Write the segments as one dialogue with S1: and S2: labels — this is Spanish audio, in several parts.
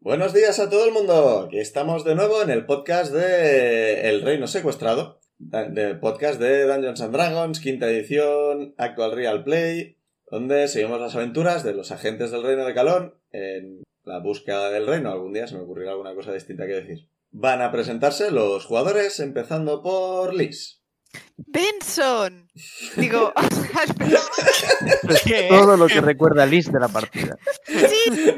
S1: Buenos días a todo el mundo. Aquí estamos de nuevo en el podcast de El Reino Secuestrado, da- del podcast de Dungeons and Dragons, quinta edición, Actual Real Play, donde seguimos las aventuras de los agentes del Reino de Calón en la búsqueda del reino. Algún día se me ocurrirá alguna cosa distinta que decir. Van a presentarse los jugadores, empezando por Liz.
S2: Benson. Digo, Alfred,
S3: Todo lo que recuerda Liz de la partida.
S2: sí.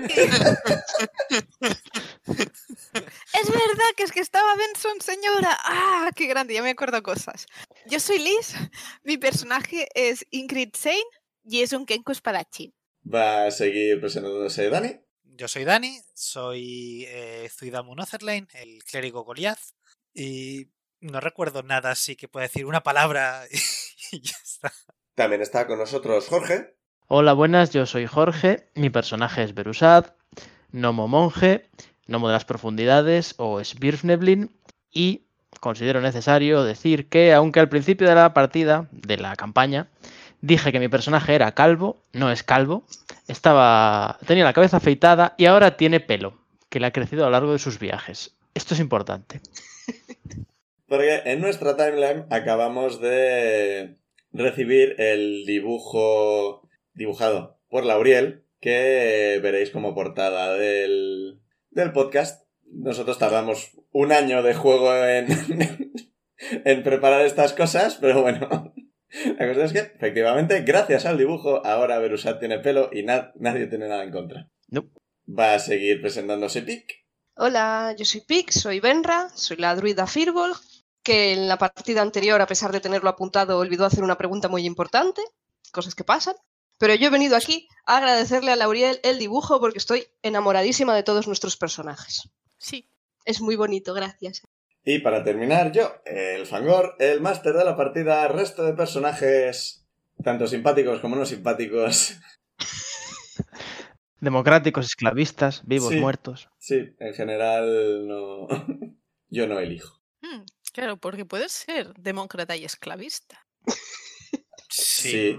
S2: Es verdad que es que estaba Benson, señora. Ah, qué grande, ya me acuerdo cosas. Yo soy Liz, mi personaje es Ingrid Shane y es un Kenko espadachín.
S1: Va a seguir presentándose Dani.
S4: Yo soy Dani, soy eh, Zuidamu Notherlane, el clérigo Goliath, y no recuerdo nada, así que puedo decir una palabra y ya está.
S1: También está con nosotros Jorge.
S5: Hola, buenas, yo soy Jorge, mi personaje es Berusad, Nomo Monje, Nomo de las Profundidades o Svirfneblin, y considero necesario decir que, aunque al principio de la partida, de la campaña, dije que mi personaje era calvo, no es calvo, estaba. tenía la cabeza afeitada y ahora tiene pelo, que le ha crecido a lo largo de sus viajes. Esto es importante.
S1: Porque en nuestra timeline acabamos de recibir el dibujo dibujado por Lauriel, que veréis como portada del, del podcast. Nosotros tardamos un año de juego en, en preparar estas cosas, pero bueno. La cosa es que, efectivamente, gracias al dibujo, ahora Berusat tiene pelo y na- nadie tiene nada en contra.
S5: No.
S1: Va a seguir presentándose Pic.
S6: Hola, yo soy Pix, soy Benra, soy la druida Firbolg, que en la partida anterior, a pesar de tenerlo apuntado, olvidó hacer una pregunta muy importante, cosas que pasan. Pero yo he venido aquí a agradecerle a Lauriel el dibujo porque estoy enamoradísima de todos nuestros personajes.
S2: Sí.
S6: Es muy bonito, gracias.
S1: Y para terminar, yo, el Fangor, el máster de la partida, resto de personajes, tanto simpáticos como no simpáticos.
S5: Democráticos, esclavistas, vivos,
S1: Sí.
S5: muertos.
S1: Sí, en general no. Yo no elijo.
S2: Mm, claro, porque puedes ser demócrata y esclavista.
S1: Sí, sí.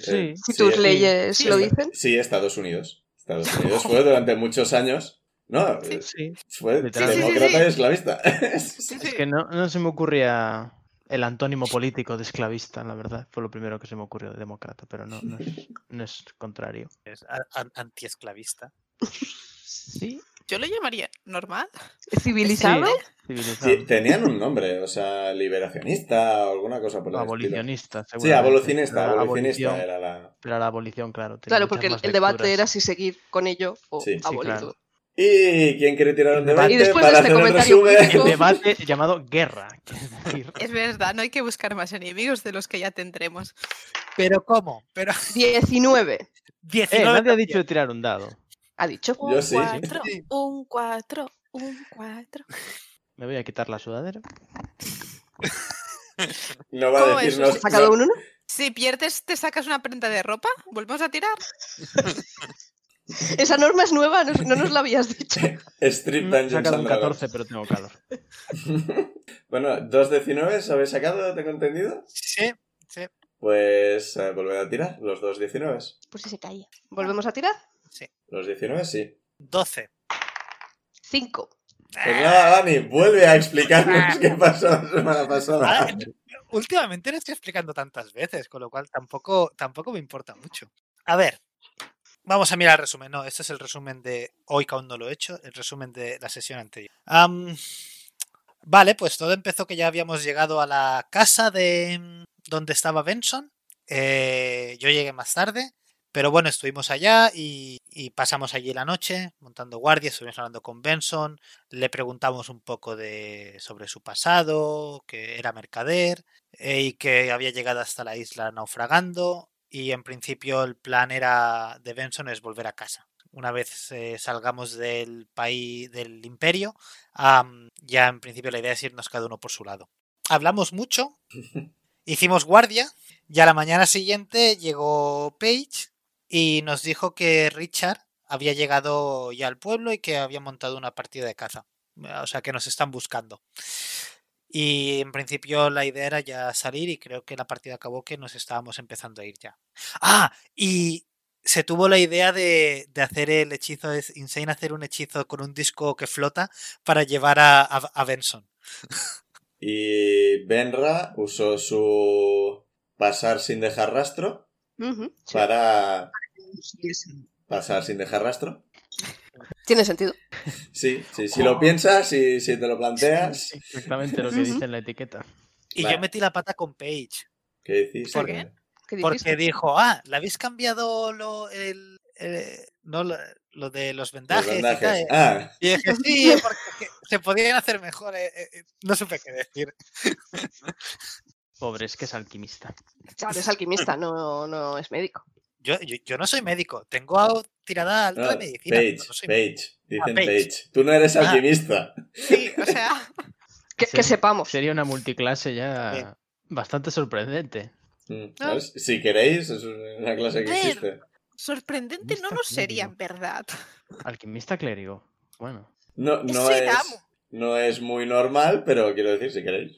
S5: Sí.
S1: eh,
S6: Si
S1: sí,
S6: tus
S1: eh,
S6: leyes
S2: Sí,
S6: lo
S1: esta-
S6: dicen.
S1: Sí, Estados Unidos. Estados Unidos fue durante muchos años. No, eh,
S5: Sí.
S1: fue
S5: Literal.
S1: demócrata
S2: Sí, sí, sí,
S1: y esclavista.
S5: Es que no, no se me ocurría el antónimo político de esclavista, la verdad. Fue lo primero que se me ocurrió de demócrata, pero no, no, es, no es contrario.
S4: Es a- an- antiesclavista.
S5: Sí,
S2: Yo lo llamaría normal.
S6: ¿Civilizado?
S5: civilizado.
S1: Sí, tenían un nombre, o sea, liberacionista o alguna cosa por el estilo.
S5: abolicionista,
S1: Sí,
S5: seguramente. Era
S1: abolicionista,
S5: la
S1: abolicionista
S5: abolición,
S1: era la...
S5: Pero la abolición, claro. tenía
S6: Claro,
S5: muchas
S6: porque el,
S5: más
S6: el debate
S5: lecturas.
S6: era si seguir con ello o
S1: Sí. Sí,
S6: abolirlo.
S5: claro.
S1: ¿Y quién quiere tirar un debate
S6: Y después de
S1: para
S6: este
S1: hacer un
S6: comentario
S1: resumen?
S6: político-
S5: El debate llamado guerra. quiero decir.
S2: Es verdad, no hay que buscar más enemigos de los que ya tendremos.
S4: ¿Pero cómo? Pero
S6: 19,
S5: Eh,
S4: 19
S5: nadie ha dicho de tirar un dado.
S6: ha dicho.
S1: Yo
S2: Un
S1: sí.
S2: cuatro, un cuatro, un cuatro.
S5: Me voy a quitar la sudadera.
S1: No va
S2: ¿Cómo
S1: a
S2: es?
S1: decirnos.
S6: ¿Ha sacado
S1: no-
S6: un uno?
S2: Si pierdes, te sacas una prenda de ropa, volvemos a tirar.
S6: Esa norma es nueva, no, no nos la habías dicho.
S1: Strip
S5: Me He
S1: Dungeons
S5: sacado
S1: and
S5: Mm, un
S1: Dragons.
S5: 14, pero tengo calor.
S1: bueno, dos 19 habéis sacado, tengo entendido.
S4: Sí, sí.
S1: Pues eh, volved a tirar, los dos 19.
S6: Por si se caía. ¿Volvemos a tirar?
S1: Los 19 sí.
S4: 12.
S6: 5.
S1: Pues nada, Dani, vuelve a explicarnos qué pasó la semana pasada.
S4: Ahora, Últimamente no estoy explicando tantas veces, con lo cual tampoco, tampoco me importa mucho. A ver, vamos a mirar el resumen. No, este es el resumen de hoy que aún no lo he hecho, el resumen de la sesión anterior. Am, vale, pues todo empezó que ya habíamos llegado a la casa de mm, donde estaba Benson. Eh, yo llegué más tarde, pero bueno, estuvimos allá y, y pasamos allí la noche montando guardias, estuvimos hablando con Benson, le preguntamos un poco de, sobre su pasado, que era mercader eh, y que había llegado hasta la isla naufragando y en principio el plan era de Benson es volver a casa. Una vez eh, salgamos del país, del imperio, am, ya en principio la idea es irnos cada uno por su lado. Hablamos mucho, hicimos guardia y a la mañana siguiente llegó Page y nos dijo que Richard había llegado ya al pueblo y que había montado una partida de caza. O sea, que nos están buscando. Y en principio la idea era ya salir y creo que la partida acabó que nos estábamos empezando a ir ya. Ah, y se tuvo la idea de, de hacer el hechizo, es insane hacer un hechizo con un disco que flota para llevar a, a, a Benson.
S1: Y Benra usó su pasar sin dejar rastro
S6: Ujú.
S1: para pasar sin dejar rastro.
S6: Tiene sentido.
S1: Sí, sí, si
S5: Oh.
S1: lo piensas y si te lo planteas,
S5: Exactamente lo que dice en la etiqueta.
S4: Y
S1: Vale.
S4: yo metí la pata con Page.
S1: ¿qué hiciste?
S4: ¿Por
S6: qué? ¿Qué
S4: Porque
S6: dijiste?
S4: dijo, ah, le habéis cambiado lo, el, eh, no, lo, lo de
S1: Los
S4: los vendajes. y
S1: bandajes.
S4: tal".
S1: Ah,
S4: Y dije, sí, porque que- se podían hacer mejor. eh, eh, eh". No supe qué decir.
S5: Pobre, es que es alquimista.
S6: Claro, es alquimista, no, no es médico.
S4: Yo, yo, yo no soy médico, tengo au- tirada alta
S1: no,
S4: de medicina.
S1: ah, Page,
S4: pero no soy médico.
S1: Page, dicen
S4: Page.
S1: Page. Tú no eres
S4: Ah.
S1: alquimista.
S2: Sí, o sea,
S6: Que,
S5: Sí.
S6: que sepamos.
S5: Sería una multiclase
S4: También.
S5: ya bastante sorprendente.
S1: Mm, ¿sabes? Si queréis, es una clase que
S2: Ver.
S1: existe.
S2: sorprendente no
S5: Mr.
S2: nos sería,
S5: Clérigo.
S2: en verdad.
S5: Alquimista clérigo. Bueno.
S1: No,
S2: Es
S1: no
S2: soy
S1: es,
S2: damo.
S1: no es muy normal, pero quiero decir, si queréis.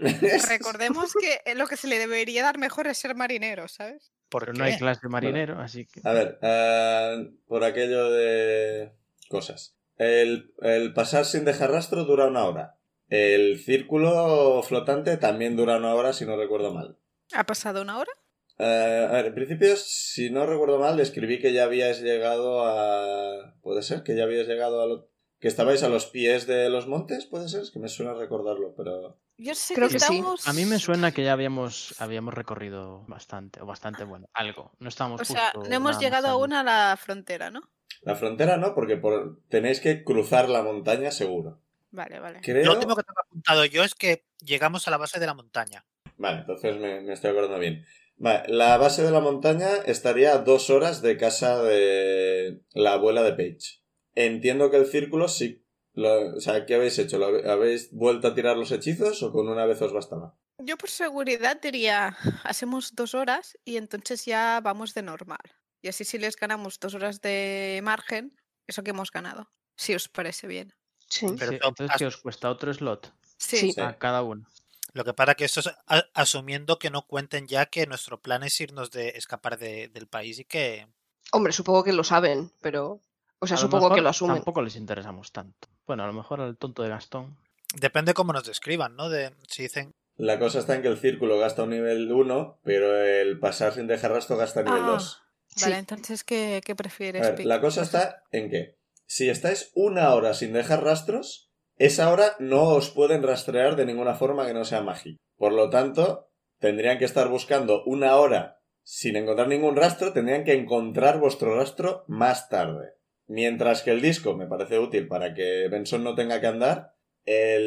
S2: Recordemos que eh, lo que se le debería dar mejor es ser marinero, ¿sabes?
S4: ¿Por
S5: Pero
S4: qué?
S5: no hay clase de marinero, así que.
S1: A ver, eh, por aquello de cosas. El, el pasar sin dejar rastro dura una hora. El círculo flotante también dura una hora, si no recuerdo mal.
S2: ¿Ha pasado una hora?
S1: Eh, a ver, en principio, si no recuerdo mal, escribí que ya habíais llegado a... ¿Puede ser? Que ya habíais llegado a... lo- Que estabais a los pies de los montes, ¿puede ser? Es que me suena recordarlo, pero...
S2: Yo sé
S6: Creo
S2: que,
S6: que sí.
S2: estamos...
S5: A mí me suena que ya habíamos, habíamos recorrido bastante, o bastante bueno, algo. No estamos
S2: O sea,
S5: justo
S2: no hemos
S5: nada
S2: llegado
S5: más al-
S2: aún a la frontera, ¿no?
S1: La frontera no, porque por- tenéis que cruzar la montaña seguro.
S2: Vale, vale.
S1: Creo...
S4: Lo último que tengo apuntado yo es que llegamos a la base de la montaña.
S1: Vale, entonces me, me estoy acordando bien. Vale, la base de la montaña estaría a dos horas de casa de la abuela de Paige. Entiendo que el círculo sí... lo- o sea, ¿qué habéis hecho? ¿Lo habe- ¿Habéis vuelto a tirar los hechizos o con una vez os bastaba?
S2: Yo por seguridad diría, hacemos dos horas y entonces ya vamos de normal. Y así si les ganamos dos horas de margen, eso que hemos ganado, si os parece bien.
S6: Sí.
S5: Sí,
S4: Pero
S5: entonces, ¿qué os cuesta otro slot?
S2: Sí,
S6: Sí.
S1: Sí.
S5: A cada uno.
S4: Lo que para que esto es a- asumiendo que no cuenten ya que nuestro plan es irnos de escapar de- del país y que
S6: Hombre, supongo que lo saben, pero. O sea,
S5: A
S6: supongo que
S5: mejor
S6: lo asumen.
S5: Tampoco les interesamos tanto. Bueno, a lo mejor al tonto de Gastón.
S4: depende cómo nos describan, ¿no? De si dicen
S1: La cosa está en que el círculo gasta un nivel 1, pero el pasar sin dejar rastro gasta nivel
S2: Ah,
S1: 2.
S2: Vale,
S6: Sí.
S2: entonces, ¿qué, qué prefieres?
S1: A ver,
S2: Vic?
S1: la cosa está en que si estáis una hora sin dejar rastros, esa hora no os pueden rastrear de ninguna forma que no sea mágica. Por lo tanto, tendrían que estar buscando una hora sin encontrar ningún rastro, tendrían que encontrar vuestro rastro más tarde. Mientras que el disco me parece útil para que Benson no tenga que andar,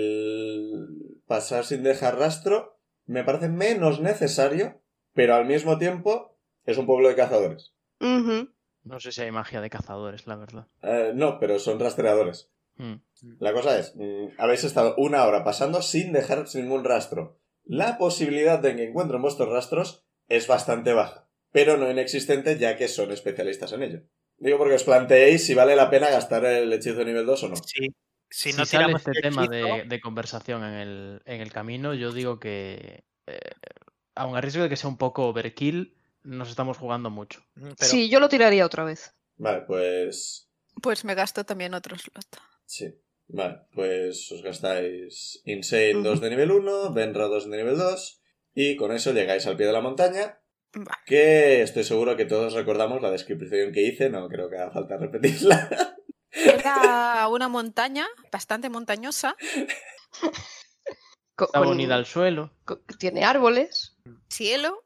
S1: el pasar sin dejar rastro me parece menos necesario, pero al mismo tiempo es un pueblo de cazadores.
S6: Ujú.
S5: No sé si hay magia de cazadores, la verdad.
S1: Eh, no, pero son rastreadores.
S5: Mm.
S1: La cosa es, mm, habéis estado una hora pasando sin dejar ningún rastro. La posibilidad de que encuentren vuestros rastros es bastante baja, pero no inexistente ya que son especialistas en ello. Digo porque os planteéis si vale la pena gastar el hechizo de nivel 2 o no.
S4: si, si
S5: Si,
S4: no
S5: sale
S4: tiramos
S5: este
S4: el
S5: tema
S4: hechizo,
S5: de, de conversación en el, en el camino, yo digo que, eh, aun a riesgo de que sea un poco overkill, nos estamos jugando mucho.
S4: mm, pero
S6: Sí, yo lo tiraría otra vez.
S1: Vale, pues...
S2: Pues me gasto también otro slot.
S1: Sí. Vale, pues os gastáis Insane 2 de nivel 1, Benra 2 de nivel 2, y con eso llegáis al pie de la montaña,
S2: Vale.
S1: que estoy seguro que todos recordamos la descripción que hice, no creo que haga falta repetirla.
S2: Era una montaña bastante montañosa.
S6: Co-
S5: Está
S6: con-
S5: unida al suelo.
S6: co- tiene árboles,
S2: cielo,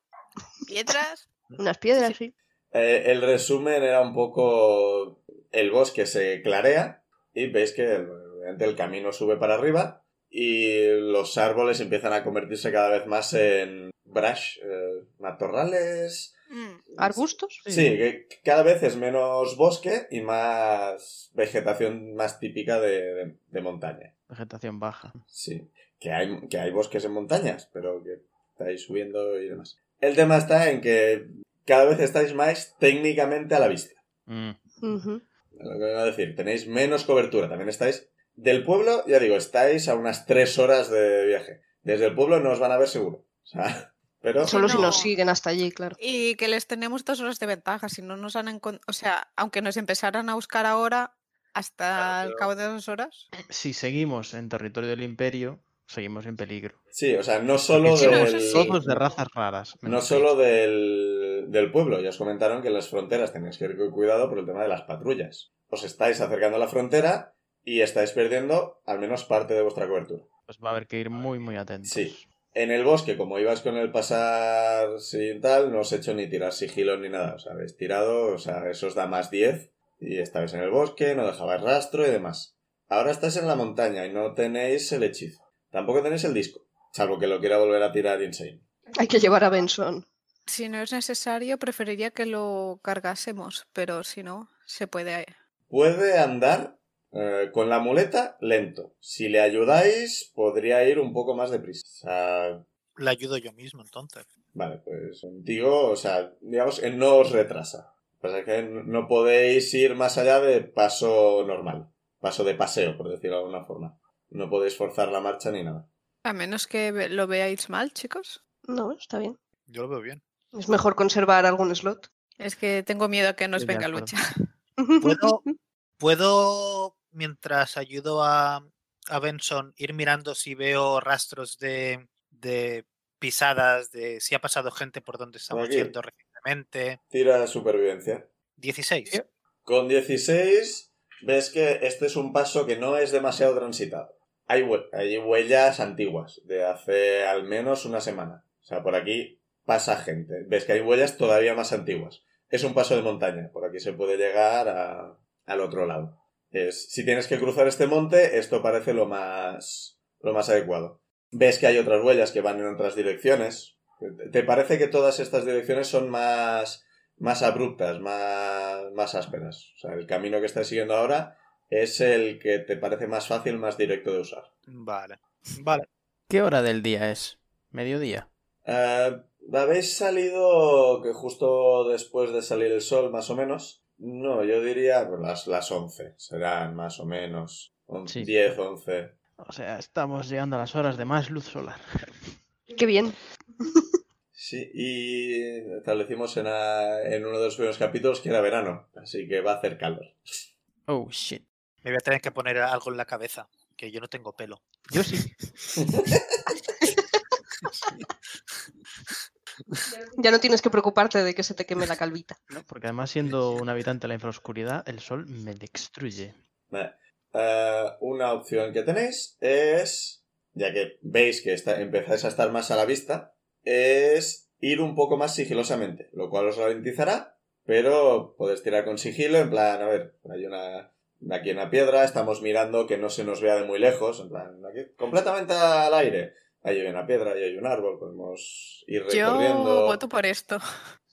S2: piedras.
S6: unas piedras, sí.
S1: Eh, el resumen era un poco el bosque se clarea y veis que obviamente, el camino sube para arriba y los árboles empiezan a convertirse cada vez más en brush, eh, matorrales,
S2: Mm.
S6: arbustos.
S1: Sí, que cada vez es menos bosque y más vegetación más típica de, de- de montaña.
S5: Vegetación baja.
S1: Sí, que hay, que hay bosques en montañas, pero que estáis subiendo y demás. El tema está en que cada vez estáis más técnicamente a la vista.
S5: Mm.
S6: Ujú.
S1: Lo que iba a decir, tenéis menos cobertura. También estáis del pueblo, ya digo, estáis a unas tres horas de viaje. Desde el pueblo no os van a ver seguro. O sea, pero
S6: Solo si
S2: no.
S6: nos siguen hasta allí, claro.
S2: Y que les tenemos dos horas de ventaja, si no nos han encon- O sea, aunque nos empezaran a buscar ahora, hasta
S4: Claro,
S2: el
S4: pero-
S2: cabo de dos horas.
S5: Si seguimos en territorio del imperio, seguimos en peligro.
S1: sí, o sea, no solo
S5: Porque
S2: Sí, no,
S1: del,
S2: eso sí.
S5: Todos de razas raras.
S1: no solo del, del pueblo. Ya os comentaron que en las fronteras tenéis que ir con cuidado por el tema de las patrullas. Os estáis acercando a la frontera y estáis perdiendo al menos parte de vuestra cobertura.
S5: Pues va a haber que ir muy, muy atentos.
S1: Sí. En el bosque, como ibas con el pasar sin tal, no os he hecho ni tirar sigilo ni nada. Os habéis tirado, o sea, eso os da más 10. Y estabais en el bosque, no dejabais rastro y demás. Ahora estáis en la montaña y no tenéis el hechizo. Tampoco tenéis el disco. Salvo que lo quiera volver a tirar Insane.
S6: Hay que llevar a Benson.
S2: Si no es necesario, preferiría que lo cargásemos, pero si no, se puede. eh.
S1: Puede andar eh, con la muleta lento. Si le ayudáis, podría ir un poco más deprisa. O sea,
S4: La ayudo yo mismo, entonces.
S1: Vale, pues contigo, o sea, digamos que no os retrasa. Pues es que no podéis ir más allá de paso normal, paso de paseo, por decirlo de alguna forma. No podéis forzar la marcha ni nada.
S2: A menos que ve- lo veáis mal, chicos.
S6: No, está bien.
S4: Yo lo veo bien.
S6: Es mejor conservar algún slot.
S2: Es que tengo miedo a que nos
S5: Estoy de
S2: venga
S5: acuerdo.
S2: lucha.
S4: ¿Puedo, puedo mientras ayudo a, a Benson, ir mirando si veo rastros de, de pisadas, de si ha pasado gente por donde estamos
S1: aquí.
S4: yendo recientemente?
S1: Tira supervivencia.
S4: 16.
S1: Con 16 ves que este es un paso que no es demasiado transitado. Hay, hue- hay huellas antiguas, de hace al menos una semana. O sea, por aquí pasa gente. Ves que hay huellas todavía más antiguas. Es un paso de montaña, por aquí se puede llegar a- al otro lado. Es- si tienes que cruzar este monte, esto parece lo más, lo más adecuado. Ves que hay otras huellas que van en otras direcciones. ¿Te- ¿Te parece que todas estas direcciones son más más abruptas, más, más ásperas. O sea, el camino que estás siguiendo ahora es el que te parece más fácil, más directo de usar.
S4: Vale. Vale.
S5: ¿Qué hora del día es? ¿Mediodía?
S1: Eh, Habéis salido que justo después de salir el sol, más o menos. No, yo diría pues, las, las 11 serán más o menos. on-
S5: Sí.
S1: 10, 11.
S5: O sea, estamos llegando a las horas de más luz solar.
S6: Qué bien.
S1: Sí, y establecimos en, a- en uno de los primeros capítulos que era verano, así que va a hacer calor.
S5: Oh, shit.
S4: Me voy a tener que poner algo en la cabeza, que yo no tengo pelo.
S5: Yo sí.
S6: Ya no tienes que preocuparte de que se te queme la calvita.
S5: ¿no? Porque además, siendo un habitante de la infraoscuridad, el sol me destruye.
S1: Vale. Eh, una opción que tenéis es, ya que veis que está- empezáis a estar más a la vista, es ir un poco más sigilosamente, lo cual os ralentizará, pero podéis tirar con sigilo, en plan, a ver, hay una... Aquí una piedra, estamos mirando que no se nos vea de muy lejos, en plan, aquí, completamente al aire. Ahí hay una piedra, ahí hay un árbol, podemos ir recorriendo.
S2: Yo voto por esto.
S5: Sí,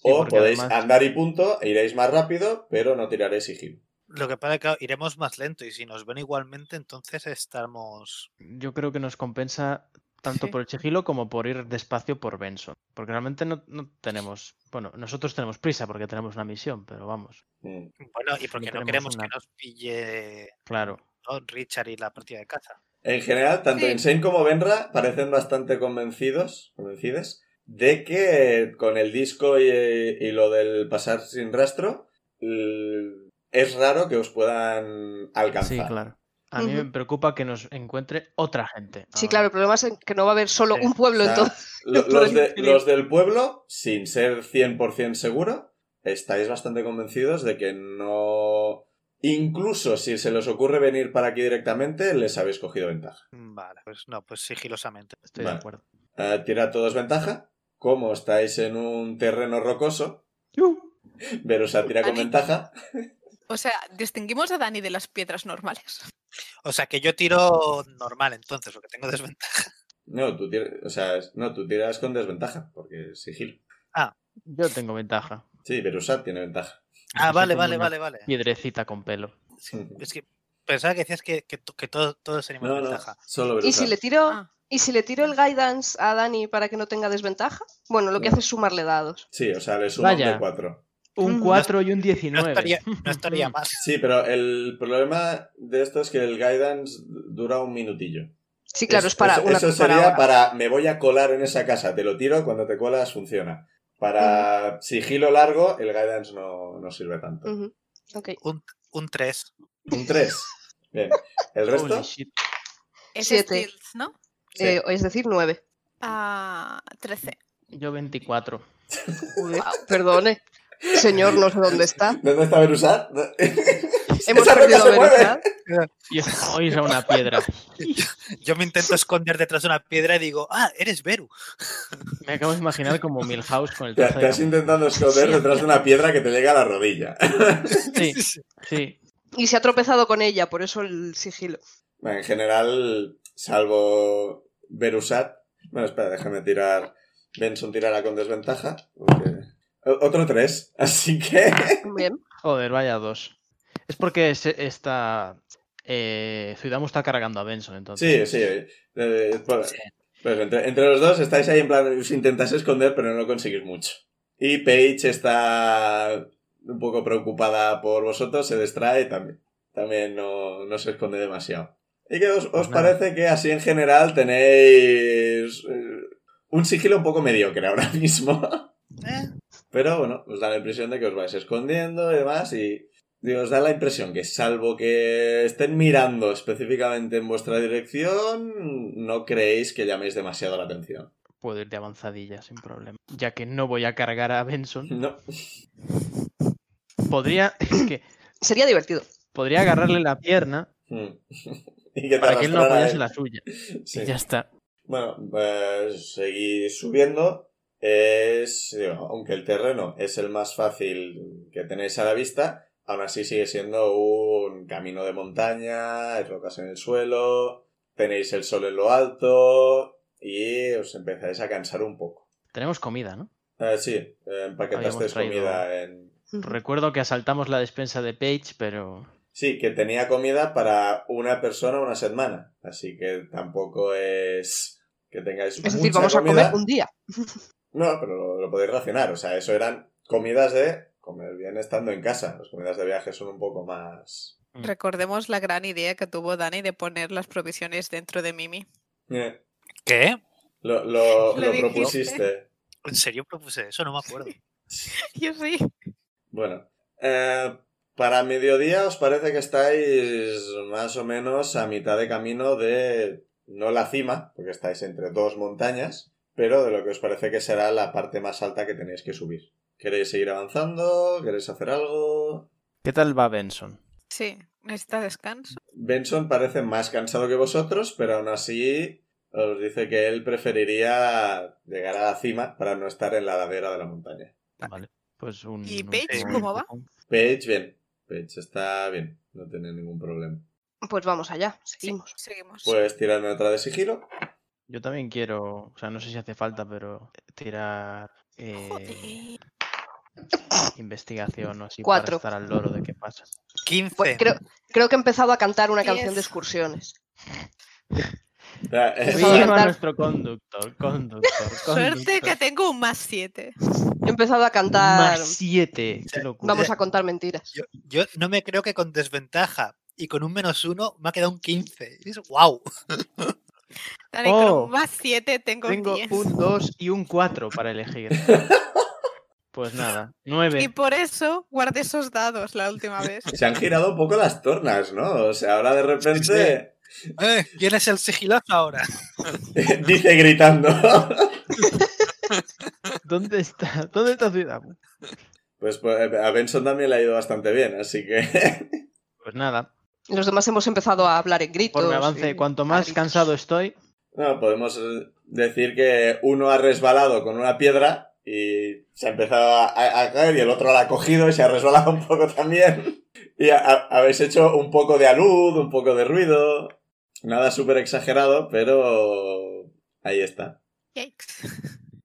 S1: o
S5: porque
S1: Oh, podéis
S5: además-
S1: andar y punto, e iréis más rápido, pero no tiraréis sigilo.
S4: Lo que pasa es que iremos más lento y si nos ven igualmente, entonces estamos.
S5: Yo creo que nos compensa tanto
S2: Sí.
S5: por el sigilo como por ir despacio por Benson. Porque realmente no, no tenemos. Bueno, nosotros tenemos prisa porque tenemos una misión, pero vamos.
S1: Mm.
S4: Bueno, y porque no,
S5: tenemos
S4: queremos
S5: una.
S4: que nos pille
S5: Claro.
S4: ¿no? Richard y la partida de caza.
S1: En general, tanto
S2: Sí.
S1: Insane como Benra parecen bastante convencidos, convencides, de que con el disco y, y lo del pasar sin rastro, l- es raro que os puedan alcanzar.
S5: Sí, claro. A mí me
S6: Ujú.
S5: preocupa que nos encuentre otra gente.
S6: Sí,
S1: Ah.
S5: ahora.
S6: claro, el problema es en que no va a haber solo
S4: Sí,
S6: un pueblo
S1: O sea,
S6: entonces.
S1: lo-
S6: Todo
S1: los,
S6: el
S1: de-
S6: interior.
S1: los del pueblo, sin ser 100% seguro, estáis bastante convencidos de que no... Incluso si se les ocurre venir para aquí directamente, les habéis cogido ventaja.
S4: Vale, pues no, pues sigilosamente.
S5: Ah, Estoy
S1: Vale.
S5: de acuerdo.
S1: Eh, tira todos ventaja. Como estáis en un terreno rocoso, Verusa tira con
S2: Vale.
S1: ventaja.
S2: O sea, distinguimos a Dani de las piedras normales.
S4: O sea que yo tiro normal entonces, lo que tengo desventaja.
S1: No tú, tira- o sea, es- no, tú tiras con desventaja, porque es sigilo.
S5: Yo tengo ventaja.
S1: Sí, Berusat tiene ventaja.
S4: Ah, vale,
S5: como
S4: vale,
S5: una-
S4: vale, vale.
S5: Piedrecita con pelo.
S4: Es que pensaba que decías que, que, to- que todo, todos teníamos
S1: No, no,
S4: ventaja.
S1: solo
S6: ¿Y
S1: Berusat.
S6: si, le tiro,
S2: Ah.
S6: ¿Y si le tiro el guidance a Dani para que no tenga desventaja? Bueno, lo que
S1: No.
S6: hace es sumarle dados.
S1: Sí, o sea, le suma un
S5: Vaya.
S1: de 4.
S5: Un
S6: Mm.
S5: 4 y un
S4: No
S5: 19.
S4: estaría, no estaría mal.
S1: Sí, pero el problema de esto es que el guidance dura un minutillo.
S6: Sí, claro,
S1: Es-
S6: es, para
S1: eso,
S6: una
S1: eso
S6: para
S1: sería
S6: ahora.
S1: para me voy a colar en esa casa, te lo tiro, cuando te colas funciona. Para sigilo largo, el guidance no, no sirve tanto.
S6: Ujú. Ok.
S4: Un, un 3.
S1: Un 3. Bien. ¿El resto?
S5: Holy shit.
S2: Es
S6: Siete.
S2: Stealth, ¿no?
S1: Sí.
S6: Eh, es decir, nueve.
S2: Ah, 13.
S5: Yo 24.
S6: Guau, perdone. Señor, no sé dónde está.
S1: ¿Dónde está Berusat? No.
S6: Hemos
S1: Esa roca
S6: perdido
S1: se mueve.
S6: velocidad.
S5: Y os cogéis a una piedra.
S4: Yo me intento esconder detrás de una piedra y digo, ah, eres Beru.
S5: Me acabo de imaginar como Milhouse con el
S1: Te,
S5: trazo
S1: te
S5: de
S1: has intentado esconder detrás de una piedra que te llega a la rodilla.
S5: cam- Sí, sí.
S6: Y se ha tropezado con ella, por eso el sigilo.
S1: Bueno, en general, salvo Berusat. Bueno, espera, déjame tirar. Benson tirará con desventaja. porque- O- Otro 3. Así que.
S6: Bien.
S5: Joder, vaya dos. Es porque se- esta... Eh, Zuidamu está cargando a Benson, entonces.
S1: Sí, sí. eh, por- pues entre, entre los dos estáis ahí en plan. Os intentáis esconder, pero no lo conseguís mucho. Y Paige está un poco preocupada por vosotros, se distrae también. También no, no se esconde demasiado. ¿Y qué os, os
S5: Pues nada.
S1: parece que así en general tenéis eh, un sigilo un poco mediocre ahora mismo?
S4: Eh,
S1: Pero bueno, os da la impresión de que os vais escondiendo y demás y digo, os da la impresión que salvo que estén mirando específicamente en vuestra dirección, no creéis que llaméis demasiado la atención.
S5: Puedo ir de avanzadilla sin problema. Ya que no voy a cargar a Benson,
S1: No.
S5: podría, es que,
S6: Sería divertido.
S5: podría agarrarle la pierna
S1: Mm. y que te
S5: para que él no
S1: arrastrara
S5: apoyase
S1: él.
S5: la suya.
S1: Sí.
S5: Y ya está.
S1: Bueno, pues seguís subiendo. Es, digo, aunque el terreno es el más fácil que tenéis a la vista, aún así sigue siendo un camino de montaña, hay rocas en el suelo, tenéis el sol en lo alto y os empezáis a cansar un poco.
S5: Tenemos comida, ¿no?
S1: Eh, sí, eh, empaquetasteis
S5: Habíamos traído-
S1: comida en...
S5: Recuerdo que asaltamos la despensa de Paige, pero
S1: Sí, que tenía comida para una persona una semana, así que tampoco es que tengáis
S6: Es decir,
S1: mucha
S6: vamos a
S1: comida.
S6: comer un día.
S1: No, pero lo, lo podéis racionar. O sea, eso eran comidas de comer bien estando en casa. Las comidas de viaje son un poco más.
S5: Mm.
S2: Recordemos la gran idea que tuvo Dani de poner las provisiones dentro de Mimi.
S1: Eh,
S4: ¿Qué?
S1: Lo, lo-
S2: Lo
S1: lo
S2: dijiste.
S1: propusiste.
S4: ¿En serio propuse eso? No me acuerdo.
S2: Yo sí.
S1: Bueno. eh, para mediodía os parece que estáis más o menos a mitad de camino de. No la cima, porque estáis entre dos montañas, pero de lo que os parece que será la parte más alta que tenéis que subir. ¿Queréis seguir avanzando? ¿Queréis hacer algo?
S3: ¿Qué tal va Benson?
S2: Sí, necesita descanso.
S1: Benson parece más cansado que vosotros, pero aún así os dice que él preferiría llegar a la cima para no estar en la ladera de la montaña.
S5: vale. Pues un,
S2: ¿Y
S5: un
S2: Paige
S5: poco-
S2: cómo va?
S1: Paige, bien. Paige está bien, no tiene ningún problema.
S6: Pues vamos allá,
S2: Sí,
S6: seguimos.
S2: seguimos.
S5: Pues,
S1: Puedes tirarme otra de sigilo.
S5: Yo también quiero, o sea, no sé si hace falta, pero tirar eh,
S2: Joder.
S5: investigación o así
S6: Cuatro.
S5: para estar al loro de qué pasa.
S4: 15.
S6: Pues creo, creo que he empezado a cantar una
S2: Diez.
S6: canción de excursiones.
S1: O sea, es-
S6: Viva
S5: Viva
S6: cantar.
S5: nuestro conductor, conductor,
S2: Suerte que
S5: conductor.
S2: tengo un más 7.
S6: He empezado a cantar.
S5: Más siete.
S4: Sí,
S5: qué locura.
S6: Vamos a contar mentiras.
S4: Yo, yo no me creo que con desventaja y con un menos uno me ha quedado un 15. Es wow.
S2: Dani, con
S5: Oh.
S2: un más 7 tengo,
S5: Tengo
S2: un 10.
S5: un 2 y un 4 para elegir. Pues nada,
S2: Y
S5: 9.
S2: por eso guardé esos dados la última vez.
S1: Se han girado un poco las tornas, ¿no? O sea, ahora de repente
S4: Eh, ¿Quién es el sigiloso ahora?
S1: dice gritando.
S6: pues.
S5: ¿Dónde está? ¿Dónde está Ciudad?
S1: Pues, pues, a Benson también le ha ido bastante bien, así que...
S5: Pues nada,
S6: Los demás hemos empezado a hablar en gritos.
S5: conforme avance,
S6: y
S5: cuanto
S6: a
S5: más
S6: gritos.
S5: cansado estoy,
S1: No, podemos eh, decir que uno ha resbalado con una piedra y se ha empezado a, a- a caer y el otro la ha cogido y se ha resbalado un poco también. Y a- a- habéis hecho un poco de alud, un poco de ruido. Nada súper exagerado, pero ahí está.
S2: Yikes.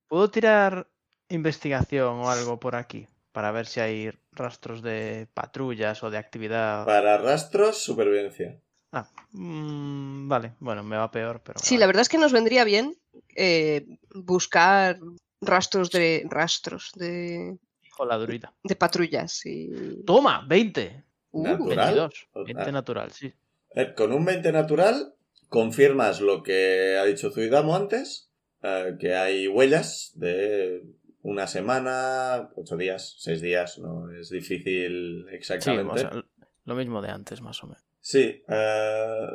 S5: ¿puedo tirar investigación o algo por aquí para ver si hay rastros de patrullas o de actividad.
S1: Para rastros, supervivencia.
S5: Ah, mm, vale, bueno, me va peor, pero.
S6: Sí, la verdad es que nos vendría bien eh, buscar rastros de rastros de,
S5: Con la druida.
S6: de patrullas y
S5: ¡Toma! ¡20!
S6: Uh,
S1: Natural.
S5: 22.
S1: Total.
S5: 20 natural, sí.
S1: Eh, Con un 20 natural, confirmas lo que ha dicho Zuidamo antes, eh, que hay huellas de una semana, ocho días, seis días, no es difícil
S5: Sí,
S1: exactamente.
S5: o sea, lo mismo de antes, más o menos.
S1: Sí, eh,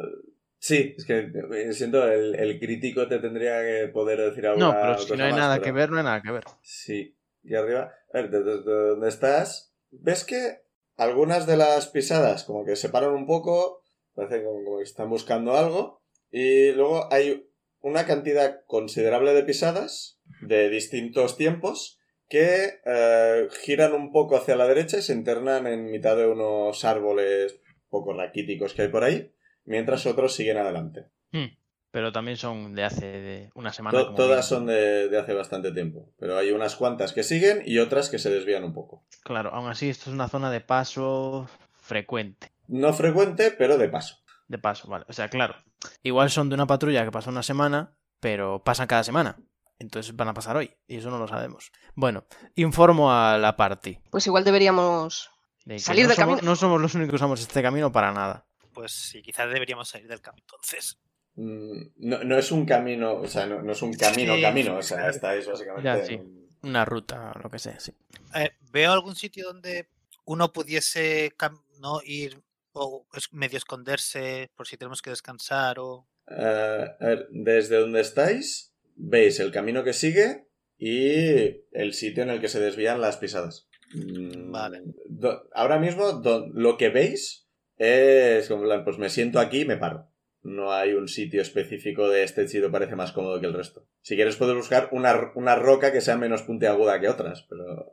S1: sí, es que eh, siento, el, el crítico te tendría que poder decir alguna
S5: No, pero si
S1: cosa
S5: no hay
S1: más,
S5: nada
S1: pero-
S5: que ver, no hay nada que ver.
S1: Sí, y arriba, a ver, desde donde estás, ves que algunas de las pisadas como que se paran un poco, parece como, como que están buscando algo, y luego hay una cantidad considerable de pisadas de distintos tiempos que eh, giran un poco hacia la derecha y se internan en mitad de unos árboles poco raquíticos que hay por ahí, mientras otros siguen adelante.
S5: Hmm, Pero también son de hace de una semana.
S1: To-
S5: como
S1: todas
S5: mínimo.
S1: son de- de hace bastante tiempo, pero hay unas cuantas que siguen y otras que se desvían un poco.
S5: Claro, aún así, esto es una zona de paso frecuente.
S1: No frecuente, pero de paso.
S5: De paso, vale. O sea, claro. Igual son de una patrulla que pasó una semana, pero pasan cada semana. Entonces van a pasar hoy. Y eso no lo sabemos. Bueno, informo a la party.
S6: pues igual deberíamos
S5: de que
S6: Salir
S5: no
S6: del
S5: somos-
S6: camino.
S5: No somos los únicos que usamos este camino para nada.
S4: Pues sí, quizás deberíamos salir del campo entonces.
S1: Mm, No, no es un camino, o sea, no, no es un camino,
S4: Sí.
S1: camino, o sea, estáis básicamente...
S5: Ya, sí.
S1: en un-
S5: Una ruta, o lo que sea, sí.
S4: Eh, ¿Veo algún sitio donde uno pudiese cam- no ir o es- medio esconderse por si tenemos que descansar o...
S1: Eh, a ver, desde donde estáis, veis el camino que sigue y el sitio en el que se desvían las pisadas. Mm,
S4: Vale.
S1: do- ahora mismo do- lo que veis es como en plan, pues me siento aquí y me paro. No hay un sitio específico de este sitio parece más cómodo que el resto. Si quieres puedes buscar una, una roca que sea menos puntiaguda que otras, pero...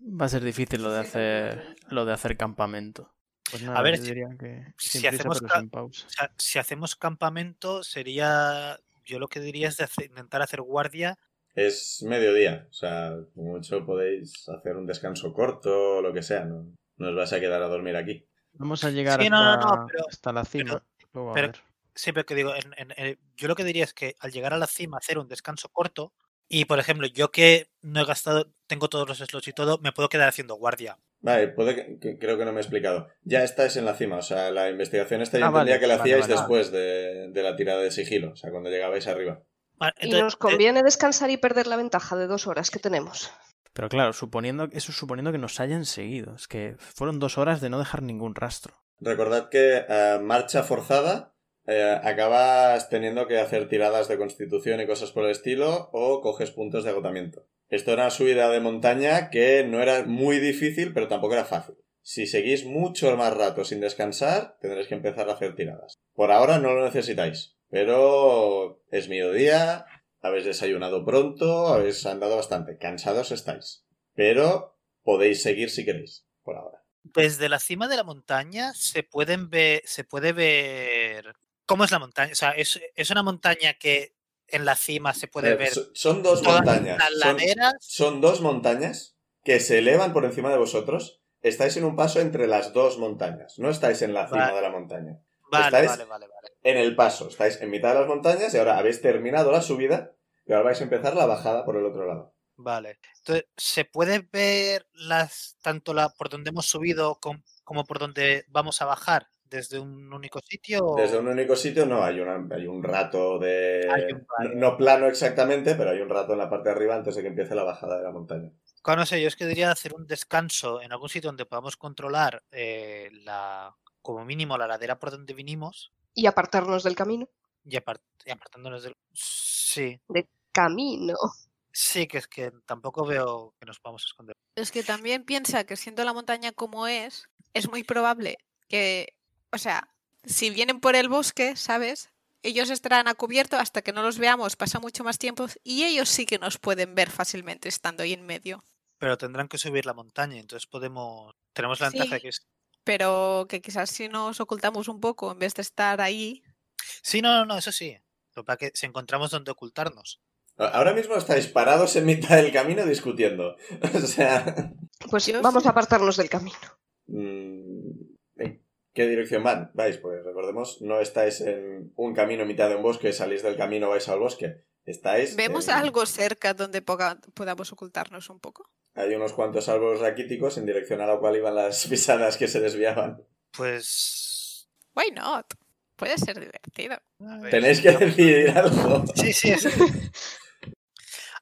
S5: Va a ser difícil lo de hacer, lo de hacer campamento. Pues nada,
S4: A ver,
S5: yo
S4: si-
S5: diría que
S4: si
S5: sin prisa,
S4: hacemos
S5: pero
S4: ca-
S5: sin pausa.
S4: O sea, si hacemos campamento sería... Yo lo que diría es de hacer- intentar hacer guardia.
S1: Es mediodía, o sea, como mucho podéis hacer un descanso corto o lo que sea, no, no os vais a quedar a dormir aquí.
S5: Vamos a llegar
S4: Sí,
S5: hasta,
S4: no, no, no, pero-
S5: hasta la cima. luego a
S4: pero-
S5: ver.
S4: Siempre que digo, en- en- eh, yo lo que diría es que al llegar a la cima hacer un descanso corto y, por ejemplo, yo que no he gastado, tengo todos los slots y todo, me puedo quedar haciendo guardia.
S1: Vale, puede que- que- creo que no me he explicado. Ya estáis en la cima, o sea, la investigación esta yo
S5: Ah,
S1: entendía
S5: vale,
S1: que la
S5: vale,
S1: hacíais
S5: vale.
S1: después de, de la tirada de sigilo, o sea, cuando llegabais arriba.
S4: Vale,
S6: y
S4: entonces,
S6: nos
S4: eh,
S6: conviene descansar y perder la ventaja de dos horas que tenemos.
S5: Pero claro, suponiendo, eso es suponiendo que nos hayan seguido. Es que fueron dos horas de no dejar ningún rastro.
S1: Recordad que eh, marcha forzada eh, acabas teniendo que hacer tiradas de constitución y cosas por el estilo o coges puntos de agotamiento. Esto era una subida de montaña que no era muy difícil, pero tampoco era fácil. Si seguís mucho más rato sin descansar, tendréis que empezar a hacer tiradas. Por ahora no lo necesitáis, pero es mediodía, habéis desayunado pronto, habéis andado bastante, cansados estáis, pero podéis seguir si queréis, por ahora.
S4: desde la cima de la montaña se pueden ver, se puede ver cómo es la montaña. O sea, es, es una montaña que en la cima se puede
S1: Eh,
S4: ver
S1: so- Son dos
S4: todas
S1: montañas.
S4: las
S1: son-
S4: laderas.
S1: Son dos montañas que se elevan por encima de vosotros. Estáis en un paso entre las dos montañas. No estáis en la cima
S4: Vale.
S1: de la montaña.
S4: Vale,
S1: estáis-
S4: vale, vale, vale.
S1: En el paso. Estáis en mitad de las montañas y ahora habéis terminado la subida y ahora vais a empezar la bajada por el otro lado.
S4: Vale. Entonces, se puede ver las tanto la por donde hemos subido com- como por donde vamos a bajar desde un único sitio. o-
S1: Desde un único sitio no, hay, una- hay un rato de...
S4: Hay un rato.
S1: no, no plano exactamente, pero hay un rato en la parte de arriba antes de que empiece la bajada de la montaña.
S4: Claro, no sé, yo es que diría hacer un descanso en algún sitio donde podamos controlar eh, la como mínimo la ladera por donde vinimos
S6: Y apartarnos del camino.
S4: y, apart- y apartándonos del sí.
S6: Camino.
S4: Sí, que es que tampoco veo que nos podamos esconder.
S2: Es que también piensa que siendo la montaña como es, es muy probable que, o sea, si vienen por el bosque, ¿sabes? Ellos estarán a cubierto hasta que no los veamos, pasa mucho más tiempo y ellos sí que nos pueden ver fácilmente estando ahí en medio.
S4: Pero tendrán que subir la montaña, entonces podemos. Tenemos la ventaja de
S2: Sí.
S4: que es.
S2: Pero que quizás si nos ocultamos un poco en vez de estar ahí,
S4: Sí, no, no, no, eso sí. Lo para que si encontramos donde ocultarnos.
S1: Ahora mismo estáis parados en mitad del camino discutiendo. O sea,
S6: Pues
S2: Yo
S6: vamos
S2: sí.
S6: a apartarnos del camino.
S1: mm, ¿en qué dirección van? Vais, pues recordemos, no estáis en un camino en mitad de un bosque, salís del camino, vais al bosque. Estáis.
S2: ¿Vemos
S1: en-
S2: algo cerca donde poga- podamos ocultarnos un poco?
S1: Hay unos cuantos árboles raquíticos en dirección a la cual iban las pisadas que se desviaban.
S4: Pues.
S2: Why not? Puede ser divertido.
S4: a
S6: Pues
S4: ver,
S1: Tenéis que
S4: yo-
S1: decidir algo.
S4: Sí, sí, sí.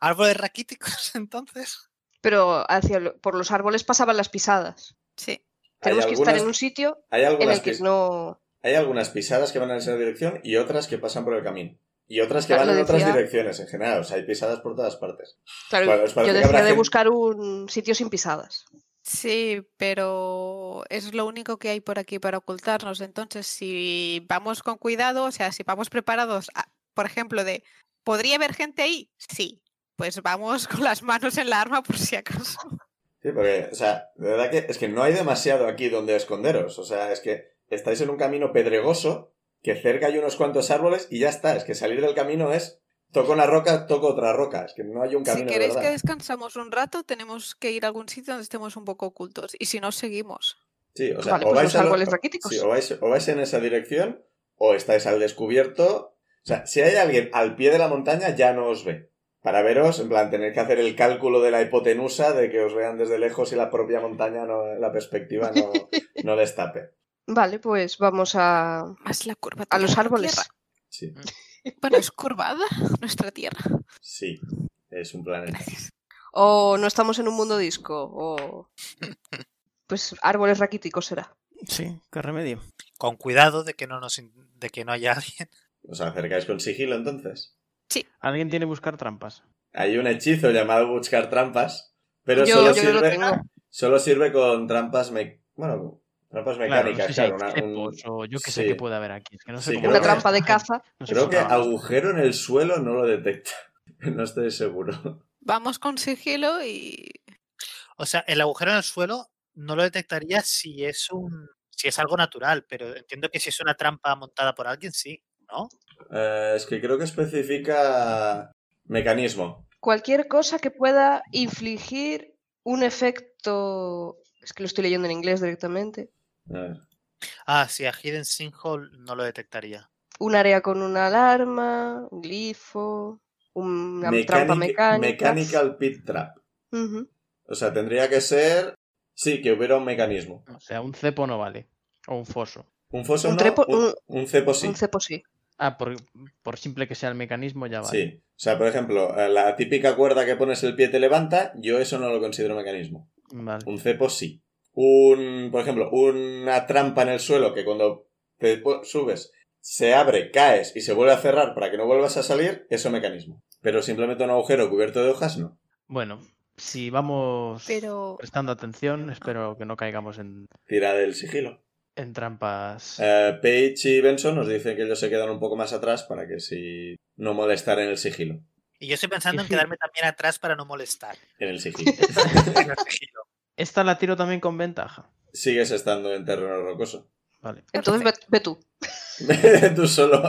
S4: Árboles raquíticos, entonces.
S6: Pero hacia lo- por los árboles pasaban las pisadas.
S2: Sí.
S1: Hay
S6: Tenemos que estar
S1: algunas-
S6: en un sitio
S1: hay
S6: en
S1: algunas
S6: el que
S1: pis-
S6: no.
S1: Hay algunas pisadas que van en esa dirección y otras que pasan por el camino. Y otras que
S6: Claro,
S1: van en
S6: lo
S1: otras
S6: decía-
S1: direcciones, en general. O sea, hay pisadas por todas partes.
S6: Claro,
S1: Bueno, os parece
S6: yo
S1: que habrá
S6: decía de
S1: gente-
S6: buscar un sitio sin pisadas.
S2: Sí, pero es lo único que hay por aquí para ocultarnos. Entonces, si vamos con cuidado, o sea, si vamos preparados, a- por ejemplo, de ¿podría haber gente ahí? Sí. Pues vamos con las manos en la arma por si acaso.
S1: Sí, porque, o sea, de verdad que es que no hay demasiado aquí donde esconderos. O sea, es que estáis en un camino pedregoso, que cerca hay unos cuantos árboles y ya está. Es que salir del camino es toco una roca, toco otra roca. Es que no hay un
S2: Si
S1: camino de
S2: queréis que
S1: verdad.
S2: descansamos un rato, tenemos que ir a algún sitio donde estemos un poco ocultos. Y si no, seguimos.
S1: Sí, o sea,
S6: vale,
S1: o
S6: pues
S1: vais
S6: los
S1: a lo-
S6: árboles raquíticos.
S1: Sí, o vais, o vais en esa dirección o estáis al descubierto. O sea, si hay alguien al pie de la montaña, ya no os ve. Para veros, en plan, tener que hacer el cálculo de la hipotenusa, de que os vean desde lejos y la propia montaña, no, la perspectiva no, no les tape.
S6: Vale, pues vamos a,
S2: Más la curva.
S6: a los árboles.
S1: Sí,
S2: Bueno, es curvada nuestra tierra.
S1: sí, es un planeta.
S2: Gracias.
S6: O no estamos en un mundo disco. O. Pues árboles raquíticos será.
S7: Sí, qué remedio.
S4: Con cuidado de que no nos in- de que no haya alguien.
S1: ¿Os acercáis con sigilo entonces?
S5: Alguien tiene que buscar trampas.
S1: Hay un hechizo llamado buscar trampas, pero
S6: Yo-
S1: solo,
S6: yo lo
S1: sirve,
S6: tengo.
S1: solo sirve con trampas, me- bueno, trampas
S5: Claro, no
S1: mecánicas.
S5: sé si hay
S1: claro, una- un-
S5: cepos o yo que sé
S1: sí.
S5: que puede haber aquí. Es que no sé
S1: Sí,
S5: cómo
S1: creo
S6: Una
S1: que-
S6: trampa de caza.
S5: No sé
S1: Creo
S5: cómo
S1: que
S5: trabaja.
S1: agujero en el suelo no lo detecta. No estoy seguro.
S2: Vamos con sigilo y.
S4: O sea, el agujero en el suelo no lo detectaría si es un si es algo natural, pero entiendo que si es una trampa montada por alguien, sí, ¿no?
S1: Eh, es que creo que especifica mecanismo.
S6: Cualquier cosa que pueda infligir un efecto. Es que lo estoy leyendo en inglés directamente.
S1: A ver.
S4: Ah, sí, a Hidden Sinkhole no lo detectaría.
S6: Un área con una alarma, un glifo, una
S1: Mechanic-
S6: trampa mecánica.
S1: Mechanical pit trap.
S6: Ujú.
S1: O sea, tendría que ser. Sí, que hubiera un mecanismo.
S5: O sea, un cepo no vale. O un foso.
S1: Un foso
S6: Un
S1: no,
S6: trepo-
S1: un, un cepo sí.
S6: Un cepo sí.
S5: Ah, por, por simple que sea el mecanismo ya Ah, vale.
S1: Sí. O sea, por ejemplo, eh, la típica cuerda que pones el pie te levanta, yo eso no lo considero mecanismo.
S5: Vale.
S1: Un cepo sí. Un, por ejemplo, una trampa en el suelo que cuando te pu- subes se abre, caes y se vuelve a cerrar para que no vuelvas a salir, eso mecanismo. Pero simplemente un agujero cubierto de hojas no.
S5: Bueno, si vamos
S2: Pero.
S5: prestando atención, espero que no caigamos en,
S1: Tira del sigilo.
S5: en trampas.
S1: Eh, Paige y Benson nos dicen que ellos se quedan un poco más atrás para que si no molestar en el sigilo.
S4: Y yo estoy pensando en quedarme también atrás para no molestar.
S1: En el sigilo.
S4: En el sigilo.
S5: Esta la tiro también con ventaja.
S1: Sigues estando en terreno rocoso.
S5: Vale.
S6: Entonces ve, ve tú.
S1: Tú solo.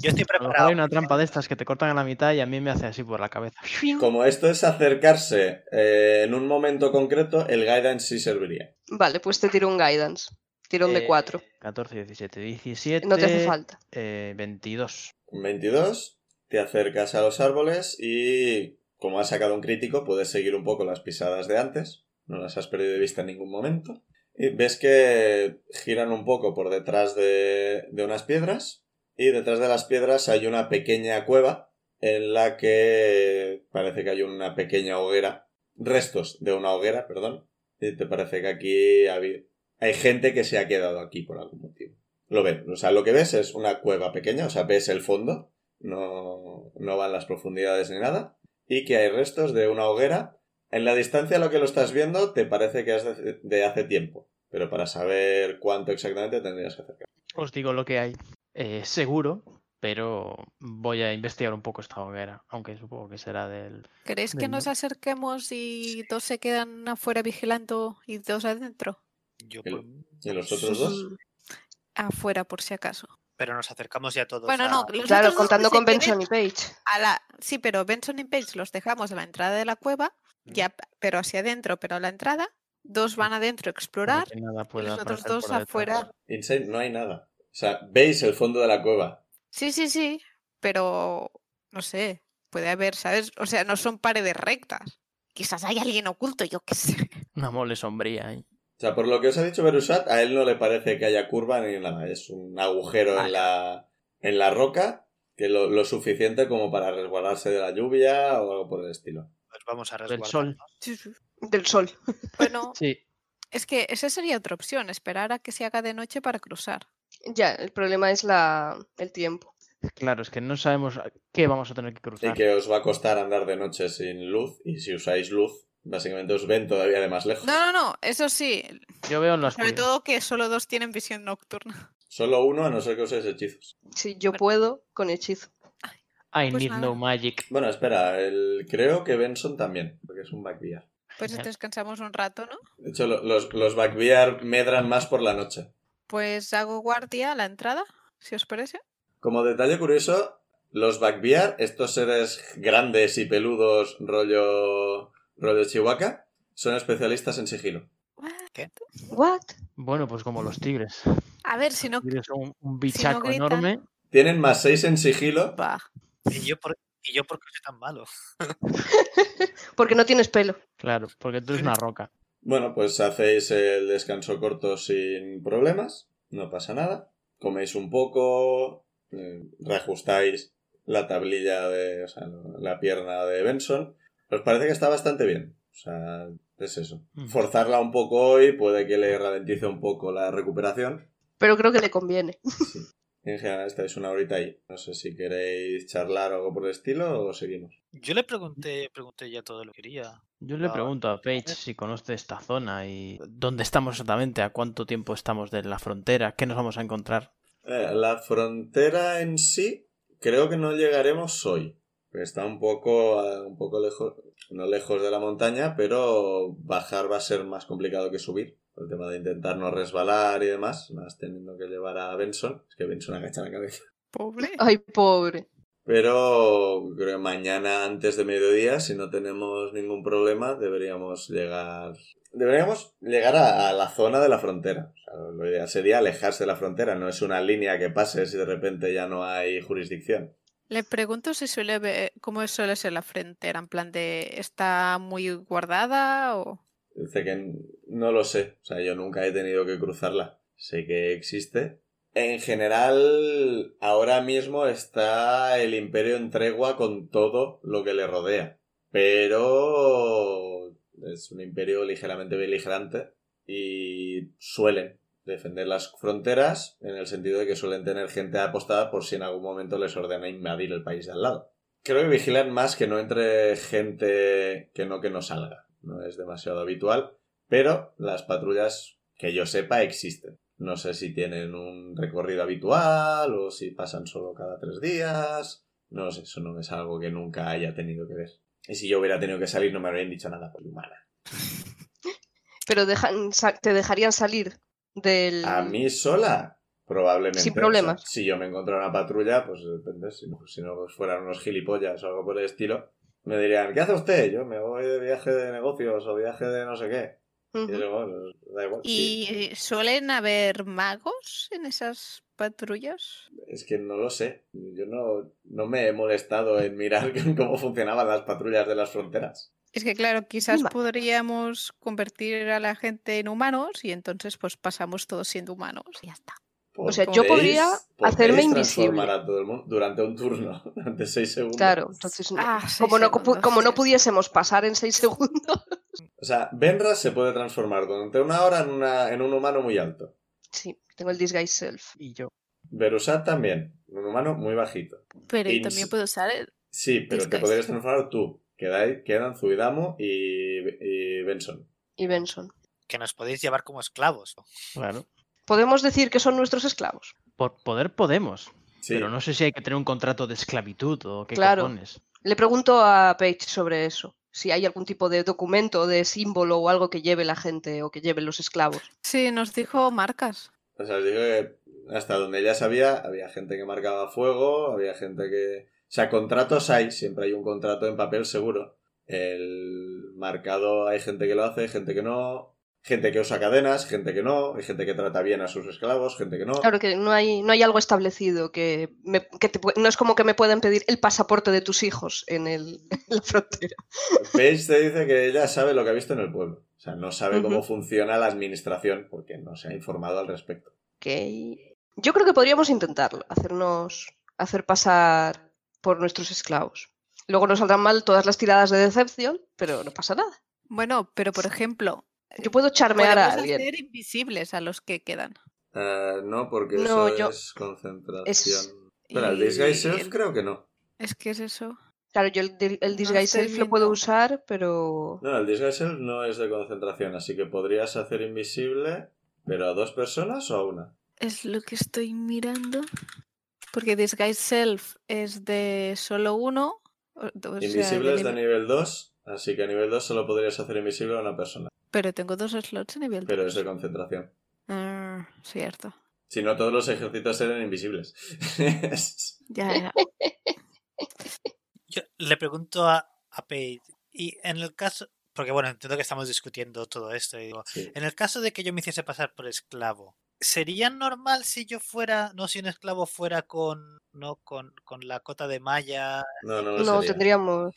S4: Yo estoy
S5: A lo mejor
S4: preparado.
S5: hay una trampa de estas que te cortan a la mitad y a mí me hace así por la cabeza.
S1: Como esto es acercarse eh, en un momento concreto, el guidance sí serviría.
S6: Vale, pues te tiro un guidance. Tirón de
S5: Eh,
S6: 4.
S5: 14, 17, 17.
S6: No te hace falta.
S5: eh, 22.
S1: Un 22, te acercas a los árboles y como has sacado un crítico puedes seguir un poco las pisadas de antes, no las has perdido de vista en ningún momento. Y ves que giran un poco por detrás de, de unas piedras y detrás de las piedras hay una pequeña cueva en la que parece que hay una pequeña hoguera, restos de una hoguera, perdón, y te parece que aquí ha habido- hay gente que se ha quedado aquí por algún motivo lo ves. O sea, lo que ves es una cueva pequeña, o sea, ves el fondo, no, no van las profundidades ni nada, y que hay restos de una hoguera. En la distancia lo que lo estás viendo te parece que es de, de hace tiempo, pero para saber cuánto exactamente tendrías que acercar.
S5: Os digo lo que hay. Eh, seguro, pero voy a investigar un poco esta hoguera. Aunque supongo que será del.
S2: ¿Queréis que
S5: Del
S2: nos
S5: no-
S2: acerquemos y dos se quedan afuera vigilando y dos adentro?
S4: Yo
S1: El-
S4: por-
S1: ¿Y los otros dos?
S6: Mm,
S2: Afuera por si acaso.
S4: Pero nos acercamos ya todos.
S2: Bueno,
S4: a-
S2: no, los
S6: Claro,
S2: otros dos pues, que
S6: contando
S2: se
S6: con
S2: queden
S6: Benson y Page.
S2: a la- sí, pero Benson y Page los dejamos a la entrada de la cueva,
S5: Mm.
S2: ya, pero hacia adentro, pero a la entrada. Dos van adentro a explorar
S5: que nada
S2: y
S5: pueda
S2: los otros
S5: aparecer
S2: dos
S5: por detrás.
S2: afuera.
S1: Insane, no hay nada. O sea, veis el fondo de la cueva.
S2: Sí, sí, sí, pero no sé, puede haber, ¿sabes? O sea, no son paredes rectas. Quizás hay alguien oculto, yo qué sé.
S5: Una mole sombría ahí.
S1: O sea, por lo que os ha dicho Berusat, a él no le parece que haya curva ni nada. Es un agujero en la, en la roca que lo, lo suficiente como para resguardarse de la lluvia o algo por el estilo.
S4: Pues vamos a
S5: Del
S4: resguardar.
S5: sol.
S6: Del sol.
S2: Bueno,
S5: Sí.
S2: es que esa sería otra opción, esperar a que se haga de noche para cruzar.
S6: Ya, el problema es la... el tiempo.
S5: Claro, es que no sabemos a qué vamos a tener que
S1: Y
S5: cruzar.
S1: que os va a costar andar de noche sin luz. Y si usáis luz, básicamente os ven todavía de más lejos.
S2: No, no, no, eso sí,
S5: Yo veo en las
S2: sobre todo que solo dos tienen visión nocturna.
S1: Solo uno, a no ser que uséis hechizos.
S6: Si yo
S2: Bueno.
S6: puedo, con hechizo.
S5: I
S2: pues
S5: need
S2: nada.
S5: no magic.
S1: Bueno, espera, el... creo que Benson también, porque es un backbear.
S2: Pues
S5: Genial.
S2: descansamos un rato, ¿no?
S1: De hecho, lo- los, los backbear medran más por la noche.
S2: Pues hago guardia a la entrada, si os parece.
S1: Como detalle curioso, los Bagbiar, estos seres grandes y peludos rollo, rollo Chihuahua, son especialistas en sigilo.
S6: ¿What?
S5: Bueno, pues como los tigres.
S2: A ver si no...
S5: Los tigres son un- un bichaco
S2: gritan.
S5: enorme.
S1: Tienen más 6 en sigilo.
S2: Bah,
S4: ¿Y yo, por, ¿Y yo por qué soy tan malo?
S6: Porque no tienes pelo.
S5: Claro, porque tú eres una roca.
S1: Bueno, pues hacéis el descanso corto sin problemas, no pasa nada. Coméis un poco, eh, reajustáis la tablilla de, o sea, la pierna de Benson. Os parece que está bastante bien. O sea, es eso.
S5: Mm.
S1: Forzarla un poco hoy puede que le ralentice un poco la recuperación.
S6: Pero creo que le conviene.
S1: Sí. En general estáis una horita ahí. No sé si queréis charlar o algo por el estilo o seguimos.
S4: Yo le pregunté, pregunté ya todo lo que quería.
S5: Yo le
S4: Ah,
S5: pregunto a Paige
S4: vale.
S5: si conoce esta zona y dónde estamos exactamente, a cuánto tiempo estamos de la frontera, qué nos vamos a encontrar.
S1: Eh, la frontera en sí creo que no llegaremos hoy. Porque Está un poco, a- un poco lejos, no lejos de la montaña, pero bajar va a ser más complicado que subir. Por El tema de intentar no resbalar y demás, más teniendo que llevar a Benson. Es que Benson agacha la cabeza.
S2: pobre.
S6: Ay, pobre.
S1: Pero creo que mañana antes de mediodía, si no tenemos ningún problema, deberíamos llegar. Deberíamos llegar a, a la zona de la frontera. O sea, lo ideal sería alejarse de la frontera, no es una línea que pases y de repente ya no hay jurisdicción.
S2: Le pregunto si suele ver, cómo suele ser la frontera, en plan de, ¿está muy guardada o...?
S1: Dice que n- no lo sé. O sea, yo nunca he tenido que cruzarla. Sé que existe. En general, ahora mismo está el imperio en tregua con todo lo que le rodea. Pero es un imperio ligeramente beligerante y suelen defender las fronteras en el sentido de que suelen tener gente apostada por si en algún momento les ordena invadir el país de al lado. Creo que vigilan más que no entre gente que no que no salga. No es demasiado habitual. Pero las patrullas, que yo sepa, existen. No sé si tienen un recorrido habitual o si pasan solo cada tres días. No lo sé, eso no es algo que nunca haya tenido que ver. Y si yo hubiera tenido que salir no me habrían dicho nada Pues, por humana.
S6: Pero dejan, sa- te dejarían salir del...
S1: A mí sola, probablemente.
S6: Sin problemas.
S1: O sea, si yo me encontrara una patrulla, pues depende, si no, si no fueran unos gilipollas o algo por el estilo, me dirían, ¿qué hace usted? Yo me voy de viaje de negocios o viaje de no sé qué. Y
S6: Ujú.
S1: yo, bueno, da igual. sí.
S2: ¿Y suelen haber magos en esas patrullas?
S1: Es que no lo sé. Yo no, no me he molestado en mirar cómo funcionaban las patrullas de las fronteras.
S2: Es que claro, quizás
S6: Ma-
S2: podríamos convertir a la gente en humanos y entonces pues pasamos todos siendo humanos y ya está.
S6: O sea, yo podría hacerme invisible.
S1: transformar a todo el mundo durante un turno, durante seis segundos.
S6: Claro, entonces... no-
S2: Ah, seis
S6: Como no,
S2: segundos,
S6: pu- como no
S2: sí.
S6: pudiésemos pasar en seis segundos.
S1: O sea, Benra se puede transformar durante una hora en, una- en un humano muy alto.
S6: Sí, tengo el disguise self.
S5: Y yo.
S1: Verusat también, un humano muy bajito.
S2: Pero yo
S1: ins-
S2: también puedo usar eh, el...
S1: Sí, pero te
S2: Disguise.
S1: podrías transformar tú. Quedai- Quedan Zuidamo y, y Benson.
S6: Y Benson.
S4: Que nos podéis llevar como esclavos.
S5: Claro.
S6: Podemos decir que son nuestros esclavos.
S5: Por poder podemos,
S1: Sí.
S5: pero no sé si hay que tener un contrato de esclavitud o qué
S6: Claro.
S5: cojones.
S6: Le pregunto a Paige sobre eso. Si hay algún tipo de documento, de símbolo o algo que lleve la gente o que lleven los esclavos.
S2: Sí, nos dijo marcas.
S1: O sea, os digo que hasta donde ella sabía, había gente que marcaba fuego, había gente que sea, contratos hay, siempre hay un contrato en papel seguro. El marcado hay gente que lo hace, gente que no, gente que usa cadenas, gente que no, hay gente que trata bien a sus esclavos, gente que no.
S6: Claro que no hay, no hay algo establecido que, me- que te pu- no es como que me puedan pedir el pasaporte de tus hijos en, el, en la frontera.
S1: Paige te dice que ella sabe lo que ha visto en el pueblo. O sea, no sabe cómo
S6: Ujú.
S1: funciona la administración porque no se ha informado al respecto.
S6: Ok. Yo creo que podríamos intentarlo, hacernos hacer pasar por nuestros esclavos. Luego nos saldrán mal todas las tiradas de decepción, pero no pasa nada.
S2: Bueno, pero por ejemplo,
S6: Yo puedo charmear a
S2: podemos
S6: alguien.
S2: hacer invisibles a los que quedan.
S1: Eh, no, porque
S6: No,
S1: eso
S6: yo-
S1: es concentración.
S6: es-
S1: Espera, el
S2: Y
S1: Disguise Self
S2: el-
S1: creo que no.
S2: Es que es eso.
S6: Claro, yo el, di- el disguise
S2: estoy
S6: self lo puedo
S2: viendo.
S6: usar, pero
S1: No, el Disguise Self no es de concentración, así que podrías hacer invisible, pero a dos personas o a una.
S2: Es lo que estoy mirando. Porque Disguise Self es de solo uno. o- o sea,
S1: invisible
S2: de
S1: es de
S2: nivel-
S1: nivel 2, así que a nivel 2 solo podrías hacer invisible a una persona,
S2: Pero tengo dos slots en nivel
S1: pero
S2: dos.
S1: es de concentración.
S2: Ah, cierto.
S1: Si no, todos los ejércitos eran invisibles.
S2: Ya, ya.
S4: Yo le pregunto a, a Paige, y en el caso, porque bueno, entiendo que estamos discutiendo todo esto, y digo,
S1: Sí.
S4: en el caso de que yo me hiciese pasar por esclavo, ¿sería normal si yo fuera, no si un esclavo fuera con, no, con, con la cota de malla?
S1: No, no lo
S6: no
S1: sería.
S6: tendríamos.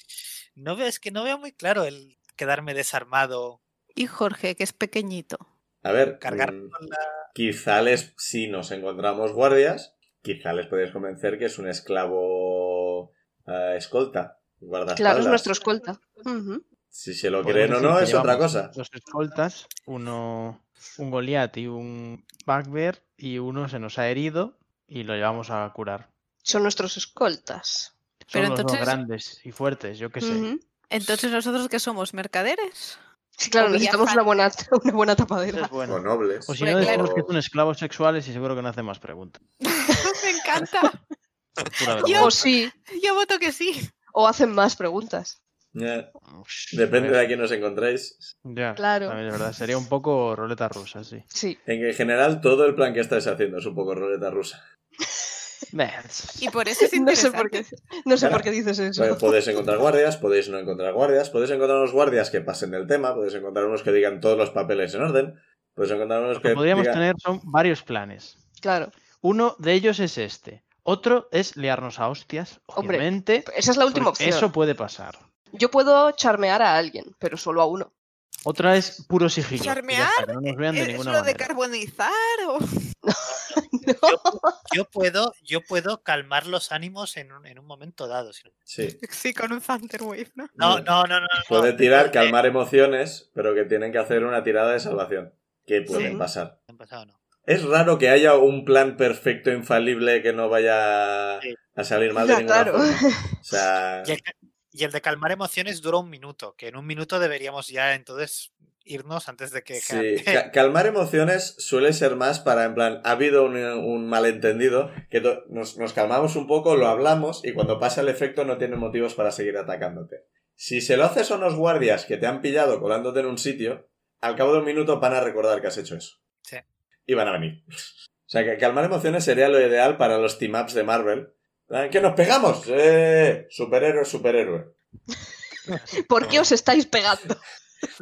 S4: No veo, es que no veo muy claro el quedarme desarmado,
S2: Y Jorge, que es pequeñito.
S1: A ver,
S4: cargar
S1: mm,
S4: con la...
S1: quizá les, si nos encontramos guardias, quizá les podéis convencer que es un esclavo eh, escolta,
S6: Claro,
S1: guardaespaldas.
S6: es nuestro escolta. Ujú.
S1: Si se lo
S5: Podemos
S1: creen o
S5: decir
S1: no,
S5: que
S1: es otra
S5: llevamos
S1: cosa.
S5: Dos escoltas, uno, un Goliath y un Bugbear, y uno se nos ha herido y lo llevamos a curar.
S6: Son nuestros escoltas.
S5: Son
S2: Pero
S5: los
S2: entonces-
S5: dos grandes y fuertes, yo qué sé.
S6: Ujú.
S2: Entonces, ¿nosotros que somos? ¿Mercaderes?
S6: Sí, claro,
S2: O
S6: necesitamos una
S2: Villafán.
S6: buena, una buena
S5: Eso
S6: tapadera.
S5: es bueno.
S1: O nobles.
S5: O si
S2: Hombre,
S5: no, decimos
S1: claro.
S5: que son esclavos sexuales y seguro que no hace más preguntas.
S2: Me encanta.
S5: Pura
S2: Yo-
S5: vergüenza.
S6: O sí,
S2: Yo voto que sí.
S6: o hacen más preguntas.
S1: Eh,
S5: Ush,
S1: depende de
S5: ¿ves?
S1: a quién os encontréis.
S5: Ya,
S6: Claro.
S5: también es verdad. Sería un poco ruleta rusa, sí.
S6: Sí.
S1: En general, todo el plan que estáis haciendo es un poco ruleta rusa.
S5: Meh,
S2: Y por eso es
S6: No
S2: interesante.
S6: sé por qué, no sé
S1: Claro.
S6: por qué dices eso.
S1: Bueno, Pues podéis encontrar guardias, podéis no encontrar guardias, podéis encontrar unos guardias que pasen del tema, podéis encontrar unos que digan todos los papeles en orden, podéis encontrar unos
S5: Lo que
S1: que
S5: podríamos
S1: digan-
S5: tener son varios planes.
S6: Claro.
S5: Uno de ellos es este. Otro es liarnos a hostias,
S6: Hombre,
S5: obviamente.
S6: Esa es la última
S5: porque
S6: opción.
S5: Eso puede pasar.
S6: Yo puedo charmear a alguien, pero solo a uno.
S5: Otra es puro sigilo. y ya
S2: Charmear
S5: está, que no nos vean de ninguna manera.
S2: Eh, carbonizar o...?
S4: Yo, yo puedo, yo puedo calmar los ánimos en un, en un momento dado. si no-
S1: Sí.
S2: Sí, con un Thunderwave, ¿no?
S4: No,
S1: Bien.
S4: no, no, no. no,
S1: Puede tirar,
S4: eh,
S1: calmar emociones, pero que tienen que hacer una tirada de salvación. Que pueden
S6: Sí.
S1: pasar.
S4: han pasado, no.
S1: Es raro que haya un plan perfecto, infalible, que no vaya
S4: Sí.
S1: a salir mal
S6: Ya,
S1: de ninguna
S6: claro.
S1: forma. O sea,
S4: Y el, ca- y el de calmar emociones dura un minuto, que en un minuto deberíamos ya entonces irnos antes de que...
S1: sí. Ca- calmar emociones suele ser más para, en plan, ha habido un, un malentendido, que to- nos, nos calmamos un poco, lo hablamos y cuando pasa el efecto no tienen motivos para seguir atacándote. Si se lo haces a unos guardias que te han pillado colándote en un sitio, al cabo de un minuto van a recordar que has hecho eso.
S4: Sí.
S1: Y van a venir. O sea, que calmar emociones sería lo ideal para los team-ups de Marvel. ¿Ah, ¿Qué nos pegamos? ¡Eh! Superhéroe, superhéroe.
S6: ¿Por qué os estáis pegando?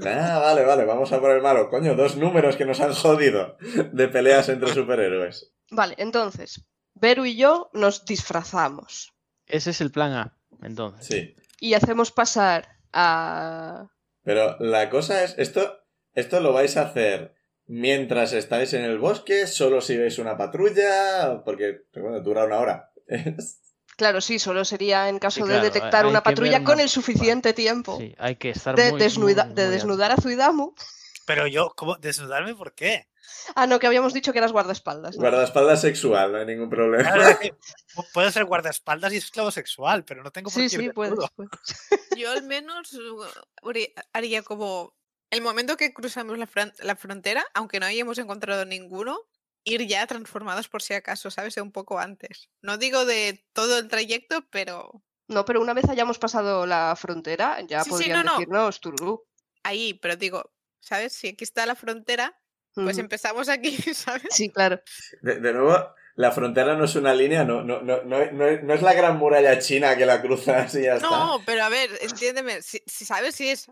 S1: Ah, vale, vale, vamos a por el malo. Coño, dos números que nos han jodido de peleas entre superhéroes.
S6: Vale, entonces, Beru y yo nos disfrazamos
S5: Ese es el plan A, entonces.
S1: Sí.
S6: y hacemos pasar a...
S1: Pero la cosa es, esto, esto lo vais a hacer mientras estáis en el bosque, solo si veis una patrulla, porque bueno, dura una hora.
S6: Claro, sí, solo sería en caso
S5: Sí, claro,
S6: de detectar
S5: hay
S6: una
S5: que ver
S6: patrulla
S5: una-
S6: con el suficiente tiempo
S5: Sí, hay que estar
S6: de,
S5: muy,
S6: desnuda-
S5: muy,
S6: de
S5: muy
S6: desnudar a Zuidamu.
S4: Pero yo, ¿cómo? ¿Desnudarme por qué?
S6: Ah, no, que habíamos dicho que eras guardaespaldas. ¿no?
S1: Guardaespaldas sexual, no hay ningún problema.
S4: Claro, es que pu- puedo ser guardaespaldas y esclavo sexual, pero no tengo por
S6: Sí,
S4: qué ir
S6: sí, puedes.
S4: desnudo.
S6: puedes.
S2: Yo al menos uh, haría- haría como el momento que cruzamos la, fran- la frontera, aunque no hayamos encontrado ninguno, ir ya transformados por si acaso, ¿sabes? Un poco antes. No digo de todo el trayecto, pero
S6: No, pero una vez hayamos pasado la frontera, ya
S2: Sí, sí,
S6: podrían
S2: no, no.
S6: decirnos tururú.
S2: ahí, pero digo, ¿sabes? Si aquí está la frontera, pues
S6: Ujú.
S2: empezamos aquí, ¿sabes?
S6: Mm. Sí, claro.
S1: De, de nuevo, La frontera no es una línea, no, no, no, no, no- no es la gran muralla china que la cruzas y ya está.
S2: No, pero a ver, entiéndeme, si, si sabes si es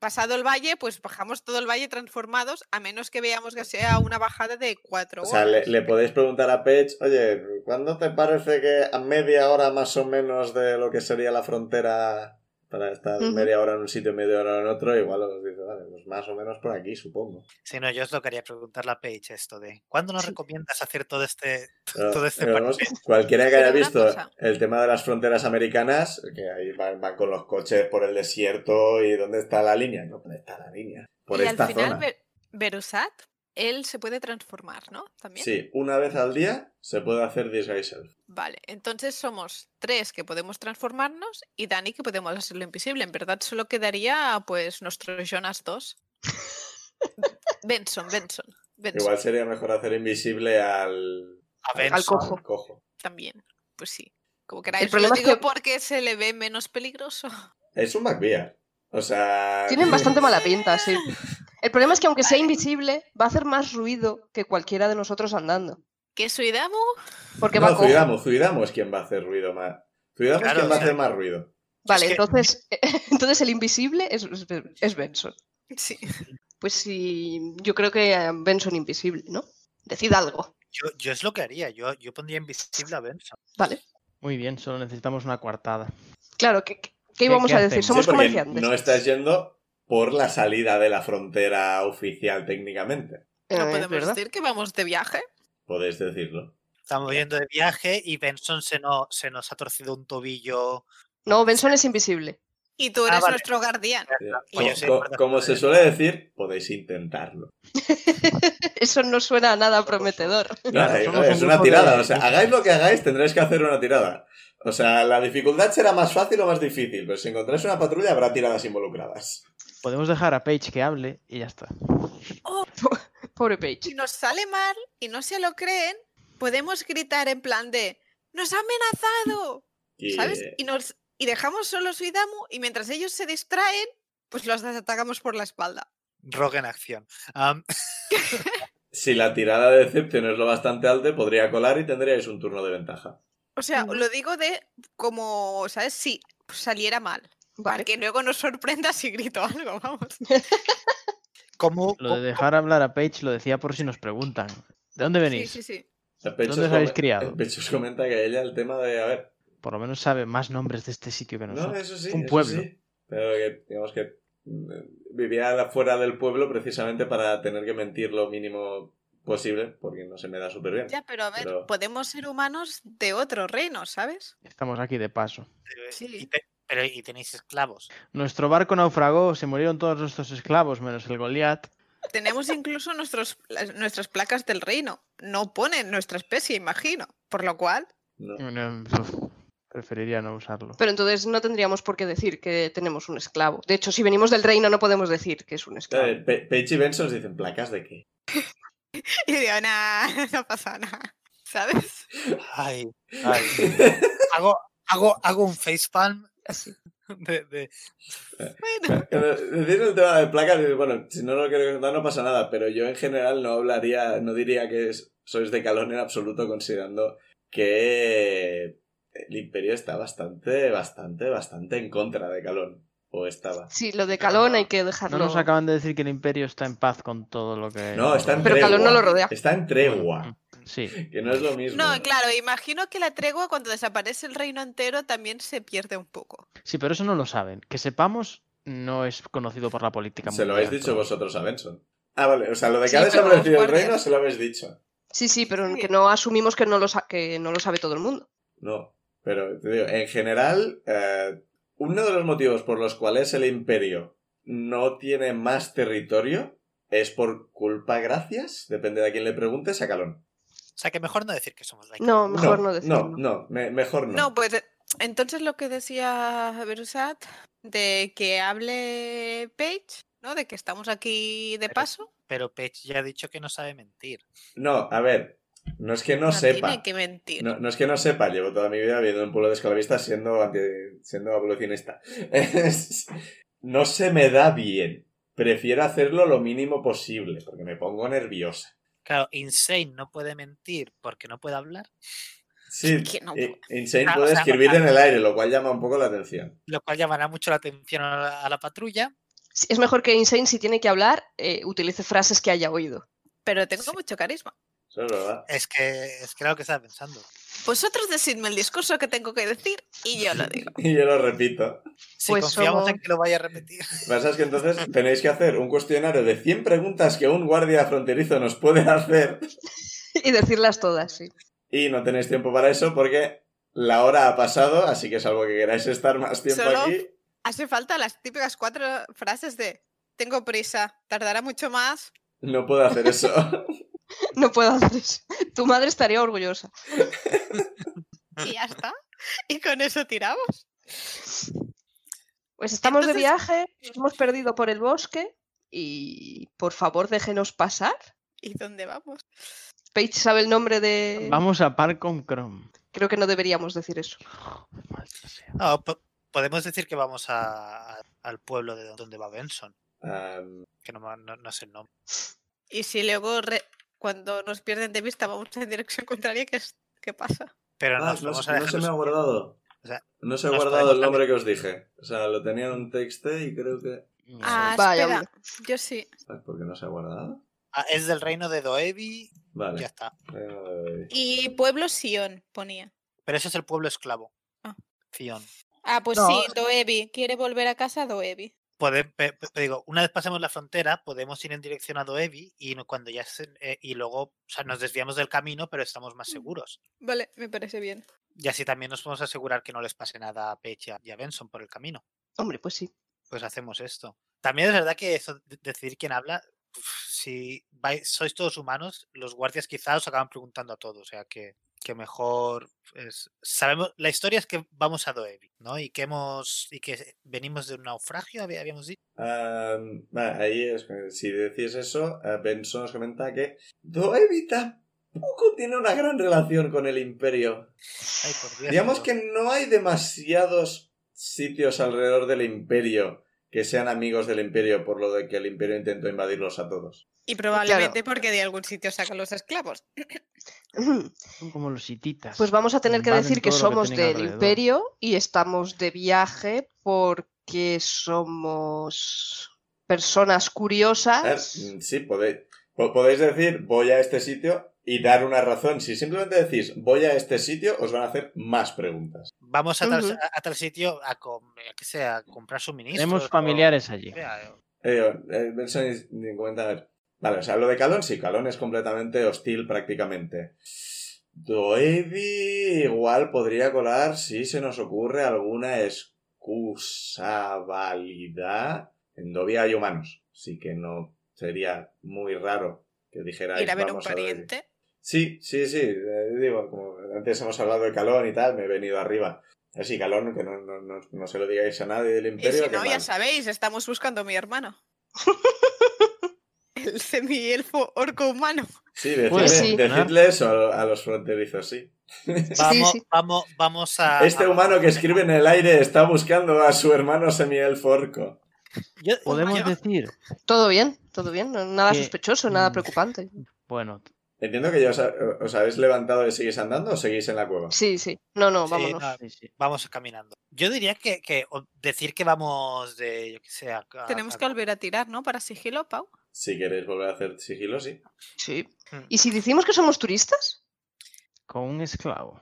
S2: pasado el valle, pues bajamos todo el valle transformados, a menos que veamos que sea una bajada de cuatro
S1: O
S2: horas.
S1: sea, le, le podéis preguntar a Pech, oye, ¿cuándo te parece que a media hora más o menos de lo que sería la frontera para estar
S6: Ujú.
S1: media hora en un sitio y media hora en otro? Igual os dice, vale, pues más o menos por aquí, supongo.
S4: Si no, yo os lo quería preguntar la Page esto de ¿cuándo nos recomiendas hacer todo este
S1: Pero,
S4: todo este
S1: Ah, pero vamos,
S4: paripé?
S1: cualquiera que haya
S2: Pero una
S1: visto
S2: Este cosa.
S1: el tema de las fronteras americanas, que ahí van, van con los coches por el desierto y ¿dónde está la línea? No, ¿dónde está la línea? Por
S2: y
S1: esta
S2: al final,
S1: zona.
S2: Ver- Verusat, él se puede transformar, ¿no? También.
S1: Sí, una vez al día se puede hacer disguise self.
S2: Vale, entonces somos tres que podemos transformarnos y Dani que podemos hacerlo invisible. En verdad solo quedaría pues nuestro Jonas 2. Benson, Benson, Benson
S1: Igual sería mejor hacer invisible al,
S4: A ver,
S6: Al cojo.
S1: al cojo.
S2: también. Pues sí, como queráis. Lo
S6: problema es
S2: digo
S6: que-
S2: porque se le ve menos peligroso.
S1: Es un McBeer. O sea.
S6: Tienen bastante mala pinta, sí. El problema es que aunque sea invisible, va a hacer más ruido que cualquiera de nosotros andando.
S2: ¿Que Suidamu?
S6: Porque va
S1: No,
S6: cojo.
S1: Zuidamo, Zuidamo es quien va a hacer ruido más. Zuidamo
S4: Claro,
S1: es quien va a
S4: o sea,
S1: hacer más ruido.
S6: Vale,
S4: Es que-
S6: entonces, entonces el invisible es, es- es Benson.
S2: Sí.
S6: Pues sí, yo creo que eh, Benson invisible, ¿no? Decid algo,
S4: yo, yo es lo que haría, yo, yo pondría invisible a Benson.
S6: ¿vale?
S5: Muy bien, solo necesitamos una coartada.
S6: Claro, ¿qué, qué- qué íbamos
S5: qué
S6: a decir?
S5: hacemos?
S6: Somos
S1: Sí, porque
S6: comerciantes.
S1: No estás yendo por la salida de la frontera oficial, técnicamente.
S6: Eh,
S2: No
S6: es
S2: podemos
S6: verdad.
S2: decir que vamos de viaje.
S1: Podéis decirlo.
S4: Estamos yendo de viaje y Benson se, no, se nos ha torcido un tobillo.
S6: No, Benson es invisible.
S2: Y tú
S4: Ah,
S2: eres
S4: vale.
S2: nuestro guardián.
S1: Co-
S4: Oye, sí,
S1: co-
S4: perdón.
S1: como se suele decir, podéis intentarlo.
S6: Eso no suena a nada prometedor.
S1: No,
S5: Claro,
S1: eh,
S5: somos
S1: es
S5: un
S1: una
S5: grupo de-
S1: tirada. O sea, hagáis lo que hagáis, tendréis que hacer una tirada. O sea, la dificultad será más fácil o más difícil, pero si encontráis una patrulla habrá tiradas involucradas.
S5: Podemos dejar a Paige que hable y ya está.
S6: Pobre Paige.
S2: Si nos sale mal y no se lo creen, podemos gritar en plan de ¡Nos ha amenazado!
S1: Y,
S2: ¿Sabes? Y, nos, y dejamos solo a Suidamu y mientras ellos se distraen, pues los atacamos por la espalda.
S4: Rogue en acción. Am,
S1: Si la tirada de Deception es lo bastante alta, podría colar y tendríais un turno de ventaja.
S2: O sea,
S6: Ujú.
S2: lo digo de como, ¿sabes? Si saliera mal. Para
S6: Vale.
S2: que luego nos sorprenda si grito algo, vamos.
S4: ¿cómo-
S6: Oh,
S5: Lo de
S4: cómo-
S5: dejar hablar a Paige lo decía por si nos preguntan. ¿De dónde
S2: Sí,
S5: venís?
S2: sí, sí.
S1: El Pecho
S5: ¿Dónde os
S1: os
S5: habéis
S1: come-
S5: criado?
S1: el Pecho os comenta que ella el tema de, a ver,
S5: Por lo menos sabe más nombres de este sitio que
S1: no, eh.
S5: nosotros.
S1: eso sí,
S5: un
S1: eso
S5: pueblo.
S1: sí. Pero que, digamos que mm, vivía fuera del pueblo precisamente para tener que mentir lo mínimo posible, porque no se me da súper bien.
S2: Ya, pero a ver,
S1: Pero-
S2: podemos ser humanos de otro reino, ¿sabes?
S5: Estamos aquí de paso.
S2: Sí.
S4: y te- pero y tenéis esclavos.
S5: Nuestro barco naufragó, se murieron todos nuestros esclavos, menos el Goliat.
S2: Tenemos incluso nuestros, las- nuestras placas del reino. No ponen nuestra especie, imagino. Por lo cual,
S1: No.
S5: Mm, uf, Preferiría no usarlo.
S6: Pero entonces no tendríamos por qué decir que tenemos un esclavo. De hecho, si venimos del reino no podemos decir que es un
S1: Claro,
S6: esclavo.
S1: el Pe- Pecho y Benson os dicen, ¿placas de qué?
S2: y digo, nah, no pasa nada. ¿Sabes?
S4: Ay, ay. hago, hago, hago un facepalm de, de-
S2: Bueno,
S1: Pero Decís el tema de placas, y, bueno, si no lo quiero contar no pasa nada, pero yo en general no hablaría, no diría que es- sois de calón en absoluto considerando que el imperio está bastante, bastante, bastante en contra de calón. O estaba.
S6: Sí, lo de
S1: Pero
S6: Calón
S1: no-
S6: hay que
S5: No
S6: dejarlo.
S5: nos acaban de decir que el imperio está en paz con todo lo que... Mm,
S1: No, está en
S6: Pero
S1: tregua.
S6: Calón no lo rodea.
S1: Está en tregua,
S5: Sí,
S1: que no es lo mismo.
S2: no, claro, imagino que la tregua cuando desaparece el reino entero también se pierde un poco.
S5: sí, pero eso no lo saben. Que sepamos, no es conocido por la política
S1: Se lo
S5: mundial
S1: habéis dicho
S5: todavía.
S1: vosotros a Benson. Ah, vale, o sea, lo de que
S6: Sí,
S1: ha
S6: pero los
S1: desaparecido el
S2: guardias-
S1: reino se lo habéis dicho.
S6: Sí, sí, pero
S2: Sí.
S6: que no asumimos que no, lo sa- que no lo sabe todo el mundo.
S1: No, pero te digo, en general, eh, uno de los motivos por los cuales el imperio no tiene más territorio es por culpa, gracias, depende de a quién le preguntes, a Calón.
S4: o sea, que mejor no decir que somos la
S6: No, mejor no, decirlo.
S1: No, no, me- mejor no.
S2: No, pues eh, entonces lo que decía Berusat de que hable Paige, ¿no? De que estamos aquí de
S1: Eh,
S4: Pero-
S2: paso.
S4: Pero Pech ya ha dicho que no sabe mentir.
S1: No, a ver, no es que no, sepa.
S2: tiene que mentir.
S1: No, no es que no sepa, llevo toda mi vida viviendo en un pueblo de esclavistas siendo, anti- siendo abolicionista. Es- no se me da bien. Prefiero hacerlo lo mínimo posible, porque me pongo nerviosa.
S4: Claro, Insane no puede mentir porque no puede hablar,
S1: Sí,
S2: que no-
S1: i- Insane
S4: Ah, o
S1: puede
S4: sea,
S1: escribir
S4: vale.
S1: en el aire, lo cual llama un poco la atención.
S4: lo cual llamará mucho la atención a la, a la patrulla.
S6: Sí, Es mejor que Insane, si tiene que hablar, eh, utilice frases que haya oído.
S2: Pero tengo
S4: Sí.
S2: mucho carisma.
S1: Eso es verdad.
S4: Es que es que era lo que estaba pensando.
S2: Vosotros decidme el discurso que tengo que decir y yo lo digo.
S1: Y yo lo repito.
S4: Si
S6: Pues
S4: confiamos
S6: somos-
S4: en que lo vaya a repetir.
S1: Lo que pasa es que entonces tenéis que hacer un cuestionario de 100 preguntas que un guardia fronterizo nos puede hacer
S6: Y decirlas todas, sí.
S1: y no tenéis tiempo para eso porque la hora ha pasado, así que salvo que queráis estar más tiempo
S2: Solo-
S1: aquí,
S2: Hace falta las típicas cuatro frases de tengo prisa, tardará mucho más.
S1: no puedo hacer eso.
S6: No puedo hacer eso. Tu madre estaría orgullosa.
S2: Y ya está. Y con eso tiramos.
S6: Pues estamos de
S2: Entonces-
S6: viaje, nos hemos perdido por el bosque y por favor déjenos pasar.
S2: ¿Y dónde vamos?
S6: Paige sabe el nombre de...
S5: Vamos a par con Chrome.
S6: Creo que no deberíamos decir eso.
S5: Maldita sea.
S4: No, oh, po- podemos decir que vamos a- a- al pueblo de donde va Benson,
S1: Am,
S4: que no, me- no- no sé el nombre.
S2: Y si luego re- cuando nos pierden de vista vamos en dirección contraria, ¿qué, es- qué pasa?
S4: Pero
S1: ah,
S4: nos
S1: no,
S4: vamos
S1: se-
S4: a
S1: no
S4: dejar
S1: se me
S4: los-
S1: ha guardado.
S4: O sea,
S1: no se ha
S4: nos
S1: guardado el
S4: podemos
S1: nombre que os dije. O sea, lo tenía en un texto y creo que...
S5: No sé.
S2: Ah,
S6: Vaya,
S2: espera.
S6: hombre.
S2: Yo sí.
S1: Ay, ¿Por qué no se ha guardado?
S4: Ah, es del reino de Doevi, ya
S1: Vale.
S4: está.
S1: Eh,
S2: Y pueblo Sion ponía.
S4: Pero ese es el pueblo esclavo.
S2: Ah.
S4: Fion.
S2: Ah, pues
S4: No.
S2: sí, Doevi. Quiere volver a casa Doevi.
S4: Pode- pe- pe- digo, una vez pasemos la frontera, podemos ir en dirección a Doevi y no- cuando ya se- eh, y luego, o sea, nos desviamos del camino, pero estamos más seguros.
S2: Vale, me parece bien.
S4: Y así también nos podemos asegurar que no les pase nada a Pech y a- y a Benson por el camino.
S6: Hombre, pues sí.
S4: Pues hacemos esto. También es verdad que eso de- decidir quién habla, uf, si vais- sois todos humanos, los guardias quizás os acaban preguntando a todos, o sea que, que mejor es- sabemos la historia es que vamos a Doevi, ¿no? Y que hemos y que venimos de un naufragio, había- habíamos dicho.
S1: Am, vale, ahí es. Si decís eso, eh, Benson os comenta que Doevi tampoco tiene una gran relación con el Imperio.
S4: Ay, por Dios,
S1: Digamos
S4: pero-
S1: que no hay demasiados sitios alrededor del Imperio que sean amigos del Imperio, por lo de que el Imperio intentó invadirlos a todos.
S2: Y probablemente porque de algún sitio sacan los esclavos.
S5: Son como los hititas.
S6: Pues vamos a tener que
S5: Invaden
S6: decir que
S5: todo lo que
S6: somos
S5: tienen
S6: del
S5: alrededor.
S6: imperio y estamos de viaje porque somos personas Ah.
S1: A ver,
S6: curiosas.
S1: mm, sí, podéis, po- podéis decir voy a este sitio y dar una razón. Si simplemente decís voy a este sitio, os van a hacer más preguntas.
S4: vamos a tal,
S6: Ujú.
S4: a- a tal sitio a, com- a que sea, a comprar suministros.
S5: Tenemos
S4: o-
S5: familiares allí.
S4: Vea, eh,
S1: Eh, eh, Benson y- y comenta, a ver. Vale, o sea, lo de Calón sí, Calón es completamente hostil prácticamente. Doevi igual podría colar si se nos ocurre alguna excusa válida. En Dovi hay humanos, así que no sería muy raro que dijera
S2: Ir a ver a un pariente.
S1: Sí, sí, sí. eh, digo, como antes hemos hablado de Calón y tal, me he venido arriba. Así, Calón, que no, no, no, no se lo digáis a nadie del
S2: Y
S1: Imperio.
S2: si
S1: que
S2: no, ya
S1: mal.
S2: sabéis, estamos buscando a mi hermano. El semi-elfo orco humano.
S1: Sí, decidle,
S5: Puede
S6: Sí.
S1: decidle eso a, lo- a los fronterizos, sí.
S4: Vamos,
S6: sí.
S4: vamos, vamos
S2: Ah,
S4: a.
S1: Este
S4: a-
S1: humano que escribe en el aire está buscando a su hermano semielfo orco.
S4: Yo-
S5: Podemos
S4: yo-
S5: decir,
S6: Todo bien, todo bien. no- Nada
S5: Que-
S6: sospechoso, nada
S5: Mm.
S6: preocupante.
S5: bueno,
S1: Entiendo que ya os, ha- os habéis levantado y seguís andando o seguís en la cueva.
S6: Sí, sí. No, no,
S4: Sí,
S6: vámonos.
S4: no,
S5: sí, sí.
S4: vamos caminando. Yo diría que, que o- decir que vamos de, yo qué sé, a- a-
S2: Tenemos
S4: a-
S2: que volver a tirar, ¿no? Para sigilo, Pau.
S1: Si queréis volver a hacer sigilo, sí.
S6: Sí.
S4: Mm.
S6: ¿Y si decimos que somos turistas?
S5: con un esclavo.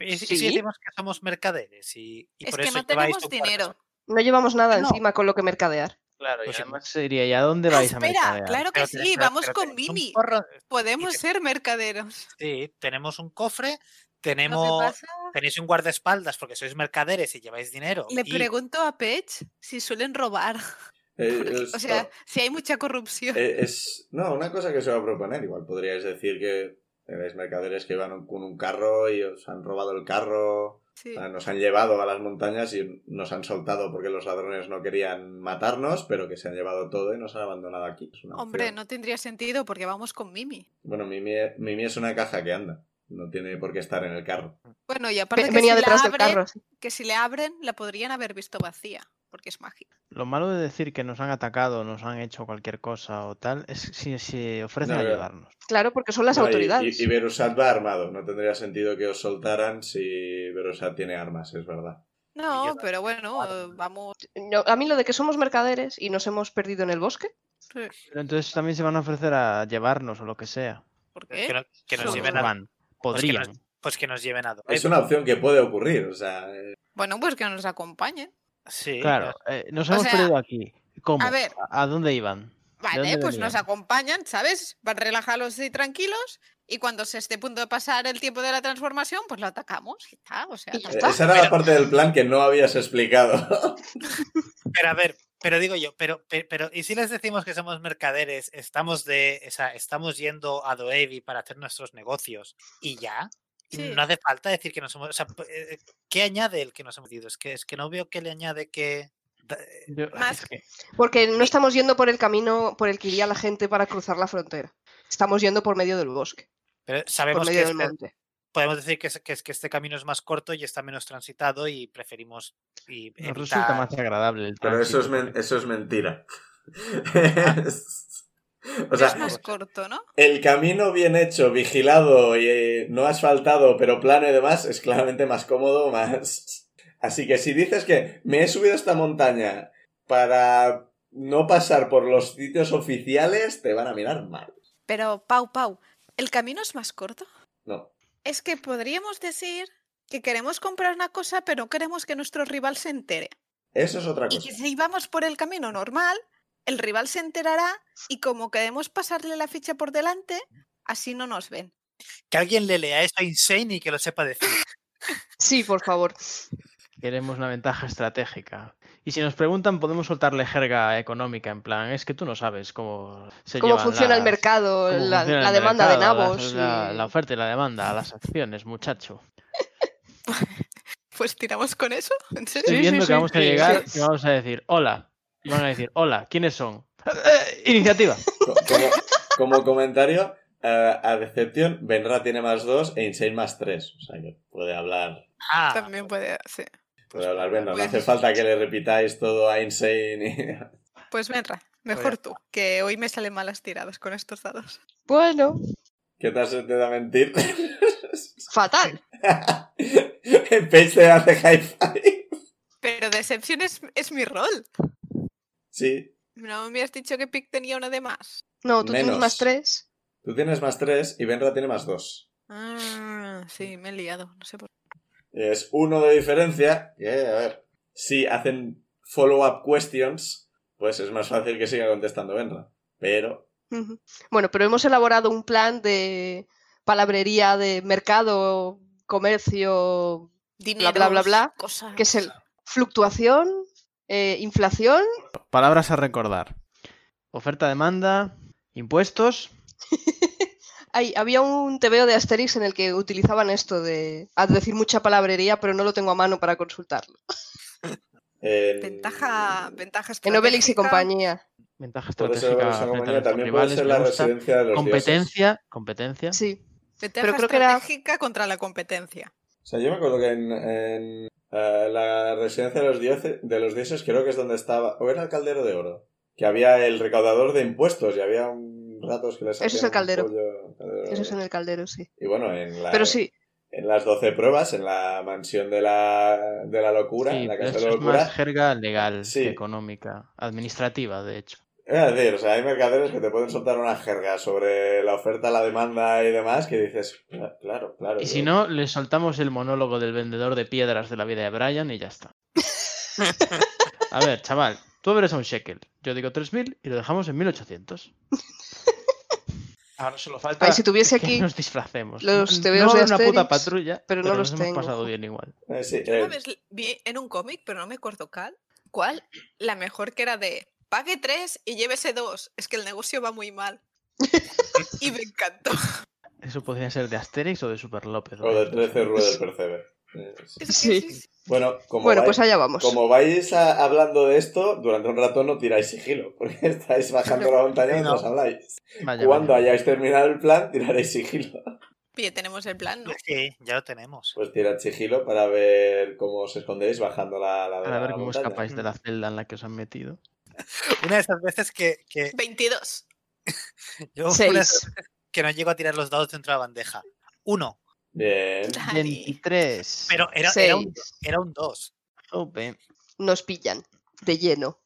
S4: y si- y si
S6: sí.
S4: decimos que somos mercaderes y, y
S2: es
S4: por
S2: que
S4: eso
S2: no
S4: lleváis
S2: tenemos
S4: un cuarto
S2: dinero.
S6: No llevamos nada
S4: No.
S6: encima con lo que mercadear.
S5: Claro,
S4: Pues
S5: y
S4: sí.
S5: además sería, ¿y a dónde
S2: Ah,
S5: vais a
S2: espera,
S5: mercadear?
S2: claro que
S4: Pero
S2: sí,
S4: tenéis- pero-
S2: vamos
S4: pero
S2: con
S4: tenéis un
S2: Mimi.
S4: porro-
S2: Podemos
S4: te-
S2: ser mercaderos.
S4: Sí, tenemos un cofre,
S2: Lo que
S4: tenemos,
S2: pasa,
S4: tenéis un guardaespaldas porque sois mercaderes y lleváis dinero.
S2: le
S4: y-
S2: pregunto a Pech si suelen robar.
S1: Eh,
S2: O sea, si hay mucha corrupción.
S1: Eh, es, no, una cosa que os iba a proponer, igual podríais decir que erais mercaderes que van con un carro y os han robado el carro,
S2: sí.
S1: o sea, nos han llevado a las montañas y nos han soltado porque los ladrones no querían matarnos, pero que se han llevado todo y nos han abandonado aquí. Es una
S2: Hombre,
S1: opción.
S2: no tendría sentido porque vamos con Mimi.
S1: Bueno, Mimi, Mimi es una caja que anda, no tiene por qué estar en el carro.
S2: Bueno, y aparte
S6: Ve-
S2: que
S6: Venía
S2: si, la
S6: detrás del
S2: abren,
S6: carro.
S2: que si le abren, la podrían haber visto vacía, porque es mágica.
S5: Lo malo de decir que nos han atacado, nos han hecho cualquier cosa o tal, es si se ofrecen
S1: No,
S5: a
S1: claro.
S5: ayudarnos.
S6: Claro, porque son las
S1: No, y-
S6: autoridades.
S1: Y, y Berusat va armado. No tendría sentido que os soltaran si Berusat tiene armas, es verdad.
S2: No,
S4: yo-
S2: pero bueno, eh, vamos.
S6: No, a mí lo de que somos mercaderes y nos hemos perdido en el bosque,
S5: Pero entonces también se van a ofrecer a llevarnos o lo que sea.
S2: ¿Por qué?
S4: Que, no- que nos
S6: No,
S4: lleven
S6: no
S4: a,
S5: Van. Podrían.
S4: pues que nos lleven a Dubai.
S1: Es una opción que puede ocurrir. O sea, eh,
S2: Bueno, pues que nos acompañen.
S4: Sí,
S5: Claro, eh, nos
S2: O
S5: hemos
S2: sea,
S5: perdido aquí. ¿Cómo?
S2: a ver.
S5: ¿A dónde iban?
S2: Vale,
S5: dónde
S2: pues nos
S5: venían?
S2: acompañan, ¿sabes? Van relajarlos y tranquilos. Y cuando se esté a punto de pasar el tiempo de la transformación, pues lo atacamos y está. O sea,
S6: Y ya
S2: tampoco-
S6: está.
S1: esa era la
S4: Pero-
S1: parte del plan que no habías explicado.
S4: Pero a ver, pero digo yo, pero, pero, pero- ¿y si les decimos que somos mercaderes, estamos de, o sea, estamos yendo a Doevi para hacer nuestros negocios y ya?
S2: Sí.
S4: No hace falta decir que nos hemos, o sea, p- eh, ¿qué añade el que nos hemos ido? Es que es que no veo que le añade que da- eh,
S5: Yo-
S2: Más-
S5: es que-
S6: porque no estamos yendo por el camino por el que iría la gente para cruzar la frontera. Estamos yendo por medio del bosque,
S4: pero
S6: por
S4: sabemos que
S6: medio del
S4: este-
S6: monte.
S4: podemos decir que, es- que, es- que este camino es más corto y está menos transitado y preferimos y
S5: nos resulta
S4: evitar-
S5: más agradable el
S1: Pero eso
S5: tránsito,
S1: es, men-
S5: porque-
S1: eso es mentira. o
S2: es
S1: sea,
S2: más corto, ¿no?
S1: el camino bien hecho, vigilado y eh, no asfaltado, pero plano y demás, es claramente más cómodo, más... Así que si dices que me he subido a esta montaña para no pasar por los sitios oficiales, te van a mirar mal.
S2: Pero, Pau, Pau, ¿el camino es más corto?
S1: No.
S2: Es que podríamos decir que queremos comprar una cosa, pero no queremos que nuestro rival se entere.
S1: Eso es otra
S2: Y
S1: cosa.
S2: que si vamos por el camino normal, el rival se enterará y como queremos pasarle la ficha por delante, así no nos ven.
S4: que alguien le lea eso a Insane y que lo sepa decir.
S6: Sí, por favor.
S5: Queremos una ventaja estratégica. Y si nos preguntan, podemos soltarle jerga económica, en plan, es que tú no sabes cómo se
S6: ¿Cómo
S5: llevan
S6: funciona el
S5: las-
S6: mercado,
S5: cómo
S6: la,
S5: funciona
S6: la
S5: el
S6: demanda
S5: mercado,
S6: de
S5: las-
S6: nabos?
S5: La,
S6: y-
S5: la oferta y la demanda, las acciones, muchacho.
S2: Pues tiramos con eso, ¿en serio?
S5: Estoy
S6: sí,
S5: viendo que
S6: sí,
S5: vamos a
S6: sí,
S5: llegar
S6: sí.
S5: y vamos a decir, hola. Y van a decir, hola, ¿quiénes son? "Eh, Iniciativa.
S1: Co- Como, como comentario, eh, a Deception, Benra tiene más dos e Insane más tres. O sea que puede hablar,
S4: Ah,
S2: También puede, sí.
S1: puede hablar Benra. No
S2: pues-
S1: hace falta que le repitáis todo a Insane y...
S2: Pues Benra, mejor tú, que hoy me salen malas tiradas con estos dados.
S6: Bueno,
S1: ¿Qué te hace te da mentir?
S6: fatal.
S1: El Page te hace high five.
S2: Pero Decepción es, es mi rol.
S1: Sí.
S2: No me has dicho que Pic tenía una de más.
S6: No, tú tienes
S1: Menos.
S6: más tres.
S1: Tú tienes más 3 y Benra tiene más 2.
S2: Ah, sí, me he liado, no sé por
S1: Es uno de diferencia. que, a ver. Si hacen follow-up questions, pues es más fácil que siga contestando Benra. Pero.
S6: Ujú. Bueno, pero hemos elaborado un plan de palabrería de mercado, comercio,
S2: qué.
S6: bla, bla, bla,
S2: cosas.
S6: que es el fluctuación, eh, inflación,
S5: Palabras a recordar. Oferta, demanda, impuestos.
S6: Ay, había un TVO de Asterix en el que utilizaban esto de a decir mucha palabrería, pero no lo tengo a mano para consultarlo.
S1: en-
S2: Ventaja, ventaja
S6: En Obelix y
S2: estratégica.
S6: compañía.
S5: Ventaja
S1: Por eso
S5: estratégica.
S1: esa
S5: frente a
S1: compañía
S5: nuestros
S1: también puede
S5: rivales,
S1: ser
S5: me
S1: la
S5: gusta.
S1: residencia de los dioses.
S5: Competencia, competencia.
S6: Sí.
S2: Ventaja
S6: Pero creo que era-
S2: estratégica contra la competencia.
S1: O sea, yo me acuerdo que en, en, eh, la residencia de los, dioses, de los dioses creo que es donde estaba... O era el caldero de oro. Que había el recaudador de impuestos y había un ratos que les
S6: Eso es
S1: hacían
S6: el caldero.
S1: un pollo- caldero de
S6: Eso es
S1: oro.
S6: en el caldero, sí.
S1: Y bueno, en, la-
S6: Pero sí,
S1: en las 12 pruebas, en la mansión de la, de la locura,
S5: Sí,
S1: en la
S5: pero
S1: casa de
S5: eso
S1: la
S5: es
S1: locura...
S5: más jerga legal,
S1: Sí.
S5: económica, administrativa, de hecho.
S1: Voy a decir, o sea, hay mercaderes que te pueden soltar una jerga sobre la oferta, la demanda y demás que dices, "Cla- claro, claro.
S5: Y
S1: yo-
S5: si no, le soltamos el monólogo del vendedor de piedras de la vida de Brian y ya está. A ver, chaval, tú eres a un shekel. Yo digo 3.000 y lo dejamos en 1.800. Ahora solo falta
S1: Ah.
S6: Ay, si tuviese
S5: que
S6: aquí
S5: nos disfracemos.
S6: los
S5: No
S6: TVOs
S5: va a
S6: de
S5: haber una puta
S6: Asterix,
S5: patrulla,
S6: pero no los
S5: nos hemos
S6: tengo.
S5: pasado bien igual.
S1: Eh, sí,
S2: Yo
S1: eh,
S2: una vez l- vi en un cómic, pero no me acuerdo cuál, cuál, la mejor que era de pague tres y llévese dos. Es que el negocio va muy mal. y me encantó.
S5: Eso podría ser de Asterix o de Super López.
S1: o de 13 ruedas del Percebe. Eh, sí.
S2: Es que
S6: Sí.
S2: sí, sí.
S1: Bueno, como
S6: bueno,
S1: va-
S6: pues allá vamos.
S1: Como vais a- hablando de esto, durante un rato no tiráis sigilo, porque estáis bajando la montaña mientras habláis.
S5: Vaya,
S1: Cuando
S5: vaya.
S1: hayáis terminado el plan, tiraréis sigilo.
S2: Ya tenemos el plan, ¿no?
S4: pues Sí, ya lo tenemos.
S1: Pues tirad sigilo para ver cómo os escondéis bajando la, la,
S5: Para
S1: la
S5: ver cómo
S1: montaña.
S5: escapáis de la celda en la que os han metido.
S4: Una de esas veces que, que
S2: 22.
S4: yo una de esas
S6: Seis.
S4: que no llego a tirar los dados dentro de la bandeja. Uno,
S1: Bien.
S2: Dani.
S5: 23.
S4: pero era, era un,
S6: Seis.
S4: era un dos.
S5: Jope.
S6: Nos pillan de lleno.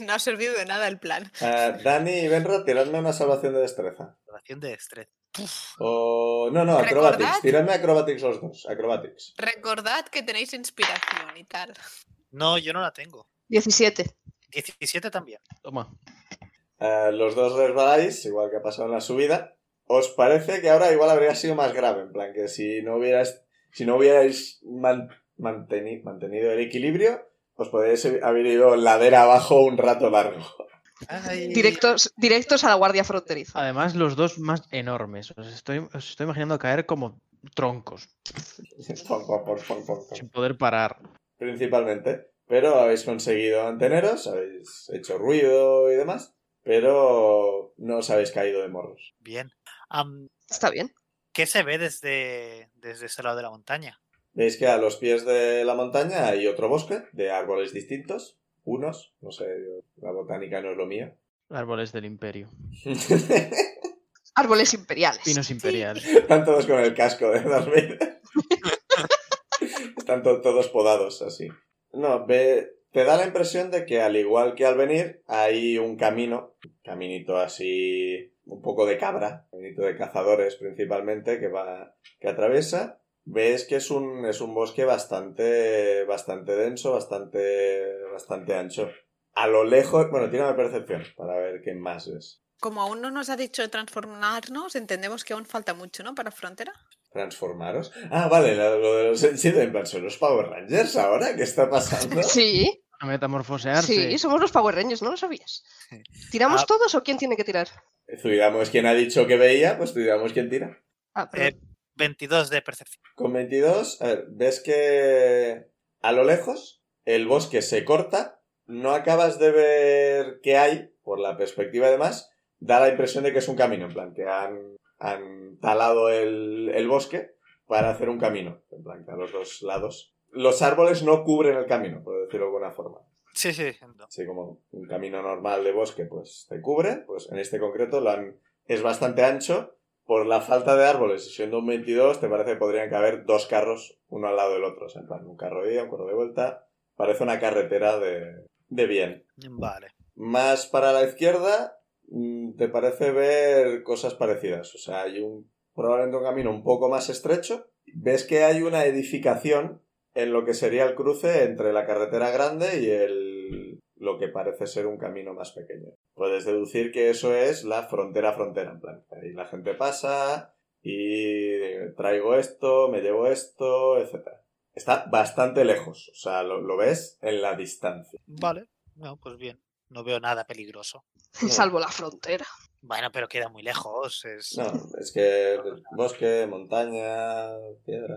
S2: No ha servido de nada el plan.
S1: Ah, Dani y Benra, tiradme una salvación de destreza.
S4: Salvación de estrés.
S1: O... No, no,
S2: ¿Recordad?
S1: acrobatics. Tiradme acrobatics los dos. Acrobatics.
S2: Recordad que tenéis inspiración y tal.
S4: No, yo no la tengo.
S6: 17.
S4: 17 también.
S5: Toma.
S1: Eh, los dos resbaláis, igual que ha pasado en la subida. ¿Os parece que ahora igual habría sido más grave? En plan, que si no hubierais, si no hubierais man- manteni- mantenido el equilibrio, os podríais haber ido ladera abajo un rato largo.
S4: Ay.
S6: Directos, directos a la Guardia Fronteriza.
S5: Además, los dos más enormes. Os estoy, os estoy imaginando caer como troncos,
S1: Pon, pon, pon, pon, pon, pon.
S5: sin poder parar.
S1: Principalmente. Pero habéis conseguido manteneros, habéis hecho ruido y demás, pero no os habéis caído de morros.
S4: Bien. Am,
S6: Está bien.
S4: ¿Qué se ve desde, desde ese lado de la montaña?
S1: Veis que a los pies de la montaña hay otro bosque de árboles distintos. Unos, no sé, yo- la botánica no es lo mío.
S5: Árboles del imperio.
S1: Están
S6: Árboles imperiales.
S5: Pinos imperiales.
S1: todos con el casco de Darth Vader. Están to- todos podados así. No, ve- te da la impresión de que al igual que al venir, hay un camino, caminito así, un poco de cabra, caminito de cazadores principalmente, que va, que atraviesa. Ves que es un, es un bosque bastante, bastante denso, bastante, bastante ancho. A lo lejos, bueno, tiene una percepción para ver qué más es.
S2: Como aún no nos ha dicho transformarnos, entendemos que aún falta mucho, ¿no? Para frontera.
S1: Transformaros. Ah, vale, lo, lo de los sentido en plan, ¿son los Power Rangers ahora? ¿Qué está pasando?
S6: Sí,
S5: A metamorfosearse.
S6: sí, somos los Power Rangers, ¿no lo sabías? ¿Tiramos
S4: Ah.
S6: todos o quién tiene que tirar?
S1: Tuviéramos quien ha dicho que veía, pues tuviéramos quien tira.
S6: Ah,
S4: Eh,
S6: perdón.
S4: 22 de percepción.
S1: Con 22, a ver, ves que a lo lejos el bosque se corta, no acabas de ver qué hay, por la perspectiva además, da la impresión de que es un camino, en plan, que han, han talado el, el bosque para hacer un camino, en plan, que a los dos lados. Los árboles no cubren el camino, por decirlo de alguna forma.
S4: Sí, sí. no.
S1: Así como un camino normal de bosque, pues te cubre, pues en este concreto lo han- es bastante ancho. Por la falta de árboles, y siendo un 22, te parece que podrían caber dos carros uno al lado del otro. O sea, en plan, un carro de ida, un carro de vuelta. Parece una carretera de, de bien.
S4: Vale.
S1: Más para la izquierda, mm, te parece ver cosas parecidas. O sea, hay un, probablemente un camino un poco más estrecho. Ves que hay una edificación en lo que sería el cruce entre la carretera grande y el, lo que parece ser un camino más pequeño. Puedes deducir que eso es la frontera frontera, en plan. Ahí la gente pasa y eh, traigo esto, me llevo esto, etc. Está bastante lejos, o sea, lo- lo ves en la distancia.
S4: Vale. No, pues bien. No veo nada peligroso.
S6: Salvo la frontera.
S4: Bueno, pero queda muy lejos. Es...
S1: No, es que bosque, montaña, piedra.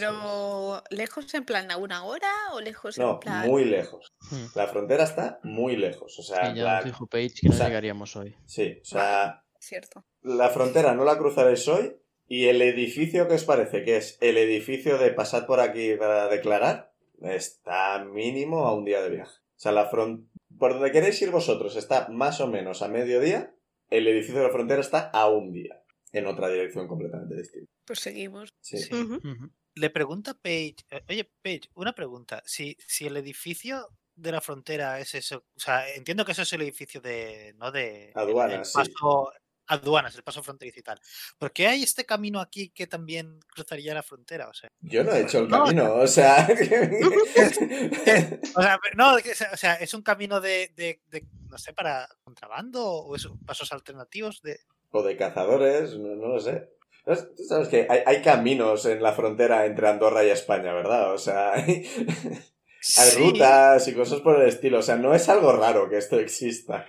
S2: Pero lejos en plan a una hora o lejos en
S1: No,
S2: plan...
S1: muy lejos.
S5: Hmm.
S1: La frontera está muy lejos. O sea,
S5: Sí, ya nos
S1: la-
S5: dijo Paige que no
S1: O sea-
S5: llegaríamos hoy.
S1: sí, o sea,
S2: Cierto.
S1: la frontera no la cruzaréis hoy y el edificio que os parece que es el edificio de pasad por aquí para declarar está mínimo a un día de viaje. O sea, la fron- por donde queréis ir vosotros está más o menos a mediodía, el edificio de la frontera está a un día, en otra dirección completamente distinta.
S2: Pues seguimos.
S1: Sí.
S4: Sí.
S6: Ujú.
S5: Ujú.
S4: Le pregunta a Paige, eh, oye Paige, una pregunta, si, si el edificio de la frontera es eso, o sea, entiendo que eso es el edificio de, ¿no? De el-
S1: Aduanas, sí.
S4: el paso, aduanas, el paso fronterizo y tal. ¿Por qué hay este camino aquí que también cruzaría la frontera? O sea,
S1: Yo no he hecho el
S4: No,
S1: camino, o sea.
S4: o sea, pero no, que es- o sea, es un camino de, de- de, no sé, para contrabando o es pasos alternativos de...
S1: o de cazadores, no, no lo sé. ¿Sabes- Tú sabes que hay, hay caminos en la frontera entre Andorra y España, ¿verdad? O sea, hay, hay
S4: Sí,
S1: rutas y cosas por el estilo. O sea, no es algo raro que esto exista.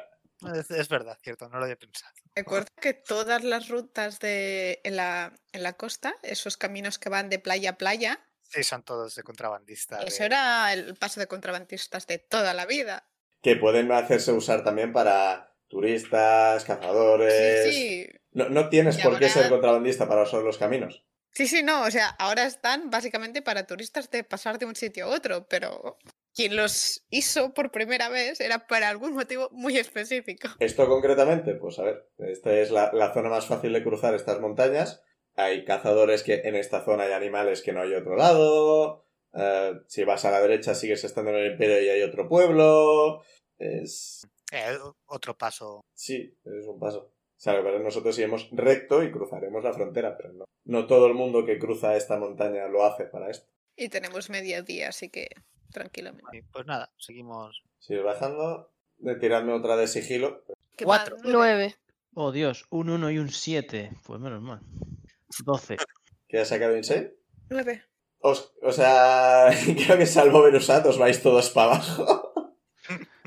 S4: Es, es verdad, cierto, no lo había pensado.
S2: Recuerda que todas las rutas de en la, en la costa, esos caminos que van de playa a playa,
S4: Sí, son todos de contrabandista.
S2: eso
S4: de-
S2: era el paso de contrabandistas de toda la vida.
S1: Que pueden hacerse usar también para turistas, cazadores.
S2: Sí, sí.
S1: No, no tienes
S2: Y
S1: por qué
S2: ahora-
S1: ser contrabandista para usar los caminos.
S2: Sí, sí, no, o sea, ahora están básicamente para turistas de pasar de un sitio a otro, pero quien los hizo por primera vez era para algún motivo muy específico.
S1: Esto concretamente, pues a ver, esta es la, la zona más fácil de cruzar estas montañas. Hay cazadores que en esta zona hay animales que no hay otro lado. Eh, si vas a la derecha sigues estando en el imperio y hay otro pueblo. Es...
S4: Eh, otro paso.
S1: Sí, es un paso. O sea, pero nosotros iremos recto y cruzaremos la frontera, pero no, no todo el mundo que cruza esta montaña lo hace para esto.
S2: Y tenemos mediodía, así que tranquilamente.
S4: Y, Pues nada, seguimos.
S1: Sigues bajando, de tirarme otra de sigilo.
S2: ¿Qué
S4: Cuatro.
S2: mal, nueve.
S6: Nueve.
S5: Oh, Dios, un 1 y un 7. Pues menos mal. 12.
S1: ¿Que has sacado Insane?
S2: Nueve.
S1: Os- o sea, creo que salvo Verusat os vais todos para abajo.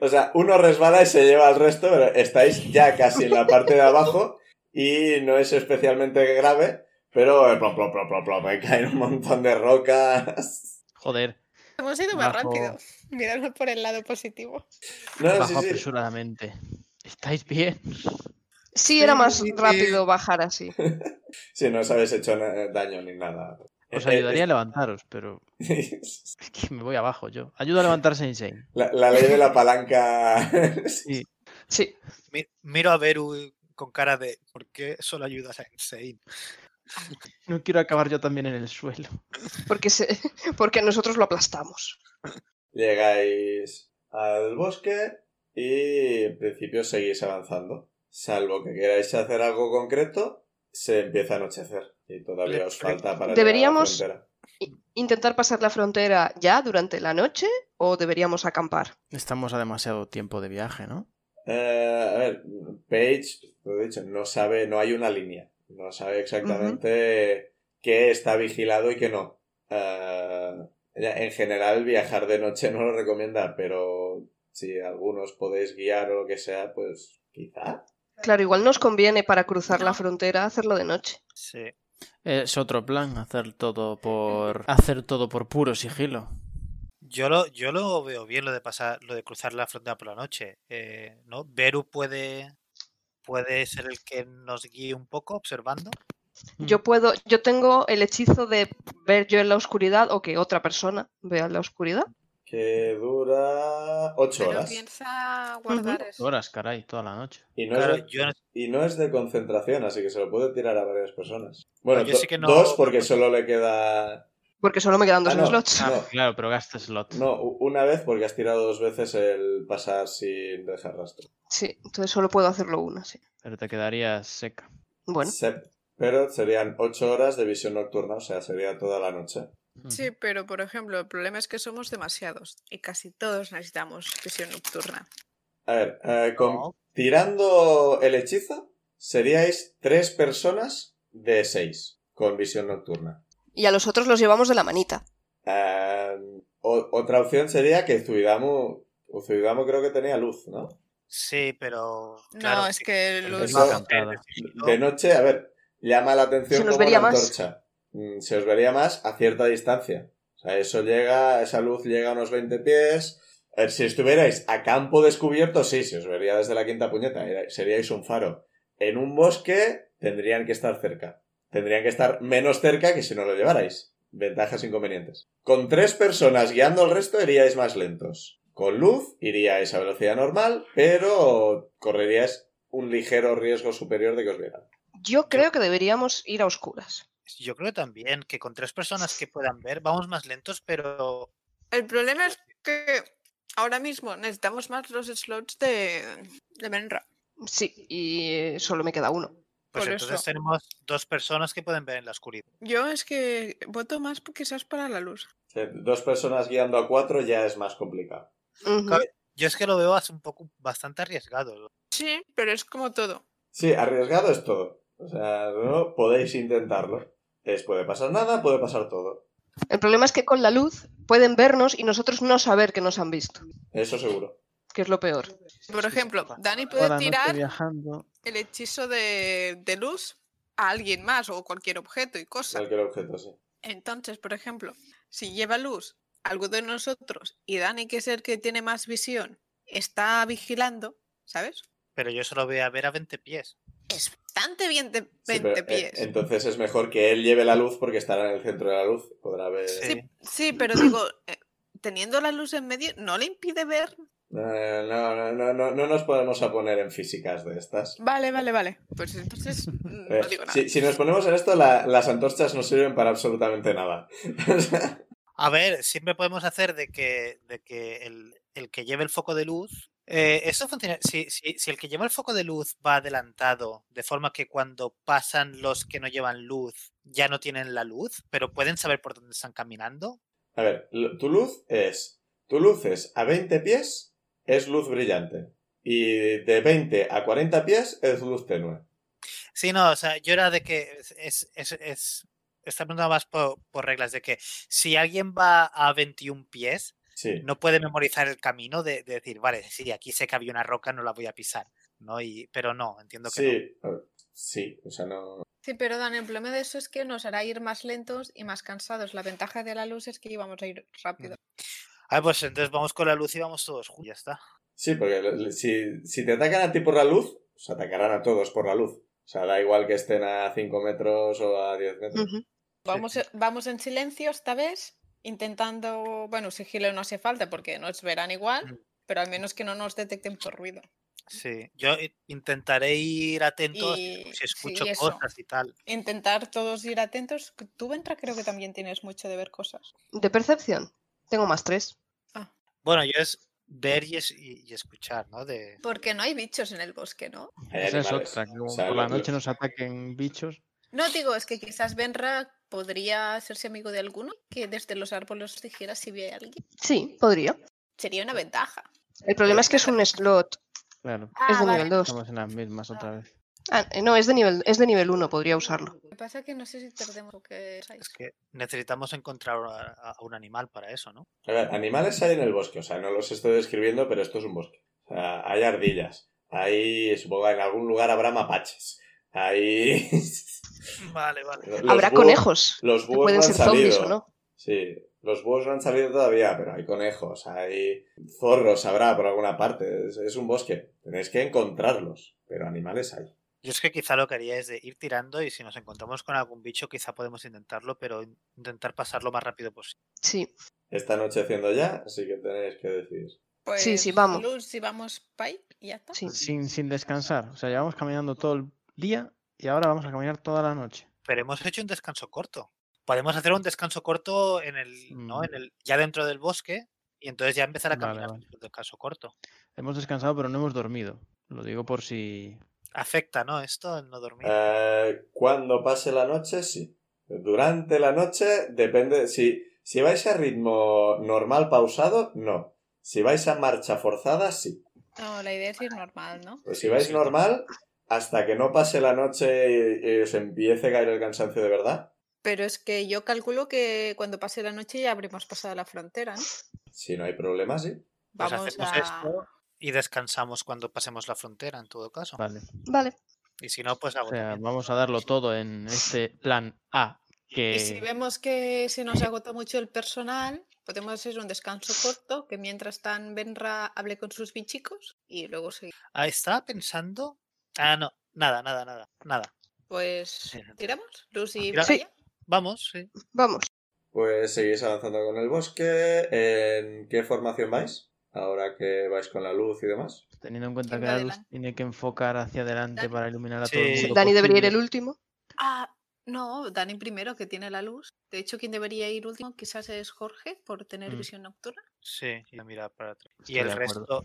S1: o sea, uno resbala y se lleva al resto, pero estáis ya casi en la parte de abajo y no es especialmente grave, pero eh, plop, plop, plop, plop, plop, eh, caen un montón de rocas.
S5: Joder,
S2: Hemos ido más
S5: Bajo-
S2: rápido. Mirarnos por el lado positivo.
S1: No, sí,
S5: bajo
S1: sí.
S5: apresuradamente. ¿Estáis bien?
S6: Sí, era más
S4: Sí, sí.
S6: rápido bajar así.
S1: Sí, no os habéis hecho na- eh, daño ni nada.
S5: Os
S1: Eh, eh,
S5: ayudaría a levantaros, pero
S1: es-
S5: es que me voy abajo yo. Ayuda a levantarse Insane.
S1: la, la ley de la palanca.
S6: Sí.
S4: Mi- Miro a Beru con cara de ¿por qué solo ayudas a Insane?
S5: No quiero acabar yo también en el suelo.
S6: Porque, se- porque nosotros lo aplastamos.
S1: Llegáis al bosque y en principio seguís avanzando. Salvo que queráis hacer algo concreto, se empieza a anochecer y todavía os falta para llegar a la
S6: Deberíamos-
S1: frontera.
S6: I- ¿Intentar pasar la frontera ya durante la noche o deberíamos acampar?
S7: Estamos a demasiado tiempo de viaje, ¿no?
S1: Eh, a ver, Paige, lo he dicho, no sabe, no hay una línea. No sabe exactamente qué está vigilado y qué no. Eh, ella, en general, viajar de noche no lo recomienda, pero si algunos podéis guiar o lo que sea, pues quizá.
S6: Claro, igual nos conviene para cruzar la
S2: No.
S6: frontera hacerlo de noche.
S4: Sí.
S7: Es otro plan, hacer todo por. hacer todo por puro sigilo.
S4: Yo lo, yo lo veo bien lo de pasar, lo de cruzar la frontera por la noche. eh, ¿no? Beru puede, puede ser el que nos guíe un poco observando.
S6: Yo puedo, yo tengo el hechizo de ver yo en la oscuridad o que otra persona vea en la oscuridad.
S1: que dura ocho
S2: Pero
S1: horas.
S2: piensa guardar eso.
S5: Horas, caray, toda la noche.
S1: Y no,
S4: Claro,
S1: es de,
S4: yo este no-
S1: y no es de concentración, así que se lo puede tirar a varias personas. Bueno,
S4: yo
S1: do-
S4: sí que no-
S1: dos porque solo le queda...
S6: Porque solo me quedan dos
S1: Ah, no.
S6: slots.
S5: Ah,
S1: No.
S5: pero claro, pero gasta slot.
S1: No, u- una vez porque has tirado dos veces el pasar sin dejar rastro.
S6: Sí, entonces solo puedo hacerlo una, sí.
S5: Pero te quedarías seca.
S6: Bueno,
S1: Sep- Pero serían ocho horas de visión nocturna, o sea, sería toda la noche.
S2: Sí, pero por ejemplo, el problema es que somos demasiados y casi todos necesitamos visión nocturna.
S1: A ver, eh, con-
S4: No,
S1: tirando el hechizo, seríais tres personas de seis con visión nocturna.
S6: y a los otros los llevamos de la manita.
S1: Eh, o- otra opción sería que Zuidamu... Zuidamu creo que tenía luz, ¿no?
S4: sí, pero.
S2: No,
S4: claro,
S2: es que los...
S1: es
S5: más
S1: no.
S5: cantada.
S1: De noche, a ver, llama la atención
S6: Se nos
S1: como
S6: vería
S1: una
S6: más.
S1: antorcha. Mm, Se os vería más a cierta distancia. O sea, eso llega, esa luz llega a unos 20 pies. A ver, si estuvierais a campo descubierto, sí, se os vería desde la quinta puñeta. era- Seríais un faro. En un bosque tendrían que estar cerca. Tendrían que estar menos cerca que si no lo llevarais. Ventajas e inconvenientes. Con tres personas guiando al resto iríais más lentos. Con luz iríais a velocidad normal, pero correríais un ligero riesgo superior de que os vieran.
S6: Yo creo que deberíamos ir a oscuras.
S4: Yo creo también que con tres personas que puedan ver, vamos más lentos, pero.
S2: El problema es que ahora mismo necesitamos más los slots de, de Benra.
S6: Sí, y eh, solo me queda uno.
S4: Pues
S2: Por
S4: entonces
S2: eso.
S4: tenemos dos personas que pueden ver en la oscuridad.
S2: Yo es que voto más porque quizás para la luz.
S1: O sea, Dos personas guiando a cuatro ya es más complicado.
S6: Ujú.
S4: Claro. Yo es que lo veo as- un poco bastante arriesgado.
S2: Sí, pero es como todo.
S1: Sí, arriesgado es todo. O sea, no podéis intentarlo. Les puede pasar nada, puede pasar todo.
S6: El problema es que con la luz pueden vernos y nosotros no saber que nos han visto,
S1: Eso seguro.
S6: que es lo peor.
S2: Por ejemplo, Dani
S7: Toda la
S2: puede
S7: noche
S2: tirar
S7: viajando.
S2: el hechizo de, de luz a alguien más o cualquier objeto y cosa.
S1: Cualquier objeto, sí.
S2: Entonces, por ejemplo, si lleva luz algo de nosotros y Dani, que es el que tiene más visión, está vigilando, ¿sabes?
S4: Pero yo solo veo a ver a 20 pies.
S2: es bastante bien de
S1: Sí,
S2: 20
S1: pero, eh,
S2: pies.
S1: entonces es mejor que él lleve la luz porque estará en el centro de la luz. Podrá ver.
S4: Sí.
S2: sí, sí,
S1: mm.
S2: pero digo, eh, teniendo la luz en medio, ¿no le impide ver?
S1: No, no, no, no, no, no nos podemos a poner en físicas de estas.
S2: Vale, vale, vale. Pues entonces
S1: Eh,
S2: no digo nada.
S1: si, si nos ponemos en esto, la- las antorchas no sirven para absolutamente nada. O sea,
S4: A ver, siempre podemos hacer de que, de que el, el que lleve el foco de luz. eh, eso funciona. Si, si- si el que lleva el foco de luz va adelantado, de forma que cuando pasan los que no llevan luz, ya no tienen la luz, pero pueden saber por dónde están caminando.
S1: a ver, lo- tu luz es. Tu luz es a 20 pies, es luz brillante. Y de 20 a 40 pies es luz tenue.
S4: Sí, no, o sea, yo era de que es, es, es, es- está preguntando más por, por reglas, de que si alguien va a 21 pies,
S1: Sí.
S4: no puede memorizar el camino de, de decir, vale, sí, aquí sé que había una roca, no la voy a pisar. ¿no? Y, pero no, entiendo que no.
S1: sí. a ver, Sí, o sea, no.
S2: Sí, pero Dan, el problema de eso es que nos hará ir más lentos y más cansados. La ventaja de la luz es que íbamos a ir rápido.
S4: Ah, pues entonces vamos con la luz y vamos todos juntos. Ya está.
S1: Sí, porque le- le- si, si te atacan a ti por la luz, se atacarán a todos por la luz. O sea, da igual que estén a 5 metros o a 10 metros.
S6: Ujú.
S2: Vamos, eh, vamos en silencio esta vez, intentando, bueno, sigilo no hace falta porque nos verán
S6: Mm.
S2: igual, pero al menos que no nos detecten por ruido.
S4: Sí. Yo i- intentaré ir atento
S2: Y-
S4: si- si
S2: sí,
S4: escucho
S2: eso.
S4: cosas y tal.
S2: Intentar todos ir atentos. Tú, Ventra, creo que también tienes mucho de ver cosas.
S6: De percepción, tengo más tres.
S4: Bueno, yo es ver y, es- y- y escuchar, ¿no? De...
S2: Porque no hay bichos en el bosque, ¿no?
S4: Mm.
S1: Hay
S5: Esa es
S1: animales.
S5: otra, que como
S1: O sea,
S5: por la
S1: lo- lo-
S5: noche nos ataquen bichos.
S2: No digo, es que quizás Venra podría hacerse amigo de alguno que desde los árboles dijera si ve a alguien.
S6: Sí, podría.
S2: Sería una ventaja.
S6: El problema es que es un slot,
S5: Claro,
S2: Ah,
S6: es de nivel 2.
S5: estamos en las mismas otra vez.
S6: Ah, eh, no, es de nivel, es de nivel 1, podría usarlo.
S2: Lo que pasa es que no sé si tardemos lo que es ahí.
S4: Es que necesitamos encontrar a, a un animal para eso, ¿no?
S1: A ver, animales hay en el bosque, o sea, no los estoy describiendo, pero esto es un bosque. O sea, hay ardillas, hay, supongo que en algún lugar habrá mapaches, hay...
S4: Vale, vale.
S1: Los
S6: Habrá
S1: búhos-
S6: conejos,
S1: Los
S6: que
S1: búhos no
S6: pueden
S1: han
S6: ser zombies
S1: salido.
S6: o no.
S1: Sí, los búhos no han salido todavía, pero hay conejos, hay zorros, habrá por alguna parte. Es, es un bosque, tenéis que encontrarlos, pero animales hay.
S4: Yo es que quizá lo que haría es de ir tirando y si nos encontramos con algún bicho quizá podemos intentarlo, pero in- intentar pasar lo más rápido posible.
S6: Sí,
S1: Está anocheciendo ya, así que tenéis que decidir.
S2: Pues,
S6: Sí, sí, vamos.
S2: Luz, si vamos para ahí y ya está.
S6: sí.
S5: Sin, sin descansar. O sea, llevamos caminando todo el día y ahora vamos a caminar toda la noche.
S4: Pero hemos hecho un descanso corto. Podemos hacer un descanso corto en el, ¿no?
S5: Mm.
S4: en el, ya dentro del bosque y entonces ya empezar a
S5: Vale,
S4: caminar
S5: vale.
S4: un descanso corto.
S5: Hemos descansado, pero no hemos dormido. Lo digo por si.
S4: afecta, ¿no? Esto, el no dormir.
S1: Eh, cuando pase la noche, sí. Durante la noche, depende. Si, si vais a ritmo normal pausado, no. Si vais a marcha forzada, sí.
S2: No, la idea es ir normal, ¿no?
S1: Pero si vais
S4: Sí.
S1: normal, hasta que no pase la noche y, y os empiece a caer el cansancio de verdad.
S2: Pero es que yo calculo que cuando pase la noche ya habremos pasado la frontera, ¿no?
S1: Si no hay problema, sí.
S4: Pues
S2: Vamos
S4: hacemos
S2: a...
S4: esto y descansamos cuando pasemos la frontera, en todo caso.
S5: Vale.
S6: Vale,
S4: Y si no, pues
S5: O sea,
S4: agotamiento.
S5: vamos a darlo todo en este plan A.
S2: Y
S4: eh,
S2: si
S5: Que.
S2: vemos que se nos agota mucho el personal, podemos hacer un descanso corto, que mientras tan Benra hable con sus bichicos y luego seguir.
S4: Ah, estaba pensando. Ah, no, nada, nada, nada, nada.
S2: Pues,
S4: Fíjate.
S2: ¿tiramos? Luz y
S4: Tira-
S6: Sí.
S2: Brian.
S4: Vamos, sí.
S6: vamos.
S1: Pues seguís avanzando con el bosque. ¿En qué formación vais? Ahora que vais con la luz y demás.
S5: Teniendo en cuenta
S2: ¿Quién
S5: que
S2: va
S5: la luz
S2: adelante?
S5: tiene que enfocar hacia adelante
S2: Dani.
S5: para iluminar a todo el
S4: Sí.
S5: mundo.
S6: Dani debería ir el
S5: posible.
S6: último.
S2: Ah, no, Dani primero, que tiene la luz. De hecho, quien debería ir último quizás es Jorge, por tener
S5: Mm.
S2: visión nocturna.
S4: Sí, y mirar para atrás.
S5: Estoy
S4: Y el
S5: de acuerdo.
S4: resto.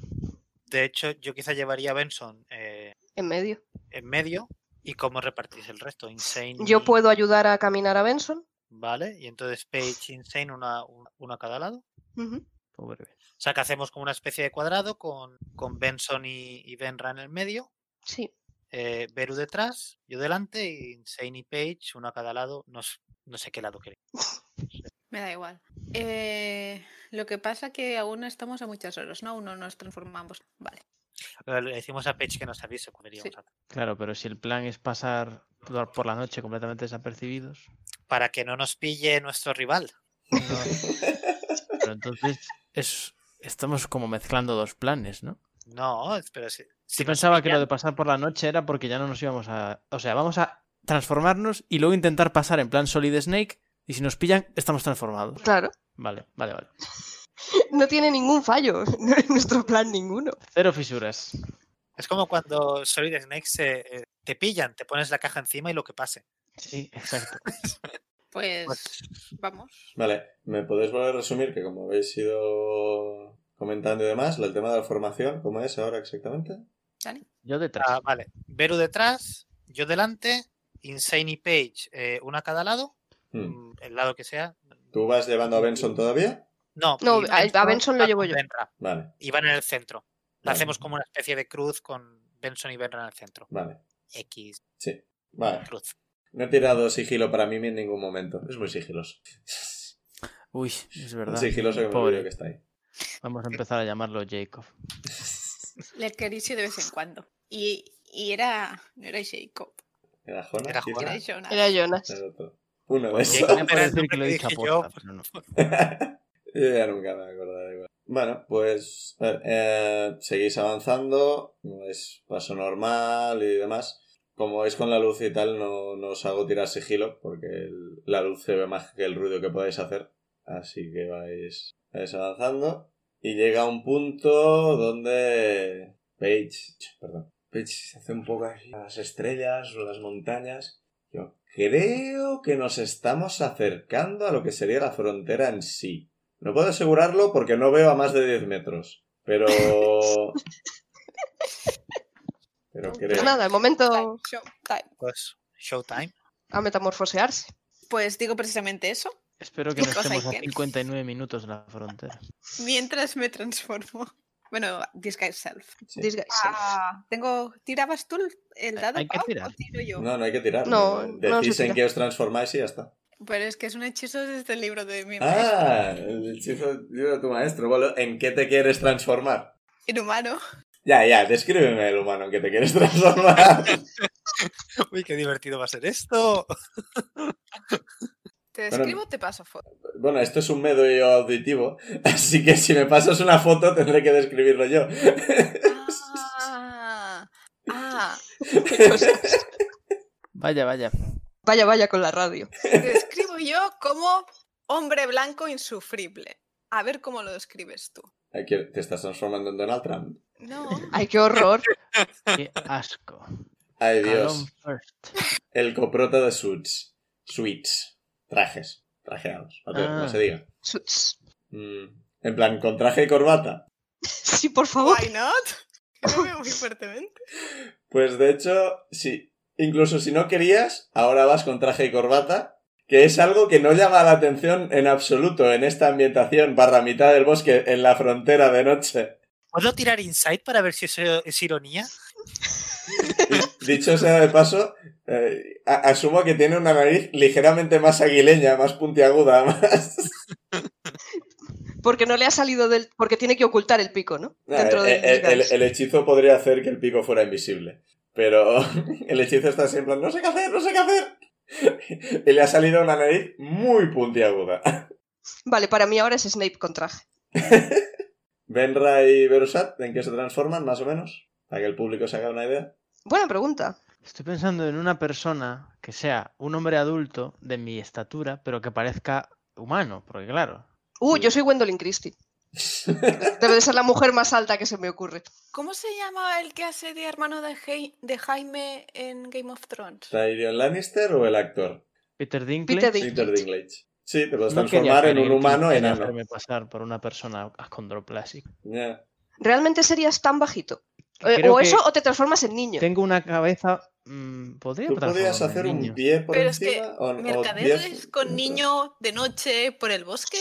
S4: De hecho, yo quizá llevaría a Benson eh,
S6: En medio.
S4: en medio. ¿Y cómo repartís el resto? Insane.
S1: Mm.
S6: Yo
S4: y-
S6: puedo ayudar a caminar a Benson.
S4: Vale, y entonces Page, Insane, una, un- uno a cada lado.
S6: Ujú.
S5: Pobre bebé.
S4: O sea, que hacemos como una especie de cuadrado con, con Benson y, y Benra en el medio,
S6: Sí,
S4: eh, Beru detrás, yo delante, y Insane y Page, uno a cada lado, no, s- no sé qué lado queréis.
S2: Me da igual. Eh, lo que pasa que aún estamos a muchas horas, ¿no? Aún no nos transformamos. Vale.
S4: Le le decimos a Page que nos avise cuando iríamos a-
S5: Claro, pero si el plan es pasar por por la noche completamente desapercibidos.
S4: Para que no nos pille nuestro rival.
S5: Pero entonces,
S7: Es, estamos como mezclando dos planes, ¿no?
S4: No, es- pero si, Si nos
S5: Yo pensaba que lo
S4: pillan-
S5: de pasar por la noche era porque ya no nos íbamos a. O sea, vamos a.
S7: Transformarnos y luego intentar pasar en plan Solid Snake. Y si nos pillan, estamos transformados.
S6: Claro,
S7: Vale, vale, vale.
S6: no tiene ningún fallo, no es nuestro plan ninguno.
S5: Cero fisuras.
S4: Es como cuando Solid Snake se, eh, te pillan, te pones la caja encima y lo que pase.
S5: Sí, exacto.
S4: Pues,
S2: Pues vamos.
S1: Vale, ¿me podéis volver a resumir que como habéis ido comentando y demás, el tema de la formación, ¿cómo es ahora exactamente?
S5: Yo detrás.
S4: ah, vale. Beru detrás, yo delante, Insane y Page, eh, una a cada lado,
S1: Hmm.
S4: mm, el lado que sea.
S1: ¿Tú vas llevando a Benson todavía?
S4: No,
S6: No,
S4: y
S6: a- a Benson lo
S4: va
S6: llevo
S4: con
S6: yo.
S4: Benra,
S1: Vale,
S4: y van en el centro.
S1: Vale.
S4: Hacemos como una especie de cruz con Benson y Benra en el centro.
S1: vale,
S4: X
S1: sí. Vale,
S4: cruz.
S1: no he tirado sigilo para mí en ningún momento. Es muy sigiloso.
S7: Uy, es
S1: Un
S7: verdad.
S1: sigiloso que me
S7: Pobre.
S1: olvido que está ahí.
S5: Vamos a empezar a llamarlo Jacob.
S2: Le querís de vez en cuando. Y, y era. No era Jacob.
S1: ¿Era Jona?
S4: Era
S1: ¿Quién
S4: Jona.
S2: Era
S1: era?
S6: Era
S2: Jonas.
S6: Jonas.
S1: Era otro. Uno
S5: Pues
S1: de esos.
S4: Jacob
S5: Tenía por
S4: era el
S5: decir
S4: nombre
S5: que lo he
S4: que
S5: dicho a
S4: dije yo,
S5: posta, pero no.
S1: Yo ya nunca me acordaré igual. Bueno, pues a ver, eh, seguís avanzando, es paso normal y demás. Como veis con la luz y tal, no, no os hago tirar sigilo, porque el- la luz se ve más que el ruido que podáis hacer. Así que vais, vais avanzando. Y llega un punto donde Page, perdón, Page se hace un poco así a las estrellas o las montañas. Yo creo que nos estamos acercando a lo que sería la frontera en sí. No puedo asegurarlo porque no veo a más de 10 metros. Pero. Pero creo.
S6: Pues nada, el momento
S4: Pues, Showtime.
S6: a metamorfosearse.
S2: Pues digo precisamente eso.
S5: Espero que no
S2: Cosa
S5: estemos a
S2: que-
S5: 59 minutos de la frontera.
S2: Mientras me transformo. Bueno, disguise self.
S1: Sí.
S6: Disguise.
S2: Ah. Tengo. ¿Tirabas tú el dado?
S5: hay que
S2: Pau,
S5: tirar.
S2: ¿O tiro yo?
S1: No, no hay que tirar.
S6: No,
S1: Decís
S6: no se
S1: en
S6: tira.
S1: qué os transformáis y ya está.
S2: Pero es que es un hechizo desde el libro de mi maestro.
S1: Ah, el hechizo de tu maestro. Bueno, ¿en qué te quieres transformar?
S2: Inhumano.
S1: Ya, ya, descríbeme el humano en que te quieres transformar.
S4: Uy, qué divertido va a ser esto.
S2: ¿Te
S1: Pero-
S2: describo o te paso foto?
S1: bueno, esto es un medio auditivo, así que si me pasas una foto tendré que describirlo yo.
S2: Ah, ah,
S7: Vaya, vaya.
S6: Pues, Vaya, vaya con la radio.
S2: te describo yo como hombre blanco insufrible. A ver cómo lo describes tú.
S1: Aquí, ¿Te estás transformando en Donald Trump?
S2: No,
S6: Ay, qué horror.
S5: Qué asco.
S1: Ay,
S5: Alone
S1: Dios.
S5: first.
S1: El coprota de suits. Suits. Trajes. Trajeados. No, te- no
S5: Ah.
S1: se diga.
S6: Suits.
S1: Mm, En plan, con traje y corbata.
S6: Sí, por favor.
S2: why not? Yo me voy fuertemente.
S1: Pues de hecho, sí. Incluso si no querías, ahora vas con traje y corbata. Que es algo que no llama la atención en absoluto en esta ambientación barra mitad del bosque en la frontera de noche.
S4: ¿Puedo tirar Insight para ver si eso es ironía?
S1: Y, dicho sea de paso, eh, a- asumo que tiene una nariz ligeramente más aguileña, más puntiaguda, más...
S6: Porque no le ha salido del. Porque tiene que ocultar el pico, ¿no? Dentro
S1: Ah,
S6: del
S1: el, el- el-
S6: disguise.
S1: el hechizo podría hacer que el pico fuera invisible. Pero el hechizo está siempre en plan, no sé qué hacer, no sé qué hacer. Y le ha salido una nariz muy puntiaguda.
S6: Vale, para mí ahora es Snape con traje.
S1: Benra y Berusat, ¿en qué se transforman, más o menos? Para que el público se haga una idea.
S6: Buena pregunta.
S5: Estoy pensando en una persona que sea un hombre adulto de mi estatura, pero que parezca humano, porque claro.
S6: Uh, yo soy Gwendolyn Christie. Debe de ser la mujer más alta que se me ocurre.
S2: ¿Cómo se llama el que hace de hermano de, Jai- de Jaime en Game of Thrones?
S1: ¿Tyrion Lannister o el actor?
S5: Peter Dinklage.
S6: Peter
S1: Peter
S6: Dinklage.
S1: Dinklage. Sí, te puedes
S5: no quería
S1: transformar en
S5: hacer
S1: un
S5: el-
S1: humano
S5: quería
S1: enano.
S5: hacerme pasar por una persona acondroplásica.
S1: Ya.
S6: ¿Realmente serías tan bajito? Eh,
S5: Creo
S6: o
S5: que
S6: eso o te transformas en niño.
S5: Tengo una cabeza. mm, Podría
S1: ¿Tú podías
S5: transformarme en
S1: hacer un
S5: niño.
S1: pie por
S2: Pero es que
S1: encima? o- o
S2: Mercaderes
S1: diez-
S2: con niño de noche por el bosque.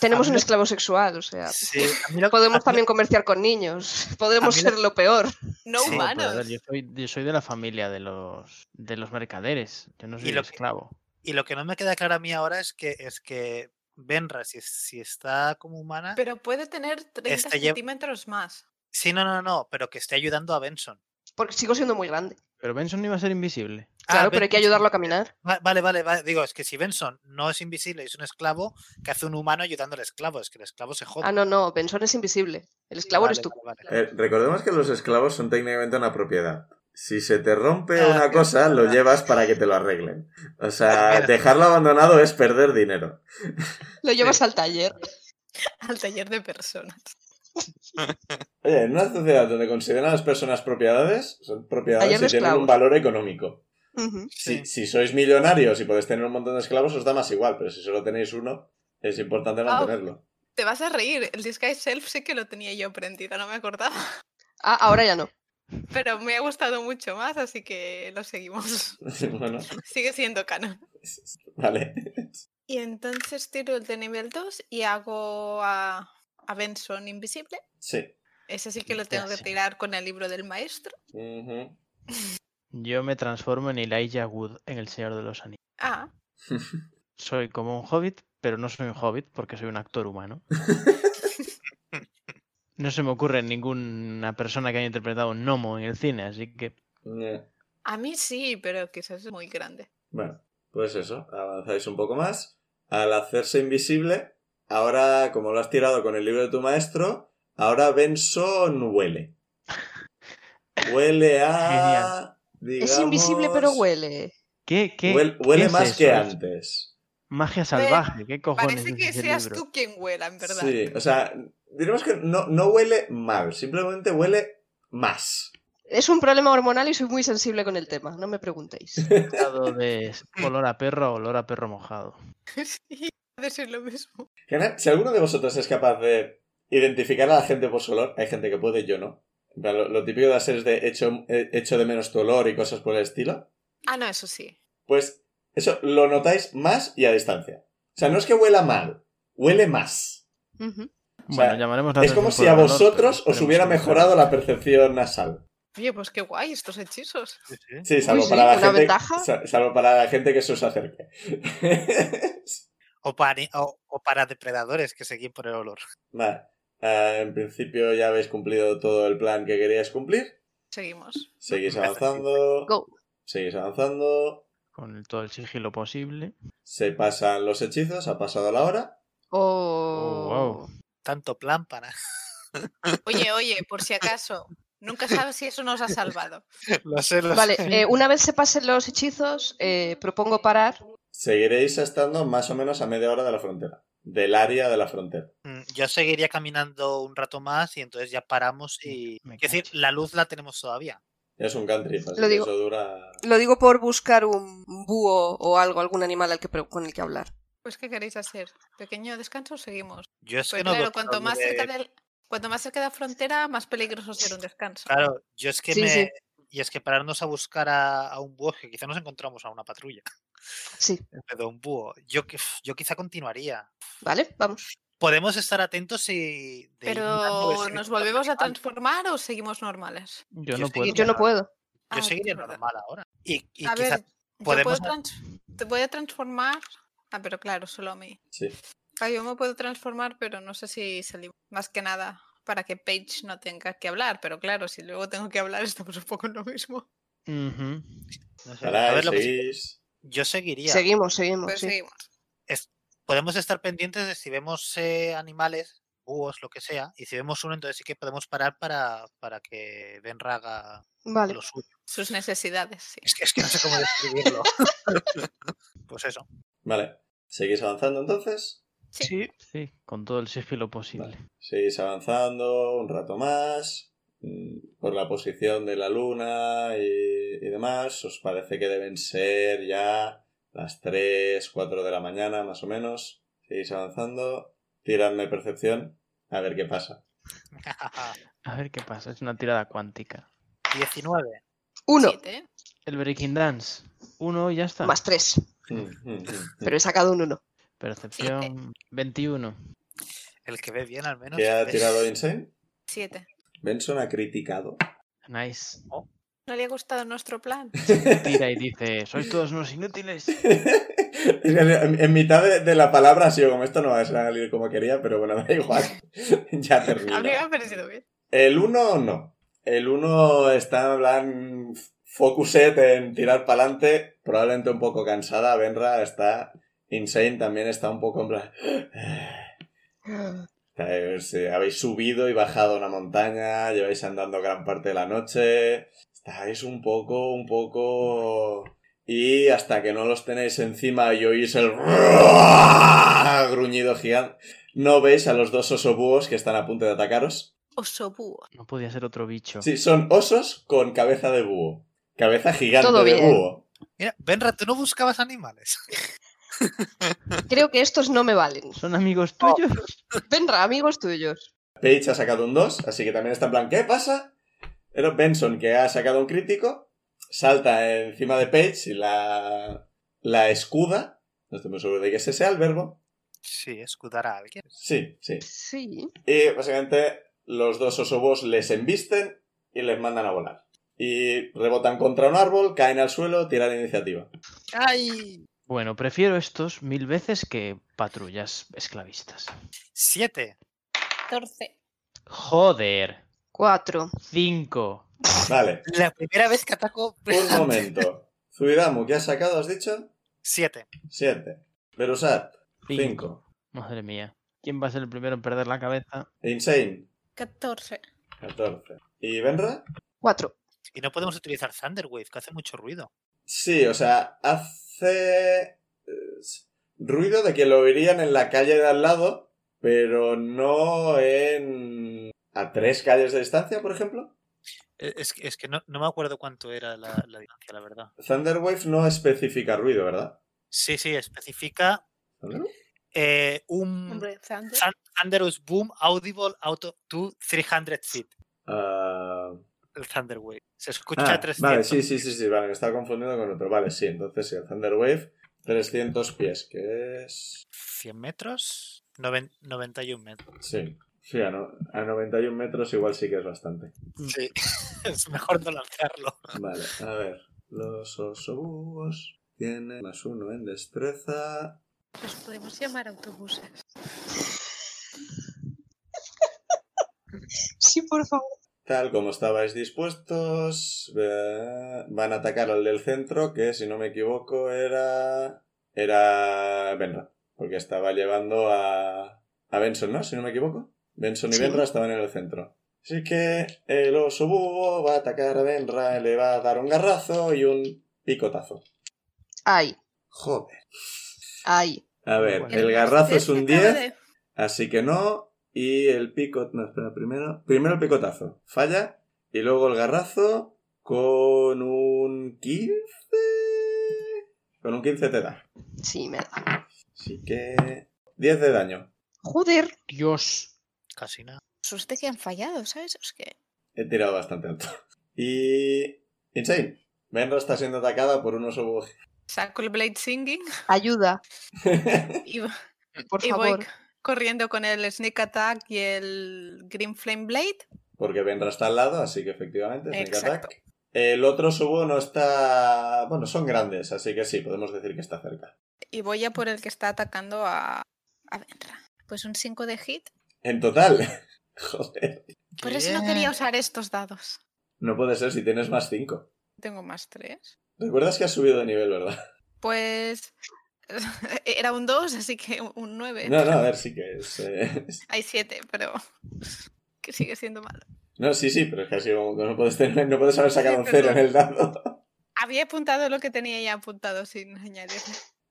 S6: Tenemos
S4: A mí
S6: un
S4: lo-
S6: esclavo sexual, o sea.
S4: Sí, a mí lo- a
S6: Podemos
S4: mí-
S6: también comerciar con niños. Podemos
S4: A mí lo-
S6: ser lo peor.
S2: No
S4: Sí,
S5: No, pero a
S2: humanos.
S5: ver, yo, soy, yo soy de la familia de los, de los mercaderes. Yo no soy
S4: lo que-
S5: esclavo.
S4: Y lo que no me queda claro a mí ahora es que es que Benra, si, si está como humana.
S2: Pero puede tener 30
S4: Este lleva-
S2: centímetros más.
S4: Sí, no, no, no, pero que esté ayudando a Benson.
S6: Porque sigo siendo muy grande.
S5: Pero Benson iba a ser invisible.
S6: Claro,
S4: Ah,
S6: pero hay que
S4: Benson.
S6: ayudarlo a caminar.
S4: Va- Vale, vale, vale. Digo, es que si Benson no es invisible, es un esclavo, que hace un humano ayudando al esclavo? Es que el esclavo se jode.
S6: Ah, no, no, Benson es invisible. El esclavo
S4: Vale,
S6: eres tú.
S4: vale, vale.
S1: Eh, recordemos que los esclavos son técnicamente una propiedad. Si se te rompe
S4: Ah,
S1: una
S4: claro.
S1: cosa, lo llevas para que te lo arreglen. O sea,
S4: Espera.
S1: dejarlo abandonado es perder dinero.
S6: Lo llevas al taller.
S2: Al taller de personas.
S1: Oye, en una sociedad donde consideran a las personas propiedades, son propiedades
S6: Taller
S1: que
S6: de
S1: tienen un
S6: esclavos.
S1: valor económico.
S6: Ujú.
S4: Sí.
S1: Si, si sois millonarios y podéis tener un montón de esclavos, os da más igual, pero si solo tenéis uno, es importante mantenerlo.
S2: Te vas a reír. El Disguise Self sí que lo tenía yo aprendido, no me acordaba.
S6: Ah, ahora ya no.
S2: Pero me ha gustado mucho más, así que lo seguimos.
S1: bueno,
S2: Sigue siendo canon.
S1: vale.
S2: Y entonces tiro el de nivel 2 y hago a, a Benson invisible.
S1: Sí.
S2: Ese sí que lo tengo que
S5: Gracias.
S2: tirar con el libro del maestro.
S1: Ujú.
S5: Yo me transformo en Elijah Wood en El Señor de los Anillos.
S2: Ah,
S5: Soy como un hobbit, pero no soy un hobbit porque soy un actor humano. No se me ocurre ninguna persona que haya interpretado un gnomo en el cine, así que
S1: Ya.
S2: a mí sí, pero quizás es muy grande.
S1: Bueno, pues eso, avanzáis un poco más. Al hacerse invisible, ahora, como lo has tirado con el libro de tu maestro, ahora Benson huele. Huele a.
S6: Es invisible, pero
S1: digamos,
S6: huele.
S5: ¿qué? qué
S1: Huele,
S5: qué
S1: huele
S5: es
S1: más
S5: eso?
S1: que
S5: Es
S1: antes.
S5: Magia salvaje, ¿qué cojones
S2: Parece
S5: es
S2: que
S5: ese
S2: seas
S5: libro?
S2: tú quien huela, en verdad.
S1: Sí, o sea, diremos que no, no huele mal, simplemente huele más.
S6: Es un problema hormonal y soy muy sensible con el tema, no me preguntéis.
S5: Estado de olor a perro a olor a perro mojado.
S2: Sí, ha de ser lo mismo.
S1: Genial. Si alguno de vosotros es capaz de identificar a la gente por su olor, hay gente que puede, yo no. En plan, Lo, lo típico de hacer es de hecho, eh, hecho de menos tu olor y cosas por el estilo.
S2: Ah, no, eso sí.
S1: Pues eso lo notáis más y a distancia. O sea, no es que huela mal, huele más.
S6: Ujú.
S1: O sea,
S5: Bueno, llamaremos la
S1: Es como
S5: atención
S1: si a
S5: por el olor,
S1: vosotros
S5: pero
S1: os hubiera
S5: esperemos que-
S1: mejorado la percepción nasal.
S2: Oye, pues qué guay estos hechizos.
S4: Sí, sí.
S1: Sí, salvo
S6: sí,
S1: para la
S6: una
S1: gente.
S6: ventaja.
S1: sa- Salvo para la gente que se os acerque.
S4: O, para, o, o para depredadores que se guíen por el olor.
S1: vale. Ah, en principio ya habéis cumplido todo el plan que queríais cumplir.
S2: Seguimos.
S1: Seguís avanzando.
S6: Go.
S1: Seguís avanzando.
S5: Con el- todo el sigilo posible.
S1: Se pasan los hechizos, ha pasado la hora.
S6: Oh.
S5: wow.
S4: Tanto plan para.
S2: Oye, oye, por si acaso. Nunca sabes si eso nos ha salvado.
S4: Lo sé, lo
S6: Vale,
S4: sé.
S6: eh, una vez se pasen los hechizos, eh, propongo parar.
S1: Seguiréis estando más o menos a media hora de la frontera, del área de la frontera.
S4: Mm, Yo seguiría caminando un rato más y entonces ya paramos y.
S5: Me
S4: Es decir,
S5: cacho.
S4: la luz la tenemos todavía.
S1: Es un country, así
S6: Lo
S1: que
S6: digo.
S1: eso dura.
S6: Lo digo por buscar un búho o algo, algún animal al que, pre- con el que hablar.
S2: Pues, ¿qué queréis hacer? ¿Pequeño descanso o seguimos?
S4: Yo es
S2: Pues
S4: que no
S2: claro,
S4: veo
S2: cuanto más,
S4: dónde-
S2: cerca del, cuanto más cerca de la frontera, más peligroso será un descanso.
S4: Claro, yo es que
S6: Sí,
S4: me.
S6: sí.
S4: Y es que pararnos a buscar a, a un búho, que quizá nos encontramos a una patrulla,
S6: Sí,
S4: pero un búho. Yo, qui- yo quizá continuaría.
S6: vale, vamos.
S4: Podemos estar atentos y. de ir mirando de
S2: Pero, ¿nos
S4: cerca a los
S2: volvemos a
S4: animales.
S2: transformar o seguimos normales?
S5: Yo
S4: Yo
S5: no
S4: sí
S5: puedo.
S6: Yo no puedo.
S2: Ah,
S4: Yo
S2: es
S4: seguiría
S2: verdad.
S4: normal ahora. Y, y
S2: a
S4: quizá
S2: ver, yo puedo
S4: podemos-
S2: trans- te voy a transformar. Ah, pero claro, solo a mí.
S1: Sí.
S2: Ah, yo me puedo transformar, pero no sé si salimos. Más que nada para que Paige no tenga que hablar, pero claro, si luego tengo que hablar estamos un poco en lo mismo.
S5: Ujú.
S4: no sé, a
S1: Paráis,
S4: ver lo que-
S1: seguís.
S4: yo seguiría.
S6: Seguimos, seguimos.
S2: Pues
S6: sí.
S2: seguimos.
S4: Podemos estar pendientes de si vemos eh, animales, búhos, lo que sea, y si vemos uno, entonces sí que podemos parar para, para que Benra haga
S6: Vale.
S4: lo suyo.
S2: Sus necesidades, sí.
S4: Es que, es que no sé cómo describirlo. pues eso.
S1: Vale. ¿Seguís avanzando entonces?
S2: Sí.
S5: Sí, con todo el sigilo posible.
S1: Seguís avanzando un rato más. mm, Por la posición de la luna y, y demás, os parece que deben ser ya las 3, 4 de la mañana, más o menos. Seguís avanzando. Tiradme percepción. A ver qué pasa.
S5: A ver qué pasa, es una tirada cuántica.
S4: 19.
S6: Uno
S2: Siete. ¿eh?
S5: El Breaking Dance, uno y ya está.
S6: más tres,
S1: Mm, mm, mm,
S6: pero he sacado un uno.
S5: Percepción 21.
S4: El que ve bien, al menos.
S1: ¿Qué ha
S4: ve.
S1: tirado Insane?
S2: Siete.
S1: Benson ha criticado.
S5: Nice.
S2: ¿No le ha gustado nuestro plan?
S5: Tira y dice, sois todos unos inútiles.
S1: en, en mitad de, de la palabra ha sido como esto no va a salir como quería, pero bueno, da igual. ya
S2: A mí me ha
S1: termina.
S2: parecido bien.
S1: El 1 no. El 1 está en plan Focuset en tirar para adelante, probablemente un poco cansada. Benra está insane, también está un poco en plan. Eh, sí, habéis subido y bajado una montaña, lleváis andando gran parte de la noche. Estáis un poco, un poco. Y hasta que no los tenéis encima y oís el gruñido gigante, no veis a los dos osobúos que están a punto de atacaros.
S2: Oso búho.
S5: No podía ser otro bicho.
S1: Sí, son osos con cabeza de búho. Cabeza gigante
S6: Todo
S1: de
S6: bien.
S1: búho.
S4: Mira, Benra, tú no buscabas animales.
S6: Creo que estos no me valen.
S5: ¿Son amigos tuyos?
S6: Oh. Venra, amigos tuyos.
S1: Paige ha sacado un 2, así que también está en plan, ¿qué pasa? Pero Benson, que ha sacado un crítico, salta encima de Paige y la, la escuda. No estoy muy seguro de que ese sea el verbo.
S4: Sí, escudar a alguien.
S1: Sí, sí.
S6: Sí.
S1: Y básicamente los dos osobos les embisten y les mandan a volar. Y rebotan contra un árbol, caen al suelo, tiran iniciativa.
S4: ¡Ay!
S5: Bueno, prefiero estos mil veces que patrullas esclavistas.
S4: Siete.
S2: 14.
S5: Joder.
S6: Cuatro.
S5: Cinco.
S1: Vale,
S4: La primera vez que ataco.
S1: un momento. Zuidamu, ¿qué has sacado? ¿Has dicho?
S4: Siete.
S1: Siete. Berusat, cinco.
S5: Madre mía. ¿Quién va a ser el primero en perder la cabeza?
S1: Insane,
S2: 14.
S1: 14. ¿Y Benra?
S6: Cuatro.
S4: Y no podemos utilizar Thunderwave, que hace mucho ruido.
S1: Sí, o sea, hace eh, ruido de que lo oirían en la calle de al lado, pero no en... a tres calles de distancia, por ejemplo.
S4: Eh, Es que, es que no, no me acuerdo cuánto era la, la distancia, la verdad.
S1: Thunderwave no especifica ruido, ¿verdad?
S4: Sí, sí, especifica eh, un
S2: Hombre, ¿eh? Thunder.
S4: Thun- Thunderous Boom Audible Auto to 300 feet.
S1: Ah,
S4: El Thunderwave. Se escucha
S1: ah,
S4: a 300.
S1: vale, sí, sí, sí, sí, vale, me estaba confundiendo con otro. Vale, sí, entonces sí, el Thunderwave, 300 pies, que es...
S4: 100 metros, noven- 91 metros.
S1: Sí, sí, a, no- a 91 metros igual sí que es bastante.
S4: Sí, es mejor no lanzarlo.
S1: Vale, a ver. Los osobúos tienen más uno en destreza.
S2: Los podemos llamar autobuses.
S6: Sí, por favor.
S1: Tal como estabais dispuestos, eh, van a atacar al del centro, que si no me equivoco era... Era Benra, porque estaba llevando a... A Benson, ¿no? Si no me equivoco. Benson y
S6: Sí.
S1: Benra estaban en el centro. Así que el osobúo va a atacar a Benra, le va a dar un garrazo y un picotazo.
S6: Ay,
S1: Joder.
S6: ay.
S1: A ver,
S5: Bueno.
S1: el garrazo
S2: Mercedes
S1: es un
S2: que acaba
S1: 10.
S2: de-
S1: Así que no. Y el picot. No, espera, primero. Primero el picotazo. Falla. Y luego el garrazo. Con un 15. Con un 15 te da.
S6: Sí, me da.
S1: Así que. 10 de daño.
S6: Joder.
S5: Dios.
S4: Casi nada.
S2: Sus de que han fallado, ¿sabes? Es que.
S1: He tirado bastante alto. Y. Insane. Benra está siendo atacada por unos osos.
S2: Saco el Blade Singing
S6: Ayuda,
S2: y,
S6: por
S2: y voy
S6: favor.
S2: corriendo con el Sneak Attack y el Green Flame Blade.
S1: Porque Benra está al lado, así que efectivamente es un
S2: Exacto.
S1: attack. El otro subo no está. Bueno, son grandes, así que sí, podemos decir que está cerca.
S2: Y voy a por el que está atacando a, a Benra. Pues un 5 de hit.
S1: En total. Joder.
S2: Por eso no quería usar estos dados.
S1: No puede ser si tienes más 5.
S2: Tengo más 3.
S1: Recuerdas que has subido de nivel, ¿verdad?
S2: Pues. Era un 2, así que un- un 9.
S1: No, no, a ver, sí que es. eh, es-
S2: Hay 7, pero. Que sigue siendo malo.
S1: No, sí, sí, pero es que ha sido- no puedes, tener- no puedes haber sacado
S2: Sí,
S1: un cero en
S2: perdón.
S1: el dado.
S2: Había apuntado lo que tenía ya apuntado sin añadir.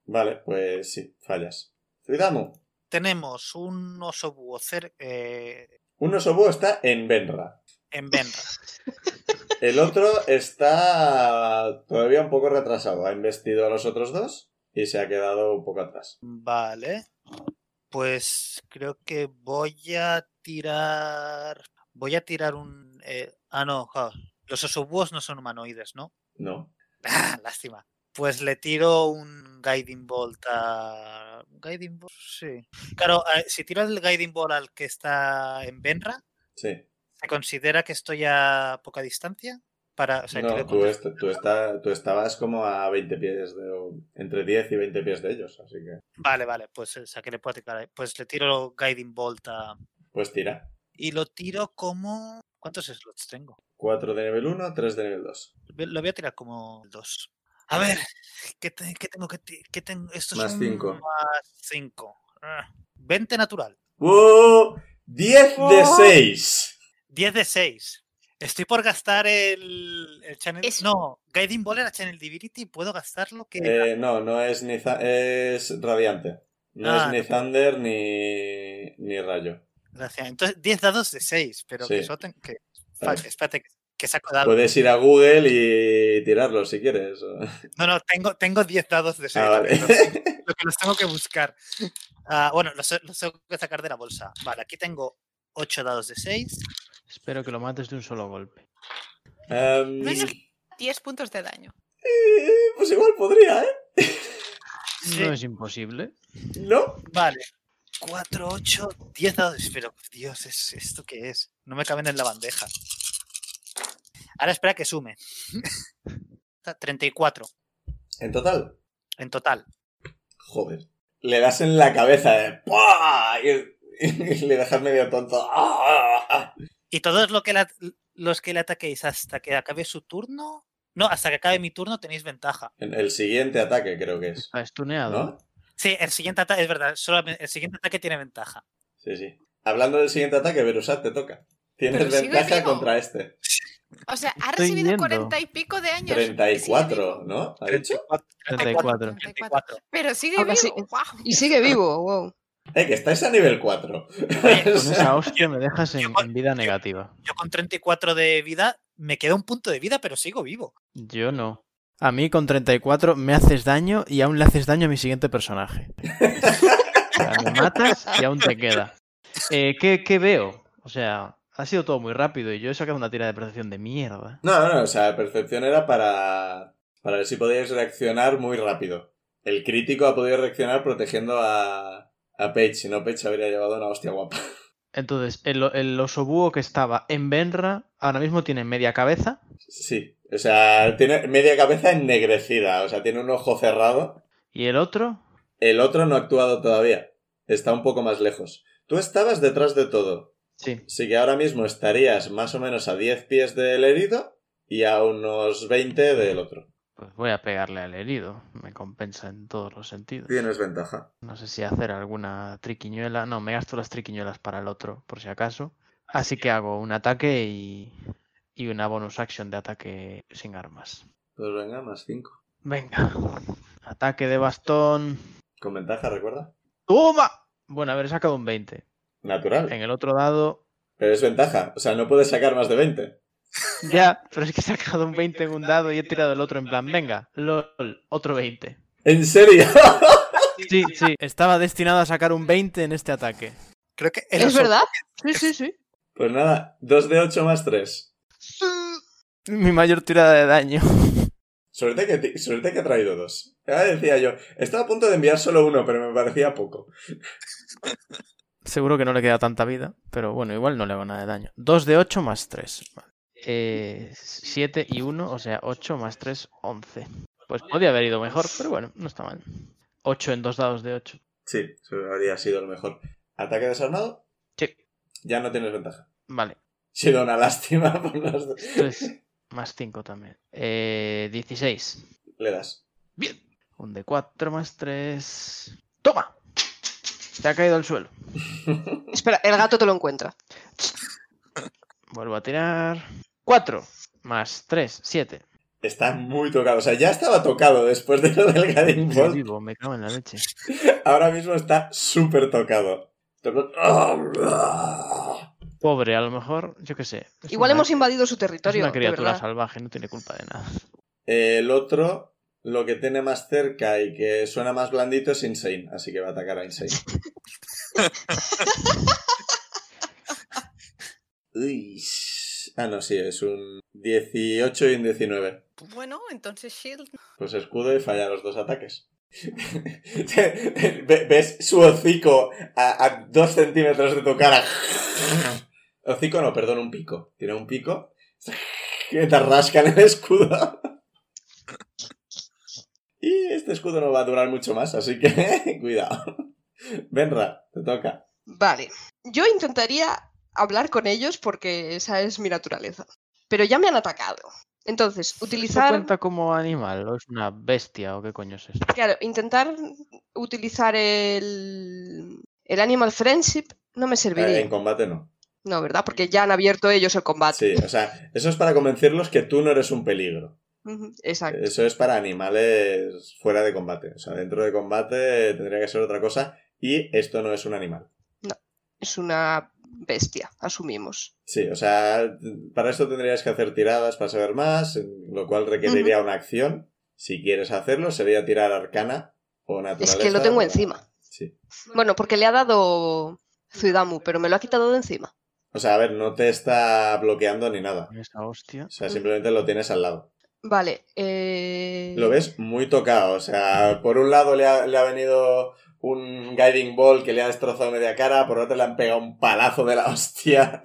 S1: Vale, pues sí, fallas. Zuidamu,
S4: Tenemos un oso búho cer- eh,
S1: un osobú está en Benra.
S4: en Benra.
S1: El otro está todavía un poco retrasado. Ha investido a los otros dos y se ha quedado un poco atrás.
S4: Vale. Pues creo que voy a tirar. Voy a tirar un. eh, ah, no. ja, Los osobúos no son humanoides, ¿no?
S1: No.
S4: Ah, lástima. Pues le tiro un Guiding Bolt a. Guiding Bolt, sí. Claro, eh, si tiro el Guiding Bolt al que está en Benra,
S1: Sí.
S4: ¿se considera que estoy a poca distancia? Para, o sea,
S1: No,
S4: tiro
S1: tú,
S4: con-
S1: est- tú, está- tú estabas como a 20 pies, de, o entre 10 y 20 pies de ellos, así que.
S4: Vale, vale, pues eh, o sea, que le puedo tirar ahí. Pues le tiro Guiding Bolt a.
S1: Pues tira.
S4: Y lo tiro como. ¿Cuántos slots tengo?
S1: 4 de nivel 1, 3 de nivel 2.
S4: lo voy a tirar como dos. A ver, ¿qué, te- qué tengo que ti- qué tengo? Esto es
S1: Ah, Más
S4: un
S1: cinco.
S4: Más cinco. Ah, 20 natural.
S1: ¡Uh! ¡10 de
S4: Oh.
S1: 6!
S4: 10 de 6. Estoy por gastar el, el Channel...
S8: Es-
S4: No, Guiding Ball era Channel Divinity. ¿Puedo gastar lo que...?
S1: Eh, no, no es ni za- es radiante. No
S4: Ah,
S1: es ni
S4: no.
S1: Thunder ni, ni rayo.
S4: Gracias. Entonces, 10 dados de 6. Pero
S1: Sí. Ah.
S4: que eso ten- que- fa-
S1: Vale.
S4: Espérate, que- que saco dados.
S1: Puedes ir a Google y tirarlo si quieres.
S4: No, no, tengo, tengo 10 dados de 6.
S1: Ah, vale.
S4: Lo que los tengo que buscar. Ah, bueno, los, los tengo que sacar de la bolsa. Vale, aquí tengo 8 dados de 6.
S5: Espero que lo mates de un solo golpe.
S1: Em,
S2: No es el- 10 puntos de daño.
S1: eh, pues igual podría, ¿eh?
S4: Sí.
S5: No es imposible.
S1: ¿No?
S4: Vale. 4, 8, 10 dados. Pero, Dios, ¿es- ¿esto qué es? No me caben en la bandeja. Ahora espera que sume. Está 34
S1: En total.
S4: en total.
S1: Joder. Le das en la cabeza, ¿eh? ¡Pua! Y, y le dejas medio tonto. ¡Ah, ah, ah!
S4: Y todos lo que la- los que le ataquéis hasta que acabe su turno. No, hasta que acabe mi turno tenéis ventaja.
S1: En El siguiente ataque creo que es.
S5: Está estuneado.
S1: ¿No?
S4: Sí, el siguiente ataque, es verdad, solo el siguiente ataque tiene ventaja.
S1: Sí, sí. Hablando del siguiente ataque, Verusat, te toca. Tienes
S8: Pero sigue
S1: ventaja
S8: vivo.
S1: contra este.
S8: O sea, ha
S5: Estoy
S8: recibido
S5: viendo.
S8: 40 y pico de años. y sigue
S1: 34,
S8: vivo.
S1: ¿no? ¿Ha dicho?
S5: 34.
S4: 34.
S8: Pero sigue
S6: Ahora
S8: vivo.
S6: sí.
S8: guau.
S6: Y sigue vivo, wow.
S1: Eh, que estáis a nivel 4.
S4: Oye,
S5: Con esa hostia me dejas en,
S4: Yo-
S5: en vida
S4: yo-
S5: negativa.
S4: Yo con 34 de vida me queda un punto de vida, pero sigo vivo.
S5: Yo no.
S7: A mí con 34 me haces daño y aún le haces daño a mi siguiente personaje.
S5: O sea, me matas y aún te queda. Eh, ¿qué, qué veo? O sea, ha sido todo muy rápido y yo he sacado una tira de percepción de mierda.
S1: No, no, o sea, percepción era para, para ver si podíais reaccionar muy rápido. El crítico ha podido reaccionar protegiendo a, a Paige, si no Paige habría llevado una hostia guapa.
S5: Entonces, el, el oso búho que estaba en Benra ahora mismo tiene media cabeza
S1: Sí, o sea, tiene media cabeza ennegrecida, o sea, tiene un ojo cerrado.
S5: y el otro
S1: El otro no ha actuado todavía, está un poco más lejos. Tú estabas detrás de todo,
S5: Sí,
S1: así que ahora mismo estarías más o menos a 10 pies del herido y a unos 20 del otro.
S5: pues voy a pegarle al herido. Me compensa en todos los sentidos.
S1: Tienes ventaja.
S5: No sé si hacer alguna triquiñuela. No, me gasto las triquiñuelas para el otro, por si acaso. Así que hago un ataque y, y una bonus action de ataque sin armas.
S1: Pues venga, más 5.
S5: Venga. Ataque de bastón.
S1: Con ventaja, recuerda.
S5: ¡Toma! Bueno, haber sacado un 20.
S1: Natural.
S5: En el otro dado.
S1: Pero es ventaja, o sea, no puedes sacar más de 20.
S5: Ya, pero es que he sacado un 20 en un dado y he tirado el otro en plan. Venga, lol, otro 20.
S1: ¿En serio?
S5: Sí, sí.
S7: Estaba destinado a sacar un 20 en este ataque.
S4: Creo que el
S6: ¿Es
S4: oso-
S6: verdad? Sí, sí, sí.
S1: Pues nada, 2 de 8 más 3.
S6: Mm,
S7: Mi mayor tirada de daño.
S1: Suerte que, ti- suerte que ha traído dos. Ya decía yo, estaba a punto de enviar solo uno, pero me parecía poco.
S7: Seguro que no le queda tanta vida, pero bueno, igual no le hago nada de daño. 2 de 8 más 3.
S5: 7 Eh, y 1, o sea, 8 más 3, 11. Pues podía haber ido mejor, pero bueno, no está mal. 8 en dos dados de 8.
S1: Sí, eso habría sido lo mejor. ¿Ataque desarmado?
S5: Sí,
S1: Ya no tienes ventaja.
S5: vale.
S1: Sido una lástima. por los dos.
S5: Esto es más 5 también. Eh, 16.
S1: Le das.
S5: Bien. Un de 4 más 3. ¡Toma! Se ha caído al suelo.
S6: Espera, el gato te lo encuentra.
S5: Vuelvo a tirar. 4 más 3, 7.
S1: Está muy tocado. O sea, ya estaba tocado después de lo del Garden Ball.
S5: Vivo, me cago en la leche.
S1: Ahora mismo está súper tocado.
S5: Pobre, a lo mejor, yo qué sé. Es
S6: Igual
S5: una-
S6: hemos invadido su
S5: Es
S6: territorio.
S5: una
S6: de
S5: criatura
S6: verdad.
S5: salvaje, no tiene culpa de nada.
S1: El otro, lo que tiene más cerca y que suena más blandito es Insane, así que va a atacar a Insane. Uy. Ah, no, sí, es un 18 y un 19.
S2: Bueno, entonces Shield.
S1: Pues escudo y falla los dos ataques. Ve- ¿Ves su hocico a, a dos centímetros de tu cara? Hocico no, perdón, un pico. Tiene un pico que te rasca en el escudo. Y este escudo no va a durar mucho más, así que cuidado. Benra, te toca.
S6: Vale. Yo intentaría hablar con ellos porque esa es mi naturaleza. Pero ya me han atacado. Entonces,
S5: ¿Eso
S6: utilizar.
S5: cuenta como animal o es una bestia o qué coño es esto?
S6: Claro, intentar utilizar el, el Animal Friendship no me
S1: Eh,
S6: serviría.
S1: en combate no.
S6: No, ¿verdad? Porque ya han abierto ellos el combate.
S1: Sí, o sea, eso es para convencerlos que tú no eres un peligro.
S6: Ujú, Exacto.
S1: Eso es para animales fuera de combate. O sea, dentro de combate tendría que ser otra cosa y esto no es un animal.
S6: Es una bestia, asumimos.
S1: Sí, o sea, para esto tendrías que hacer tiradas para saber más, lo cual requeriría una acción. Si quieres hacerlo, sería tirar arcana o
S6: Es
S1: naturaleza.
S6: que lo tengo
S1: para-
S6: encima.
S1: Sí.
S6: Bueno, porque le ha dado Zuidamu, pero me lo ha quitado de encima.
S1: O sea, a ver, no te está bloqueando ni nada.
S5: Esa hostia.
S1: O sea, simplemente lo tienes al lado.
S6: Vale. eh,
S1: Lo ves muy tocado. O sea, por un lado le ha, le ha venido un guiding ball que le ha destrozado media cara, por otro le han pegado un palazo de la hostia.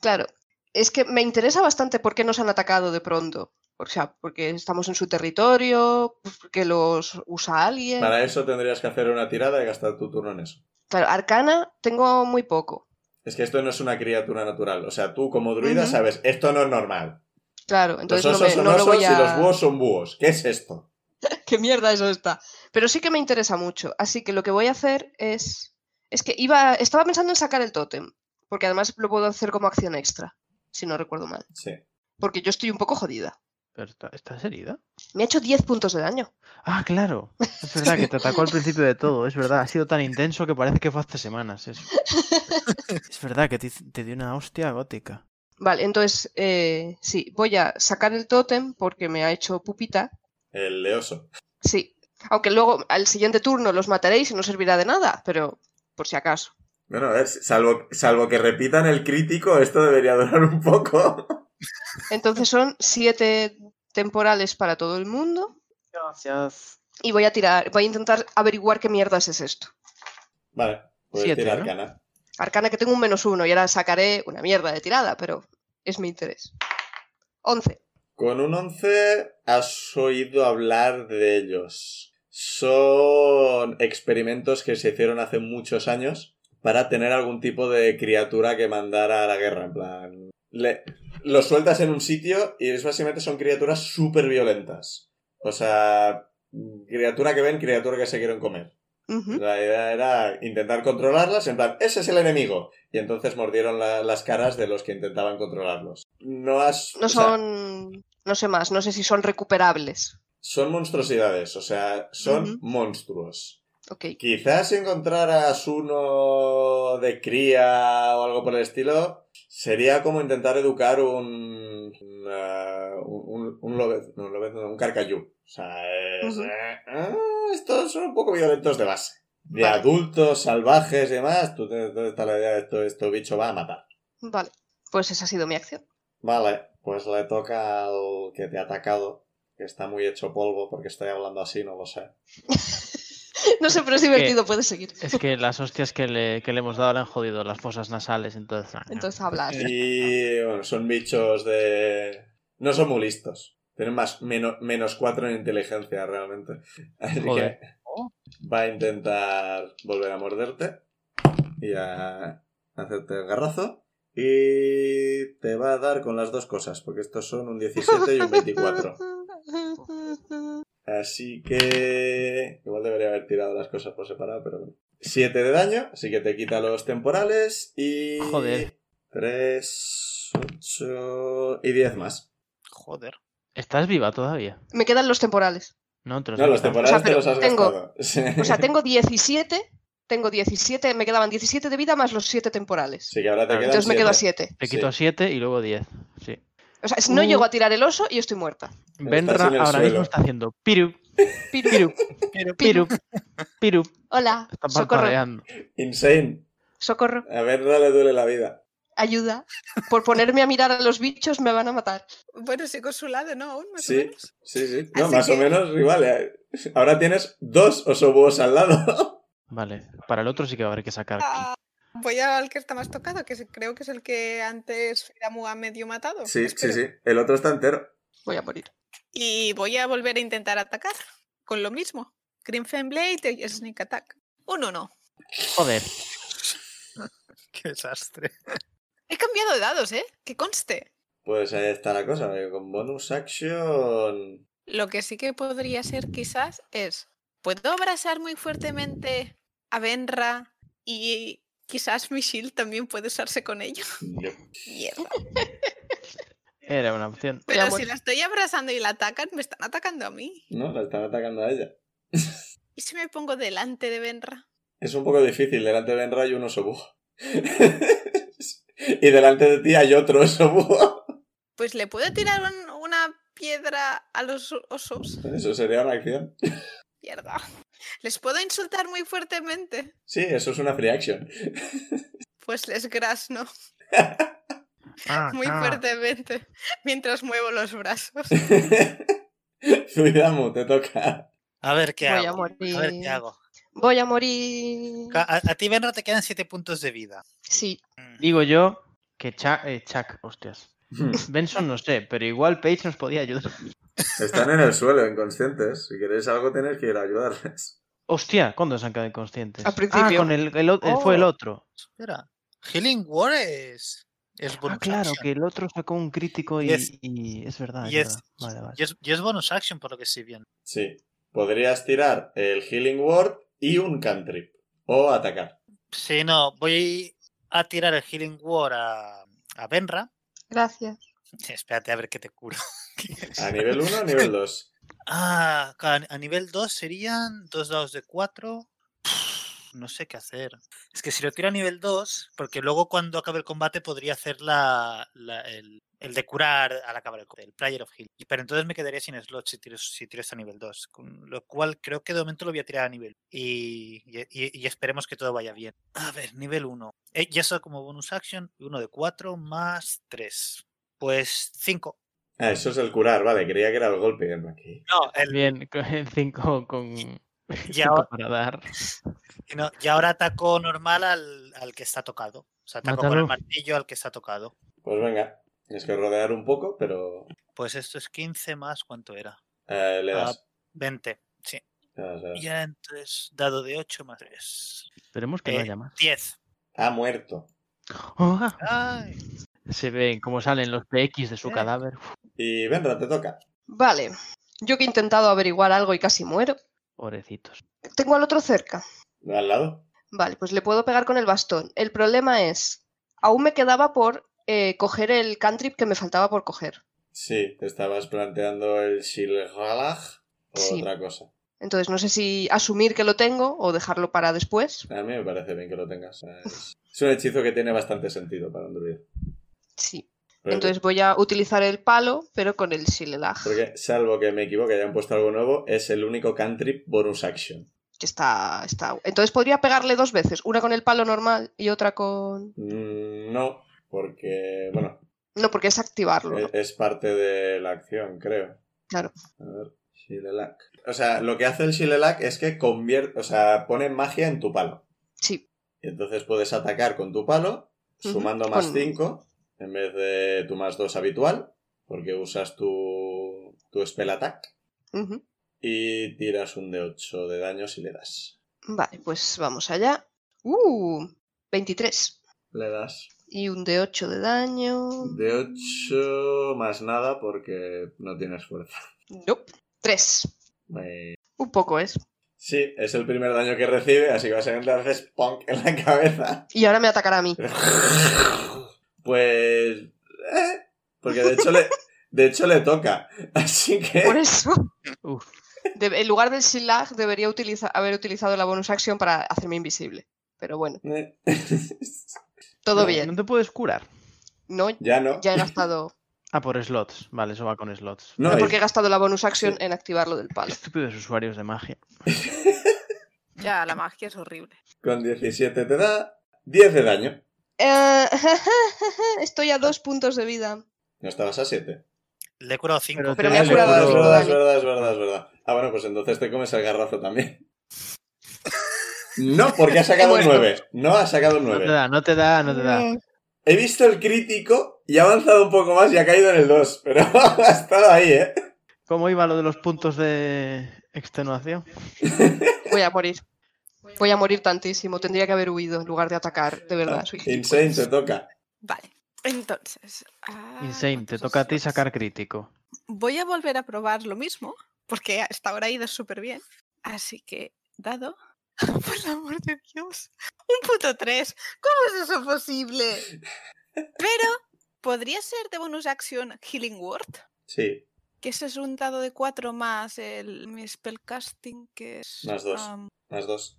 S6: Claro. Es que me interesa bastante por qué nos han atacado de pronto. O sea, porque estamos en su territorio, pues porque los usa alguien.
S1: Para eso tendrías que hacer una tirada y gastar tu turno en eso.
S6: Claro, arcana tengo muy poco.
S1: Es que esto no es una criatura natural. O sea, tú como druida
S6: Ujú.
S1: sabes, esto no es normal.
S6: Claro, entonces
S1: los
S6: no, me,
S1: osos son
S6: no lo
S1: osos
S6: voy a...
S1: y los búhos son búhos. ¿Qué es esto?
S6: ¿Qué mierda eso está? Pero sí que me interesa mucho. Así que lo que voy a hacer es. Es que iba. Estaba pensando en sacar el tótem. Porque además lo puedo hacer como acción extra, si no recuerdo mal.
S1: Sí.
S6: Porque yo estoy un poco jodida.
S5: Pero está- ¿Estás herida?
S6: Me ha hecho 10 puntos de daño.
S5: Ah, claro. Es verdad que te atacó al principio de todo. Es verdad. Ha sido tan intenso que parece que fue hace semanas eso.
S7: Es verdad que te, hiz- te dio una hostia gótica.
S6: Vale, entonces, eh, sí, voy a sacar el tótem porque me ha hecho pupita.
S1: El leoso.
S6: Sí. Aunque luego al siguiente turno los mataréis y no servirá de nada, pero por si acaso.
S1: Bueno, a ver, salvo, salvo que repitan el crítico, esto debería durar un poco.
S6: Entonces son siete temporales para todo el mundo. Y voy a tirar, voy a intentar averiguar qué mierdas es esto.
S1: Vale, puedes
S5: Siete,
S1: tirar
S5: ¿no?
S1: arcana.
S6: Arcana que tengo un menos uno y ahora sacaré una mierda de tirada, pero es mi interés. 11.
S1: Con un 11 has oído hablar de ellos. Son experimentos que se hicieron hace muchos años para tener algún tipo de criatura que mandara a la guerra. En plan, le- los sueltas en un sitio y es básicamente son criaturas súper violentas. O sea, criatura que ven, criatura que se quieren comer.
S6: Ujú.
S1: La idea era intentar controlarlas, en plan, ese es el enemigo. Y entonces mordieron la- las caras de los que intentaban controlarlos. No has.
S6: No
S1: o sea,
S6: son. no sé más, no sé si son recuperables.
S1: son monstruosidades, o sea, son
S6: Ujú.
S1: monstruos.
S6: Ok.
S1: Quizás si encontraras uno de cría o algo por el estilo, sería como intentar educar un. una- un, un, un lobe- no, un lobe- no, un carcayú. O sea, es-
S6: Ujú.
S1: eh, ah, estos son un poco violentos de base. De
S6: Vale.
S1: adultos, salvajes y demás, tú tienes toda esta la idea de esto, esto bicho va a matar.
S6: Vale. Pues esa ha sido mi acción.
S1: Vale, pues le toca al que te ha atacado, que está muy hecho polvo porque estoy hablando así, no lo sé.
S6: No sé, pero es
S5: Es que-
S6: divertido, puedes seguir.
S5: Es que las hostias que le, que le hemos dado le han jodido las fosas nasales, entonces.
S6: Entonces
S1: Ah,
S6: hablas.
S1: eh, Y bueno, son bichos de. No son muy listos. Tienen más, meno- menos 4 en inteligencia realmente. Así
S5: Joder.
S1: que va a intentar volver a morderte y a hacerte el garrazo. Y te va a dar con las dos cosas, porque estos son un 17 y un 24. Así que. Igual debería haber tirado las cosas por separado, pero bueno. 7 de daño, así que te quita los temporales y.
S5: Joder.
S1: 3, 8 y 10 más.
S4: Joder.
S5: ¿Estás viva todavía?
S6: Me quedan los temporales.
S5: No, te los
S1: No,
S5: he
S1: los
S5: quitado.
S6: O
S1: temporales
S6: sea,
S1: te
S6: pero
S1: los has
S6: tengo-
S1: gastado. Sí.
S6: O sea, tengo 17. Tengo 17. Me quedaban 17 de vida más los 7 temporales.
S1: Así que ahora te
S5: Claro.
S1: quedan
S6: Entonces me quedo a
S1: siete.
S6: 7.
S5: Te quito 7 y luego 10. Sí.
S6: O sea, no
S5: Uh.
S6: llego a tirar el oso y estoy muerta.
S1: en
S5: Benra
S1: el
S5: ahora
S1: suelo.
S5: mismo está haciendo piru,
S6: Piru,
S5: piru,
S4: Pero
S5: piru, piru.
S6: Hola.
S5: Está
S6: Socorro.
S5: parpadeando.
S1: Insane.
S6: Socorro.
S1: A ver, no le duele la vida.
S6: ayuda. Por ponerme a mirar a los bichos me van a matar.
S2: Bueno, sigo su lado, ¿no? Aún más
S1: Sí.
S2: o menos.
S1: Sí, sí. No,
S2: Así
S1: más o
S2: que-
S1: menos igual. eh. Ahora tienes dos osobúos al lado.
S5: Vale, para el otro sí que va a haber que sacar.
S2: Ah, voy al que está más tocado, que se- creo que es el que antes Fidamu ha medio matado. espero.
S1: El otro está entero.
S6: Voy a morir.
S2: Y voy a volver a intentar atacar con lo mismo. Grimfen Blade y Sneak Attack. Un 1.
S5: Joder,
S4: qué desastre.
S2: He cambiado de dados, ¿eh? Que conste.
S1: Pues ahí está la cosa, que con bonus action.
S2: Lo que sí que podría ser quizás es, ¿puedo abrazar muy fuertemente a Benra y quizás mi shield también puede usarse con ello?
S1: No.
S2: Mierda.
S5: Era una opción.
S2: Pero
S6: bueno.
S2: si la estoy abrazando y la atacan, me están atacando a mí.
S1: No, la están atacando a ella.
S2: ¿Y si me pongo delante de Benra?
S1: Es un poco difícil, delante de Benra hay un oso búho. y delante de ti hay otro oso búho.
S2: Pues le puedo tirar un- una piedra a los osos.
S1: Eso sería una acción.
S2: Mierda. Les puedo insultar muy fuertemente.
S1: Sí, eso es una free action.
S2: Pues les grasno
S4: Ah,
S2: muy
S4: ah.
S2: fuertemente mientras muevo los brazos.
S1: Zuidamu, te toca.
S4: A ver qué
S6: Voy a
S4: hago.
S6: morir.
S4: A ver qué hago.
S6: Voy a morir.
S4: Ca- A, a ti, Benra, te quedan 7 puntos de vida. Mm,
S6: Sí,
S5: Digo yo que Chuck, eh, Chuck, hostias.
S1: Hmm,
S5: Benson no sé, pero igual Page nos podía ayudar.
S1: Están en el suelo, inconscientes. Si queréis algo, tenéis que ir a ayudarles.
S5: Hostia, ¿cuándo se han quedado inconscientes?
S6: Al principio.
S5: Ah, con el, el o- el- fue el
S4: Oh.
S5: otro.
S4: Espera. Healing War es. Es
S5: Ah,
S4: bonus
S5: claro,
S4: action.
S5: que el otro sacó un crítico y,
S4: Y es-
S5: y es verdad. es
S4: y es-
S5: verdad. Vale, vale.
S4: Y es, y es bonus action, por lo que estoy viendo.
S1: Sí. Podrías tirar el Healing Word y un cantrip. O atacar.
S4: Sí, no, voy a tirar el Healing War a, a Benra.
S6: gracias.
S4: Espérate a ver qué te curo.
S1: ¿A nivel 1 o nivel 2?
S4: Ah, a, a nivel 2 serían dos dados de 4. No sé qué hacer. Es que si lo tiro a nivel 2, porque luego cuando acabe el combate podría hacer la, la- el, el de curar al acabar el combate, el Player of Heal. Pero entonces me quedaría sin slots si tiro, si tiro esto a nivel 2. Con lo cual creo que de momento lo voy a tirar a nivel. Y, y- y- y esperemos que todo vaya bien. A ver, nivel 1. y eso como bonus action, 1 de 4 más 3. Pues 5.
S1: Ah, eso es el curar, vale. Creía que era el golpe. Aquí.
S4: No, el,
S5: Bien, con el 5 con.
S4: y
S5: cinco
S4: ahora-
S5: para dar.
S4: Y, no- y ahora ataco normal al, al que está tocado. O sea, ataco con el
S5: Mátalo.
S4: martillo al que está tocado.
S1: Pues venga. Tienes que rodear un poco, pero
S4: Pues esto es 15 más, ¿cuánto era?
S1: eh,
S6: Ah.
S1: le das.
S4: 20. Sí.
S1: Le das, le das.
S4: Y ahora entonces, dado de 8 más 3.
S5: Esperemos que no
S4: Eh,
S5: haya más.
S4: 10.
S1: Ha muerto.
S5: ¡Ah!
S4: Ay,
S5: Se ven cómo salen los PX de su
S4: Eh.
S5: cadáver. Uf,
S1: Y Benra, te toca.
S6: Vale, yo que he intentado averiguar algo y casi muero.
S5: pobrecitos.
S6: Tengo al otro cerca.
S1: Al lado.
S6: Vale, pues le puedo pegar con el bastón. El problema es, aún me quedaba por eh, coger el cantrip que me faltaba por coger.
S1: Sí, te estabas planteando el Shilgalach o
S6: Sí.
S1: otra cosa.
S6: Entonces no sé si asumir que lo tengo o dejarlo para después.
S1: A mí me parece bien que lo tengas. O sea, Es, es un hechizo que tiene bastante sentido para un druida.
S6: Sí.
S1: Pero-
S6: Entonces voy a utilizar el palo, pero con el Silelag, que
S1: Porque, salvo que me equivoque, hayan puesto algo nuevo, es el único cantrip bonus action.
S6: está, está... Entonces podría pegarle dos veces, una con el palo normal y otra con...
S1: Mm, No, porque, bueno,
S6: No, porque es activarlo.
S1: e-
S6: ¿no?
S1: es parte de la acción, creo.
S6: Claro.
S1: A ver, Shilelak. O sea, lo que hace el Shilelak es que convierte, o sea, pone magia en tu palo.
S6: Sí,
S1: Y entonces puedes atacar con tu palo,
S6: Ujú,
S1: sumando más
S6: con-
S1: 5, en vez de tu más 2 habitual, porque usas tu, tu spell attack.
S6: ujú.
S1: Y tiras un de 8 de daño si le das.
S6: Vale, pues vamos allá. ¡Uh! 23.
S1: Le das.
S6: Y un de 8 de daño.
S1: De 8 más nada porque no tienes fuerza.
S6: Nope. 3.
S1: Eh,
S6: Un poco es.
S1: Sí, es el primer daño que recibe, así que básicamente le haces punk en la cabeza.
S6: Y ahora me atacará a mí.
S1: Pues. eh, porque de hecho le. De hecho le toca. Así que.
S6: Por eso,
S5: Uf,
S6: de- en lugar del Silag, debería utiliza- haber utilizado la bonus action para hacerme invisible. Pero bueno,
S1: Eh,
S6: todo
S1: No,
S6: bien.
S5: No te puedes curar.
S6: No,
S1: ya no.
S6: ya he gastado.
S5: Ah, por slots. Vale, eso va con slots.
S1: No,
S6: no,
S1: y-
S6: porque he gastado la bonus action en activarlo del palo.
S5: Estúpidos usuarios de magia.
S2: Ya, la magia es horrible.
S1: con 17 te da 10 de daño.
S6: Eh, estoy a dos puntos de vida.
S1: No estabas a 7.
S4: le he curado 5.
S6: Pero
S1: Ah,
S6: me
S1: es
S6: ha curado
S1: verdad,
S6: dos
S1: es verdad, es
S6: daños.
S1: verdad, es verdad, es verdad. Ah, bueno, pues entonces te comes el garrazo también. No, porque ha sacado un
S6: Bueno.
S1: 9. No ha sacado un
S5: No te
S1: 9.
S5: da, no te da, no te da.
S2: Mm.
S6: Eh.
S1: He visto el crítico y ha avanzado un poco más y ha caído en el 2. Pero ha estado ahí, ¿eh?
S5: ¿Cómo iba lo de los puntos de extenuación?
S6: Voy a morir. Voy
S5: Ah,
S6: a morir tantísimo. Tendría que haber huido en lugar de atacar. De verdad, soy gilipollas.
S1: Insane, te toca.
S2: Vale. Entonces. ah,
S5: Insane, te
S2: ¿cuántas
S5: toca a ti
S2: opciones?
S5: sacar crítico.
S2: Voy a volver a probar lo mismo, porque hasta ahora ha ido súper bien. Así que, dado. Por el amor de Dios. Un puto 3. ¿Cómo es eso posible? Pero, ¿podría ser de bonus action Healing Word?
S1: Sí,
S2: Que ese es un dado de 4 más el mi spellcasting, que es.
S1: Más dos.
S2: am,
S1: más dos.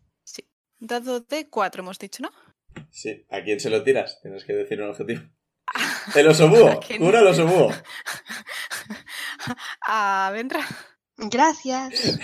S2: dado de 4, hemos dicho, ¿no?
S1: Sí, ¿a quién se lo tiras? Tienes que decir un objetivo. El osobúo,
S2: ¿A quién?
S1: cura el osobúo.
S2: Ah, vendrá.
S6: Gracias.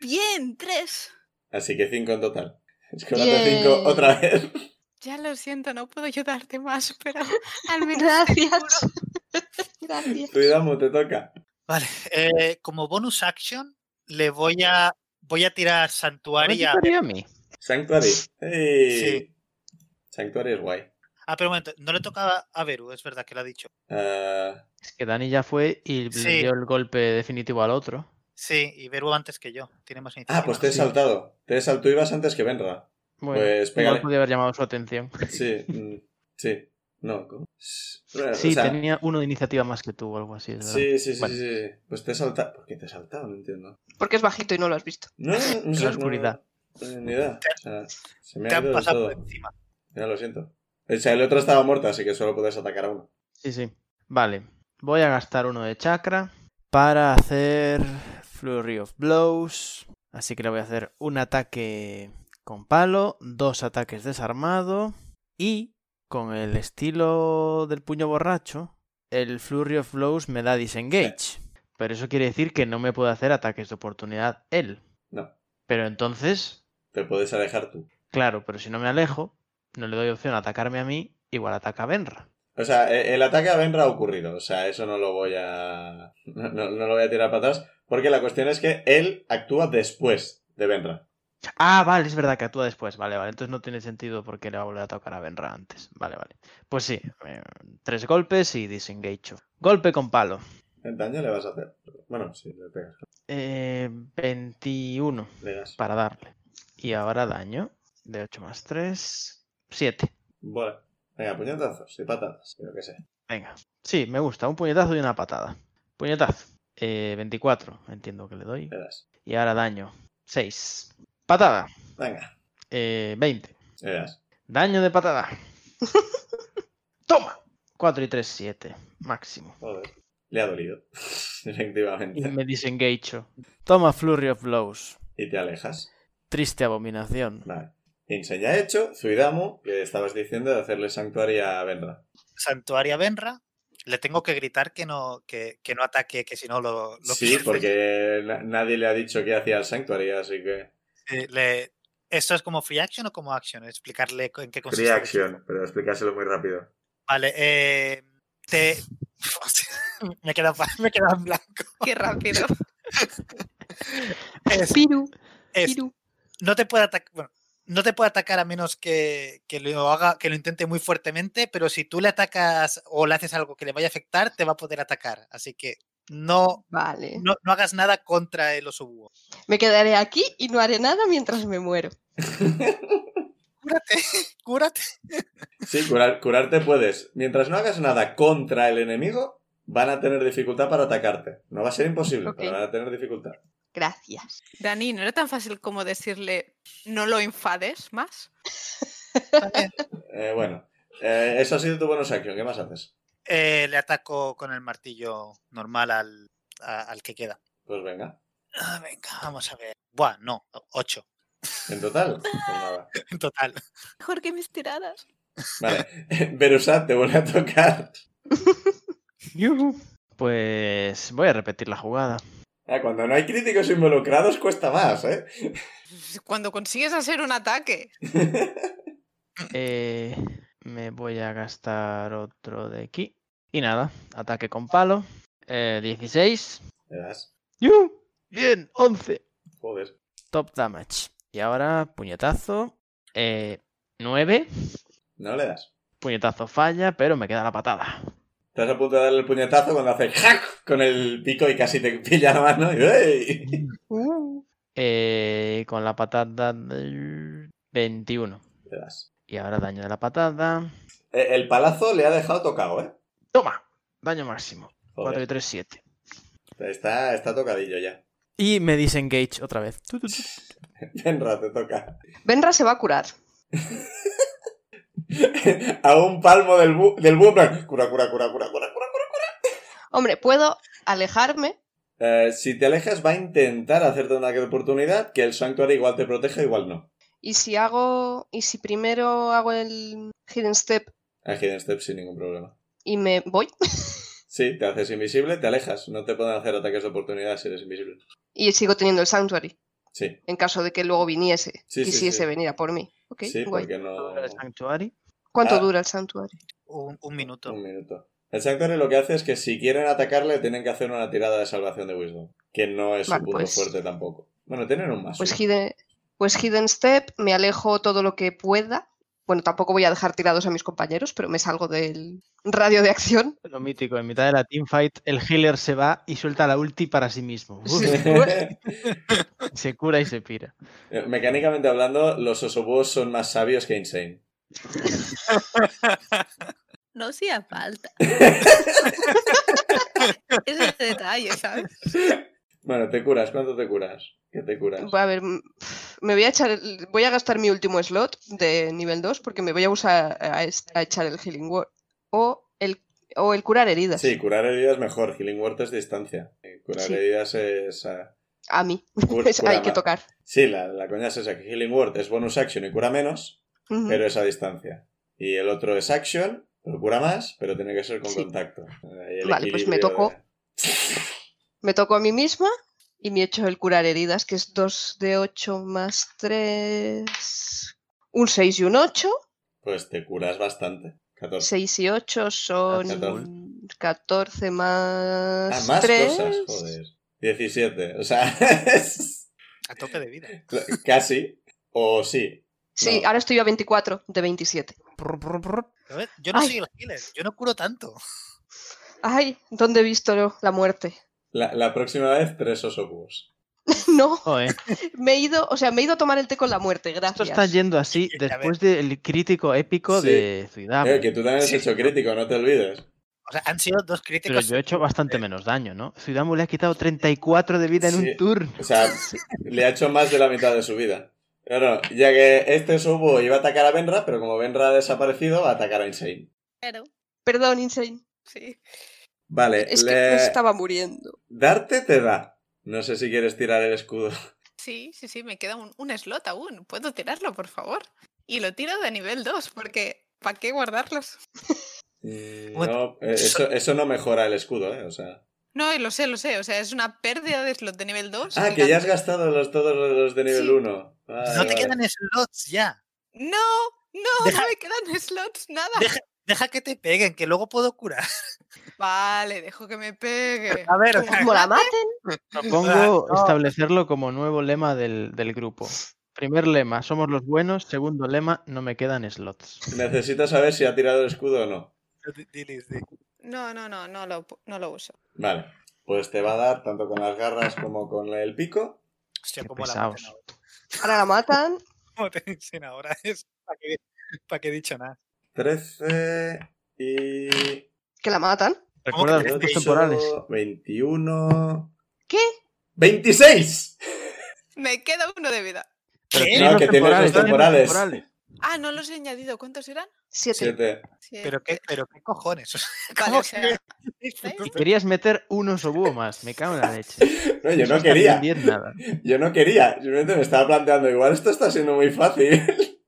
S2: Bien, 3.
S1: Así que cinco en total. Es que
S6: Bien.
S1: 5 otra vez.
S2: Ya lo siento, no puedo ayudarte más, pero al menos. te
S6: Gracias. Gracias.
S1: Cuidamo, te toca.
S4: Vale, eh, como bonus action, le voy a voy a tirar
S5: Me
S4: santuaria.
S5: gustaría a mí.
S1: Sanctuary. ¡Ey!
S4: Sí.
S1: Sanctuary es guay.
S4: Ah, pero un momento, no le toca a Beru, es verdad que lo ha dicho.
S1: Ah,
S5: Es que Dani ya fue y le
S4: Sí.
S5: dio el golpe definitivo al otro.
S4: Sí, y Beru antes que yo, tiene más iniciativa.
S1: ah, pues te he saltado. Te he saltado, tú ibas antes que Benra.
S5: Bueno,
S1: Pues
S5: igual
S1: pégale.
S5: podía haber llamado su atención.
S1: Sí, mm, sí. No, ¿cómo? Bueno,
S5: Sí,
S1: o sea,
S5: tenía uno de iniciativa más que tú o algo así. es verdad.
S1: Sí, sí, sí,
S5: Vale.
S1: sí, sí. Pues te he saltado. ¿Por qué te he saltado? No entiendo.
S6: Porque es bajito y no lo has visto.
S1: No, no, no sé,
S5: la oscuridad.
S1: no- no, ni idea. O sea, se me
S4: Te
S1: ha
S4: han
S1: ido del
S4: pasado eh. por
S1: todo.
S4: encima.
S1: Ya lo siento. O sea, el otro estaba muerto, así que solo puedes atacar a uno.
S5: Sí, sí. Vale. Voy a gastar uno de chakra.
S7: para hacer Flurry of Blows. Así que le voy a hacer un ataque con palo, dos ataques desarmado y con el estilo del puño borracho, el Flurry of Blows me da disengage.
S5: Pero eso quiere decir que no me puede hacer ataques de oportunidad él.
S1: No.
S5: Pero entonces,
S1: Te puedes alejar tú.
S5: claro, pero si no me alejo, no le doy opción a atacarme a mí, igual ataca a Benra.
S1: O sea, e- el ataque a Benra ha ocurrido. O sea, eso no lo voy a. No, no- no lo voy a tirar para atrás. Porque la cuestión es que él actúa después de Benra.
S5: Ah, vale, es verdad que actúa después. Vale, vale. Entonces no tiene sentido porque le va a volver a tocar a Benra antes. Vale, vale. Pues sí, eh, tres golpes y disengage. Golpe con palo.
S1: ¿El daño le vas a hacer? Bueno, sí, le pegas.
S5: Eh, 21
S1: Le das.
S5: para darle. Y ahora daño de 8 más 3, 7.
S1: Bueno. Venga, puñetazos y patadas, yo que sé.
S5: Venga. Sí, me gusta. Un puñetazo y una patada. Puñetazo. Eh, 24, entiendo que le doy.
S1: Le das.
S5: Y ahora daño. 6. Patada.
S1: Venga,
S5: Eh, 20.
S1: le das.
S5: Daño de patada. Toma. 4 y 3, 7. Máximo.
S1: Joder. Le ha dolido.
S5: Y
S1: Efectivamente.
S5: me disengage.
S7: Toma Flurry of Blows.
S1: Y te alejas.
S7: Triste abominación.
S1: Vale. Insane ya hecho, Zuidamu, que estabas diciendo de hacerle santuario a Benra.
S4: Santuaria Benra, le tengo que gritar que no, que, que no ataque, que si no lo, lo
S1: sí,
S4: pierde.
S1: porque na- nadie le ha dicho qué hacía el santuario, así que...
S4: Sí, le- ¿Esto es como free action o como action? Explicarle co- en qué consiste.
S1: pero explícaselo muy rápido.
S4: Vale, eh, te... me, he quedado, pa- me he quedado en blanco.
S2: Qué rápido.
S4: Es-
S6: Piru,
S4: es-
S6: piru.
S4: no te puede atacar. no te puede atacar a menos que, que lo haga, que lo intente muy fuertemente, pero si tú le atacas o le haces algo que le vaya a afectar, te va a poder atacar. Así que no,
S6: Vale.
S4: no, no hagas nada contra el oso búho.
S6: Me quedaré aquí y no haré nada mientras me muero.
S4: Cúrate, cúrate.
S1: Sí, curar- curarte puedes. Mientras no hagas nada contra el enemigo, van a tener dificultad para atacarte. No va a ser imposible,
S6: Ok.
S1: pero van a tener dificultad.
S6: Gracias.
S2: Dani, ¿no era tan fácil como decirle no lo enfades más?
S1: Eh, bueno, eh, eso ha sido tu bonus action. ¿Qué más haces?
S4: Eh, le ataco con el martillo normal al, a- al que queda.
S1: Pues venga.
S4: Ah, venga, vamos a ver. Buah, no, 8
S1: En total, pues nada.
S4: en total.
S2: Mejor que mis tiradas.
S1: Vale. Verusat te vuelve a tocar.
S5: Pues voy a repetir la jugada.
S1: Ah, Cuando no hay críticos involucrados cuesta más, ¿eh?
S2: Cuando consigues hacer un ataque.
S5: Eh, me voy a gastar otro de aquí. Y nada, ataque con palo. Eh, 16.
S1: Le das.
S5: ¡Yujú! Bien, 11.
S1: Joder.
S7: Top damage.
S5: Y ahora puñetazo. Eh, 9.
S1: No le das.
S5: Puñetazo falla, pero me queda la patada.
S1: Estás a punto de darle el puñetazo cuando hace ¡jac! con el pico y casi te pilla la mano. y ¡ey!
S6: Uh,
S2: Mm.
S5: Eh, con la patada del 21.
S1: Le das.
S5: Y ahora daño de la patada.
S1: Eh, El palazo le ha dejado tocado, ¿eh?
S5: ¡Toma! Daño máximo. 4 y
S1: Joder,
S5: 3, 7.
S1: está, está tocadillo ya.
S7: Y me disengage otra vez. Tu, tu, tu.
S1: Benra, te toca.
S6: Benra se va a curar.
S1: A un palmo del, bu del búho, en plan, Cura, cura, cura, cura, cura, cura.
S6: Hombre, puedo alejarme.
S1: Eh, si te alejas, va a intentar hacerte una oportunidad, que el santuario igual te proteja, igual no.
S6: Y si hago. Y si primero hago el Hidden Step
S1: A Hidden Step sin ningún problema.
S6: y me voy.
S1: Sí, te haces invisible, te alejas. No te pueden hacer ataques de oportunidad si eres invisible.
S6: Y sigo teniendo el Sanctuary.
S1: Sí,
S6: En caso de que luego viniese.
S1: Sí, sí,
S6: quisiese
S1: sí.
S6: venir a por mí. Ok,
S1: sí,
S6: guay.
S1: porque no.
S5: Ahora el Sanctuary.
S6: ¿Cuánto
S1: Ah.
S6: dura el Sanctuary?
S4: Un, un minuto.
S1: Un minuto. El Sanctuary lo que hace es que si quieren atacarle, tienen que hacer una tirada de salvación de Wisdom. Que no es
S6: Vale,
S1: un punto
S6: pues-
S1: fuerte tampoco. Bueno, tienen un más.
S6: Pues
S1: uno.
S6: hidden, pues hidden Step, me alejo todo lo que pueda. Bueno, tampoco voy a dejar tirados a mis compañeros, pero me salgo del radio de acción.
S5: Lo mítico, en mitad de la teamfight, el healer se va y suelta la ulti para sí mismo. Uf,
S6: Pues-
S5: se cura y se pira.
S1: Eh, Mecánicamente hablando, los osobúos son más sabios que Insane.
S8: No hacía falta. Ese es el detalle, ¿sabes?
S1: Bueno, te curas. ¿Cuánto te curas? ¿Qué te curas?
S6: Va A ver, mm, me voy a echar, el- voy a gastar mi último slot de nivel 2 porque me voy a usar a, es- a echar el Healing Word o el, o el curar heridas
S1: Sí, curar heridas mejor. Healing Word es distancia. Eh, Curar
S6: Sí.
S1: heridas es... ah,
S6: a mí.
S1: cur-
S6: Es-
S1: cura
S6: hay que
S1: ma-
S6: tocar.
S1: Sí, la, la coña es esa. que Healing Word es bonus action y cura menos,
S6: Ujú.
S1: pero es a distancia. Y el otro es action, pero cura más, pero tiene que ser con
S6: Sí.
S1: contacto. Ahí el
S6: Vale, pues me
S1: equilibrio
S6: tocó.
S1: de-
S6: Me toco a mí misma y me echo el curar heridas, que es 2 de 8 más 3. Un 6 y un 8.
S1: Pues te curas bastante. 14.
S6: 6 y 8 son 14 más,
S1: ah, más
S6: 3.
S1: cosas, joder. 17. O sea, es-
S4: A tope de vida.
S1: casi. O sí.
S6: Sí,
S1: No.
S6: ahora estoy a 24 de 27.
S7: Prr, prr, prr.
S4: A ver, Yo no
S6: Ay.
S4: soy el healer, yo no curo tanto.
S6: Ay, ¿dónde he visto lo- la muerte?
S1: La, la próxima vez, tres osobús.
S6: No,
S5: Joder,
S6: me he ido, o sea, me he ido a tomar el té con la muerte,
S5: esto
S6: gracias.
S5: está yendo así
S4: Sí, a ver.
S5: después del crítico épico
S1: Sí.
S5: de Ciudad.
S1: Eh, que tú también has hecho crítico, no te olvides.
S4: O sea, han sido dos
S5: Pero
S4: críticos.
S5: yo he hecho bastante menos daño, ¿no? Zuidamu le ha quitado 34 de vida en
S1: eh. Sí.
S5: un turno.
S1: O sea, le ha hecho más de la mitad de su vida. Claro, ya que este osobúo iba a atacar a Benra, pero como Benra ha desaparecido, va a atacar a Insane.
S8: Pero,
S6: Perdón, Insane.
S8: sí.
S1: Vale,
S6: Es que
S1: le-
S6: me estaba muriendo.
S1: darte te da. No sé si quieres tirar el escudo.
S8: Sí, sí, sí, me queda un, un slot aún. ¿Puedo tirarlo, por favor? Y lo tiro de nivel 2, porque ¿para qué guardarlos?
S1: Mm,
S4: Bueno,
S1: no, eh, eso, eso no mejora el escudo, ¿eh? O sea.
S8: No, y lo sé, lo sé. O sea, es una pérdida de slot de nivel 2.
S1: Ah, que ya has gastado los, todos los de nivel
S8: Sí.
S1: 1.
S4: No te quedan slots ya.
S8: No, no,
S4: Deja-
S8: no me quedan slots, nada.
S4: Deja- Deja que te peguen, que luego puedo curar.
S8: Vale, dejo que me pegue.
S4: A ver, o sea,
S6: Como la maten,
S5: Propongo
S4: no.
S5: establecerlo como nuevo lema del, del grupo. Primer lema, somos los buenos. Segundo lema, no me quedan slots.
S1: Necesito saber si ha tirado el escudo o no.
S4: di- diles, di-
S8: No, no, no, no lo, pu- no lo uso.
S1: Vale. Pues te va a dar tanto con las garras como con el pico.
S4: Hostia,
S5: Qué
S4: como la maten
S5: pesados.
S4: ahora.
S6: ahora la matan.
S4: Como te dicen ahora, es para qué, pa' qué he dicho nada.
S1: 13 y.
S6: Que la matan.
S5: Recuerda los
S4: te
S5: puntos
S4: he dicho?
S5: temporales.
S1: 21.
S6: ¿Qué?
S1: ¡26!
S8: Me queda uno de vida.
S4: ¿Qué?
S5: Pero
S1: No,
S5: los
S1: que tienes los temporales.
S8: Ah, no los he añadido. ¿cuántos eran?
S6: 7.
S1: 7.
S8: Siete.
S4: Pero qué, pero qué cojones. o sea,
S8: Vale,
S4: ¿cómo
S8: o sea,
S4: que-
S8: ¿veis?
S5: Querías meter unos obuo más, me cago en la leche.
S1: No, yo
S5: Eso
S1: no
S5: está
S1: quería.
S5: bien, bien, nada.
S1: Yo no quería. Simplemente me estaba planteando, igual esto está siendo muy fácil.
S6: Y-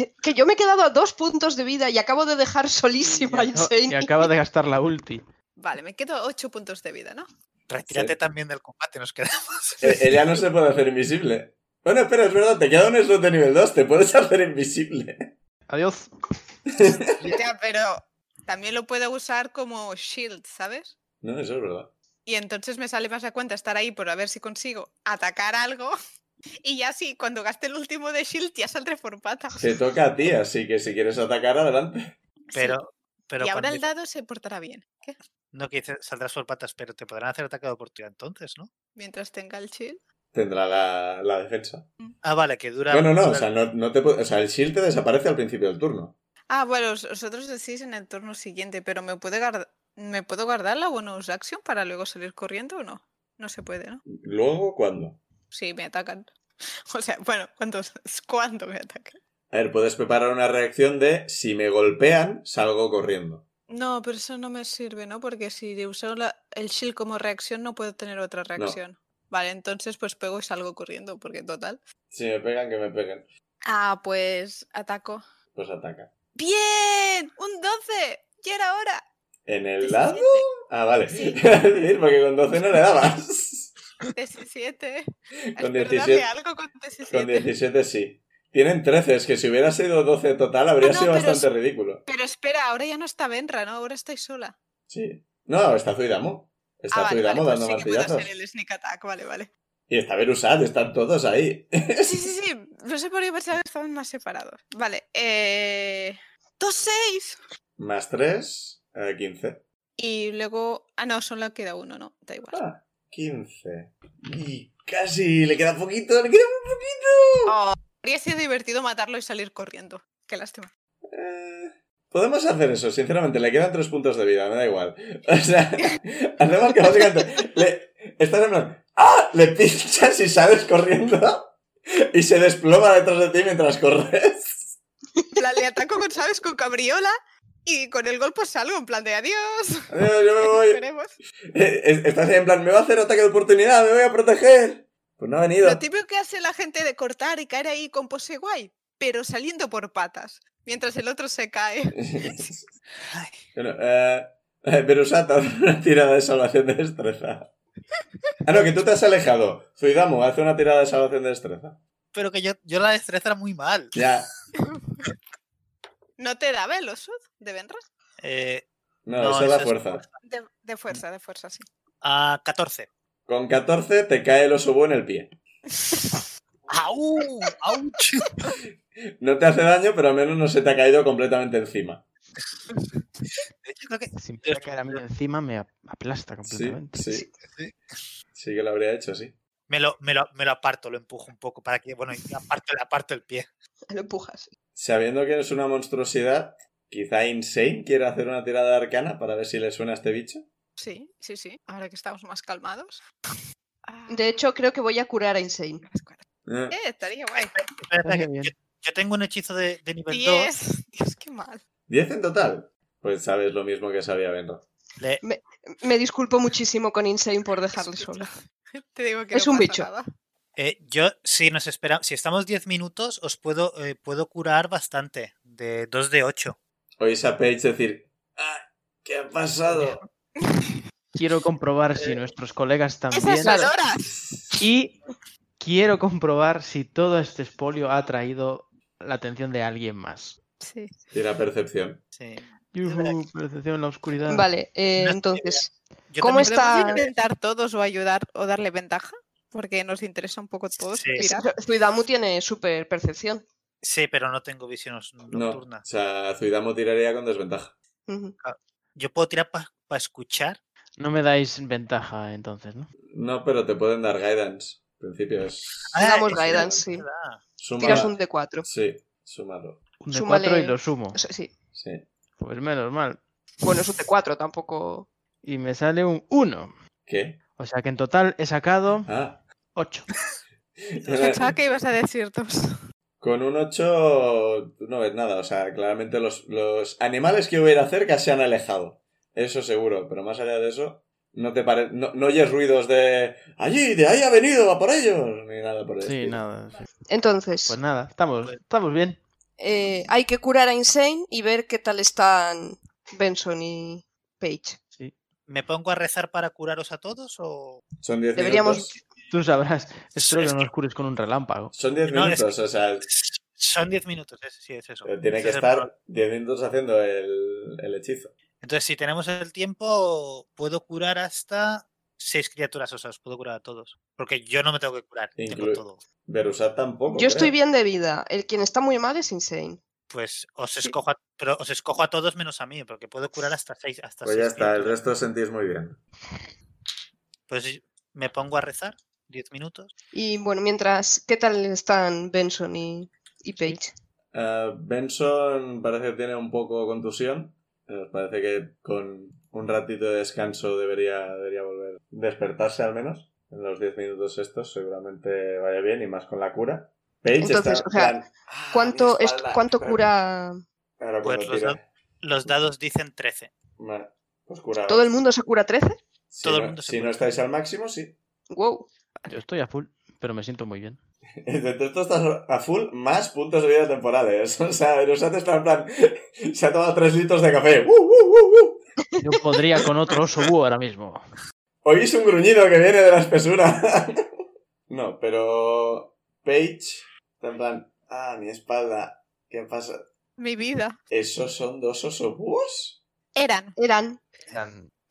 S6: eh, Que yo me he quedado a dos puntos de vida y acabo de dejar solísima a
S5: Y aca-
S6: Insane.
S5: Y acaba de gastar la ulti.
S8: Vale, me quedo ocho puntos de vida, ¿no?
S4: Retírate
S1: Sí.
S4: también del combate, nos quedamos.
S1: Eh, Ella no se puede hacer invisible. Bueno, espera, es verdad, te queda un slot de nivel 2, te puedes hacer invisible.
S5: Adiós.
S8: Ya, pero también lo puedo usar como shield, ¿sabes?
S1: No, eso es verdad.
S8: Y entonces me sale más a cuenta estar ahí por a ver si consigo atacar algo. Y ya sí, cuando gaste el último de shield ya saldré por patas.
S1: Te toca a ti, así que si quieres atacar, adelante.
S4: Pero, pero
S8: y ahora
S4: cuando
S8: el
S4: dices-
S8: dado se portará bien. ¿Qué?
S4: no que dices, saldrás por patas, pero te podrán hacer ataque de oportunidad entonces, ¿no?
S8: Mientras tenga el shield.
S1: tendrá la, la defensa.
S4: Ah, vale, que dura.
S1: No, no, no.
S4: dura-
S1: O sea, no, no te pu- o sea, el shield te desaparece al principio del turno.
S2: Ah, bueno, os- vosotros decís en el turno siguiente, pero ¿me, puede guarda- ¿me puedo guardar la bonus action para luego salir corriendo o no? No se puede, ¿no?
S1: Luego, ¿cuándo?
S2: Sí, me atacan. O sea, bueno, ¿cuándo, ¿cuándo me atacan?
S1: A ver, puedes preparar una reacción de si me golpean, salgo corriendo.
S2: No, pero eso no me sirve, ¿no? Porque si uso la- el shield como reacción, no puedo tener otra reacción. Vale, entonces pues pego y salgo corriendo, porque total.
S1: Si me pegan, que me peguen.
S2: Ah, pues ataco.
S1: Pues ataca.
S2: ¡Bien! ¡Un 12! ¡Ya era hora!
S1: ¿En el lado?
S2: 17.
S1: Ah, vale.
S2: Sí.
S1: Iba a decir, Porque con 12 no le dabas.
S2: 17.
S1: Con
S2: Espero darle
S1: 17.
S2: algo con
S1: Con
S2: 17.
S1: 17 sí. Tienen 13, es que si hubiera sido 12 total habría
S2: Ah, no,
S1: sido
S2: pero
S1: bastante ridículo.
S2: Pero espera, ahora ya no está Benra, ¿no? Ahora estoy sola.
S1: Sí. No, está Zuidamo. Está
S2: ah, vale, vale,
S1: Zuidamo
S2: pues
S1: dando
S2: sí que puedo
S1: martillazos.
S2: hacer el sneak attack, vale, vale.
S1: Y está Berusat, están todos ahí.
S2: Sí, sí, sí. No sé por qué pensaba que estaban más separados. Vale, eh... ¡Dos seis!
S1: Más eh, 3, 15.
S2: Y luego... Ah, no, solo queda uno, ¿no? Da igual.
S1: Ah, 15. Y casi, le queda poquito, le queda muy poquito.
S2: Oh, habría sido divertido matarlo y salir corriendo. Qué lástima.
S1: Eh, Podemos hacer eso, sinceramente, le quedan 3 puntos de vida, me da igual. O sea, además que básicamente le, estás en plan, ¡ah! Le pinchas y sales corriendo y se desploma detrás de ti mientras corres.
S2: La- le ataco con, ¿sabes? Con cabriola y con el golpe salgo en plan de adiós.
S1: Adiós, yo me voy.
S2: Esperemos.
S1: Eh, eh, Estás ahí en plan, me va a hacer ataque de oportunidad, me voy a proteger. Pues no ha venido.
S2: Lo típico que hace la gente de cortar y caer ahí con pose guay, pero saliendo por patas, mientras el otro se cae.
S4: Ay,
S1: Bueno, eh, eh, Berusat, haz una tirada de salvación de destreza. Ah, no, que tú te has alejado. Zuidamu, haz una tirada de salvación de destreza.
S4: Pero que yo, yo la destreza era muy mal.
S1: Ya.
S2: ¿No te da velocidad de Benras?
S4: Eh,
S1: No,
S4: No,
S1: eso da
S4: eso es
S1: fuerza.
S2: De, de fuerza, de fuerza, sí.
S4: a 14.
S1: Con 14 te cae el osobú en el pie.
S4: ¡Au! ¡Auch!
S1: No te hace daño, pero al menos no se te ha caído completamente encima.
S4: Yo creo que
S9: Si me llega a caer a mí encima, me ap- aplasta
S1: Sí,
S9: completamente.
S1: sí.
S4: Sí.
S1: Sí que lo habría hecho, sí.
S4: me lo, me, lo, me lo aparto, lo empujo un poco para que, bueno, y aparto, le aparto el pie.
S6: Lo empujas.
S1: Sabiendo que eres una monstruosidad, quizá Insane quiera hacer una tirada arcana para ver si le suena a este bicho.
S2: Sí, sí, sí. Ahora que estamos más calmados. Ah,
S6: De hecho, creo que voy a curar a Insane.
S2: las cuerdas.
S1: Eh,
S2: Eh, estaría guay.
S4: Espera, espera,
S9: Estaría
S4: que
S9: bien.
S4: yo, yo tengo un hechizo de, de nivel 2.
S2: 10. Dios, qué mal.
S1: 10 en total. Pues sabes lo mismo que sabía Benro.
S4: Le-
S6: Me disculpo muchísimo con Insane por dejarle sola.
S2: Te digo que
S6: Es
S2: no
S6: un
S2: pasa
S6: bicho.
S2: nada.
S4: eh, yo, si nos espera, si estamos 10 minutos, os puedo, eh, puedo curar bastante, de 2 de 8.
S1: Oís a Paige decir, ah, ¿qué ha pasado?
S5: Quiero comprobar si nuestros colegas
S2: Esas
S5: también.
S2: son horas.
S5: Y quiero comprobar si todo este espolio ha atraído la atención de alguien más.
S2: Sí.
S1: Tira percepción.
S4: Sí.
S5: Yuhu, percepción en la oscuridad.
S6: Vale, eh,
S4: No estoy
S6: entonces.
S4: Yo
S6: ¿Cómo
S4: también-
S6: está?
S2: ¿Podemos intentar todos o ayudar o darle ventaja? Porque nos interesa un poco todos.
S4: Sí.
S2: mirar.
S6: Zuidamu tiene super percepción.
S4: Sí, pero no tengo visiones
S1: No,
S4: nocturnas.
S1: o sea, Zuidamo tiraría con desventaja.
S6: Ujú.
S4: Yo puedo tirar para escuchar.
S5: No me dais ventaja entonces, ¿no?
S1: No, pero te pueden dar guidance. En principio es...
S6: Ah, Damos
S4: es
S6: guidance,
S4: verdad.
S1: Suma-
S6: Tiras un D4.
S1: Sí, súmalo.
S5: Un de
S6: Súmale-
S5: 4 y lo sumo.
S6: O sea, sí.
S1: Sí.
S5: Pues menos mal.
S6: Bueno, es un D4, tampoco.
S5: Y me sale un 1.
S1: ¿Qué?
S5: O sea que en total he sacado
S1: Ah.
S5: 8.
S2: Pensaba que ibas a decir dos.
S1: Con un 8 no ves nada. O sea, claramente los, los animales que hubiera cerca se han alejado. Eso seguro. Pero más allá de eso, no te pare... no, no oyes ruidos de... Allí, de ahí ha venido, a por ellos. Ni nada
S4: Pues
S1: por el
S9: Sí,
S1: estilo.
S9: nada. sí.
S6: Entonces,
S5: Pues nada, estamos, estamos bien.
S6: eh, hay que curar a Insane y ver qué tal están Benson y Paige.
S4: ¿Me pongo a rezar para curaros a todos o...?
S1: Son 10
S6: Deberíamos-
S1: minutos.
S5: Tú sabrás. Espero
S4: Es
S5: que no
S4: que-
S5: nos cures con un relámpago.
S1: Son 10
S4: No, es
S1: minutos, o sea,
S4: Son 10 minutos, es- sí, es eso.
S1: eh, tiene
S4: Ese
S1: que
S4: es el problema.
S1: estar 10 minutos haciendo el, el hechizo.
S4: Entonces, si tenemos el tiempo, puedo curar hasta seis criaturas, o sea, os puedo curar a todos. Porque yo no me tengo que curar, tengo
S1: Inclu-
S4: todo.
S1: Berusat tampoco.
S6: Yo
S1: creo.
S6: estoy bien de vida. El quien está muy mal es Insane.
S4: Pues os escojo a, pero os escojo a todos menos a mí, porque puedo curar hasta seis. Hasta
S1: Pues ya
S4: seis
S1: está, el
S4: criaturas.
S1: resto os sentís muy bien.
S4: Pues me pongo a rezar 10 minutos.
S6: Y bueno, mientras, ¿qué tal están Benson y, y Paige?
S1: Eh, Benson parece que tiene un poco contusión. Eh, parece que con un ratito de descanso debería, debería volver a despertarse al menos. En los 10 minutos estos seguramente vaya bien y más con la cura. Paige
S6: Entonces,
S1: está en
S6: o sea,
S1: plan, "Ah,
S6: ¿Cuánto,
S1: mi
S6: es-
S1: espalda".
S6: ¿cuánto
S1: Claro,
S6: cura?
S1: claro,
S4: Pues
S1: cuando
S4: los,
S1: tira.
S4: da- los dados dicen 13.
S1: Vale, pues cura.
S6: ¿Todo el mundo se cura 13?
S1: Si,
S4: todo el
S1: no,
S4: mundo se
S1: si
S4: cura.
S1: no estáis al máximo, sí.
S6: Wow.
S5: Yo estoy a full, pero me siento muy bien.
S1: Entonces tú estás a full más puntos de vida temporales. O sea, nos hace estar en plan. Se ha tomado tres litros de café. ¡Uh, uh, uh, uh!
S5: Yo podría con otro oso búho ahora mismo.
S1: Oís un gruñido que viene de la espesura. no, pero. Paige. Está en plan. Ah, mi espalda. ¿Qué pasa?
S2: Mi vida.
S1: ¿Esos son dos osobús?
S2: Eran.
S6: Eran.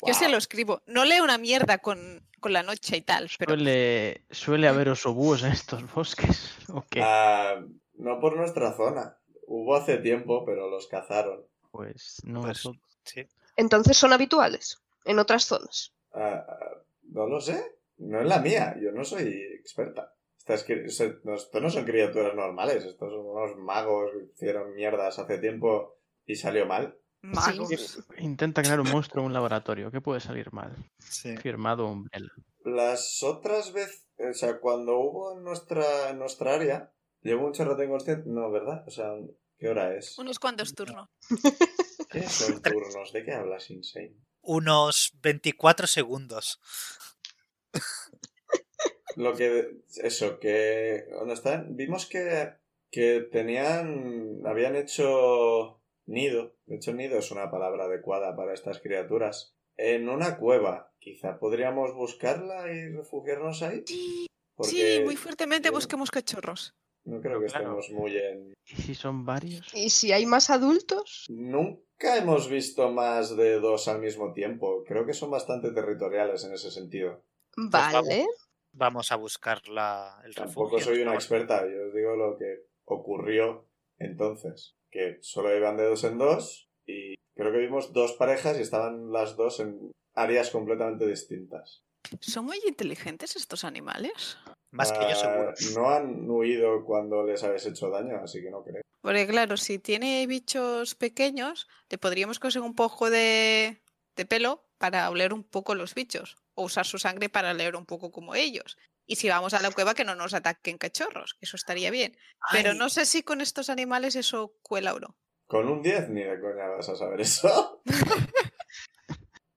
S2: Yo se lo escribo. No leo una mierda con, con la noche y tal, pero
S5: Suele, suele haber oso búhos en estos bosques. ¿O qué?
S1: Ah, no por nuestra zona. Hubo hace tiempo, pero los cazaron.
S5: Pues no
S4: Pues,
S5: eso-
S4: sí.
S6: Entonces son habituales en otras zonas.
S1: Ah, ah, no lo sé. No es la mía. Yo no soy experta. Estas cri- o sea, no- Estos no son criaturas normales. Estos son unos magos que hicieron mierdas hace tiempo y salió mal.
S2: magos.
S4: Pues
S5: Intenta crear un monstruo en un laboratorio. ¿Qué puede salir mal?
S4: Sí.
S5: Firmado Umbrella.
S1: Las otras veces, o sea, cuando hubo en nuestra, en nuestra área, llevo mucho rato inconsciente. No, ¿verdad? O sea, ¿qué hora es?
S2: Unos cuantos turnos.
S1: ¿Qué son turnos? ¿De qué hablas, Insane?
S4: Unos 24 segundos.
S1: Lo que. Eso, que. ¿Dónde están? Vimos que. Que tenían. Habían hecho. Nido. De hecho, nido es una palabra adecuada para estas criaturas. En una cueva. Quizá podríamos buscarla y refugiarnos ahí. Porque
S2: Sí, muy fuertemente
S1: yo-
S2: busquemos cachorros.
S1: No creo que
S5: Claro.
S1: estemos muy en.
S5: ¿Y si son varios?
S6: Y si hay más adultos,
S1: Nunca hemos visto más de dos al mismo tiempo. Creo que son bastante territoriales en ese sentido.
S4: vamos.
S6: vale.
S4: Vamos a buscar la, el refugio.
S1: Tampoco soy una
S4: Vamos-
S1: experta, yo os digo lo que ocurrió entonces, que solo iban de dos en dos y creo que vimos dos parejas y estaban las dos en áreas completamente distintas.
S2: ¿Son muy inteligentes estos animales?
S4: Más que yo seguro.
S1: Ah, No han huido cuando les habéis hecho daño, así que no creo.
S2: Porque claro, si tiene bichos pequeños, le podríamos conseguir un poco de, de pelo para oler un poco los bichos o usar su sangre para oler un poco como ellos. Y si vamos a la cueva, que no nos ataquen cachorros, que eso estaría bien. Pero
S4: Ay,
S2: no sé si con estos animales eso cuela o no.
S1: Con un 10 ni de coña vas a saber eso.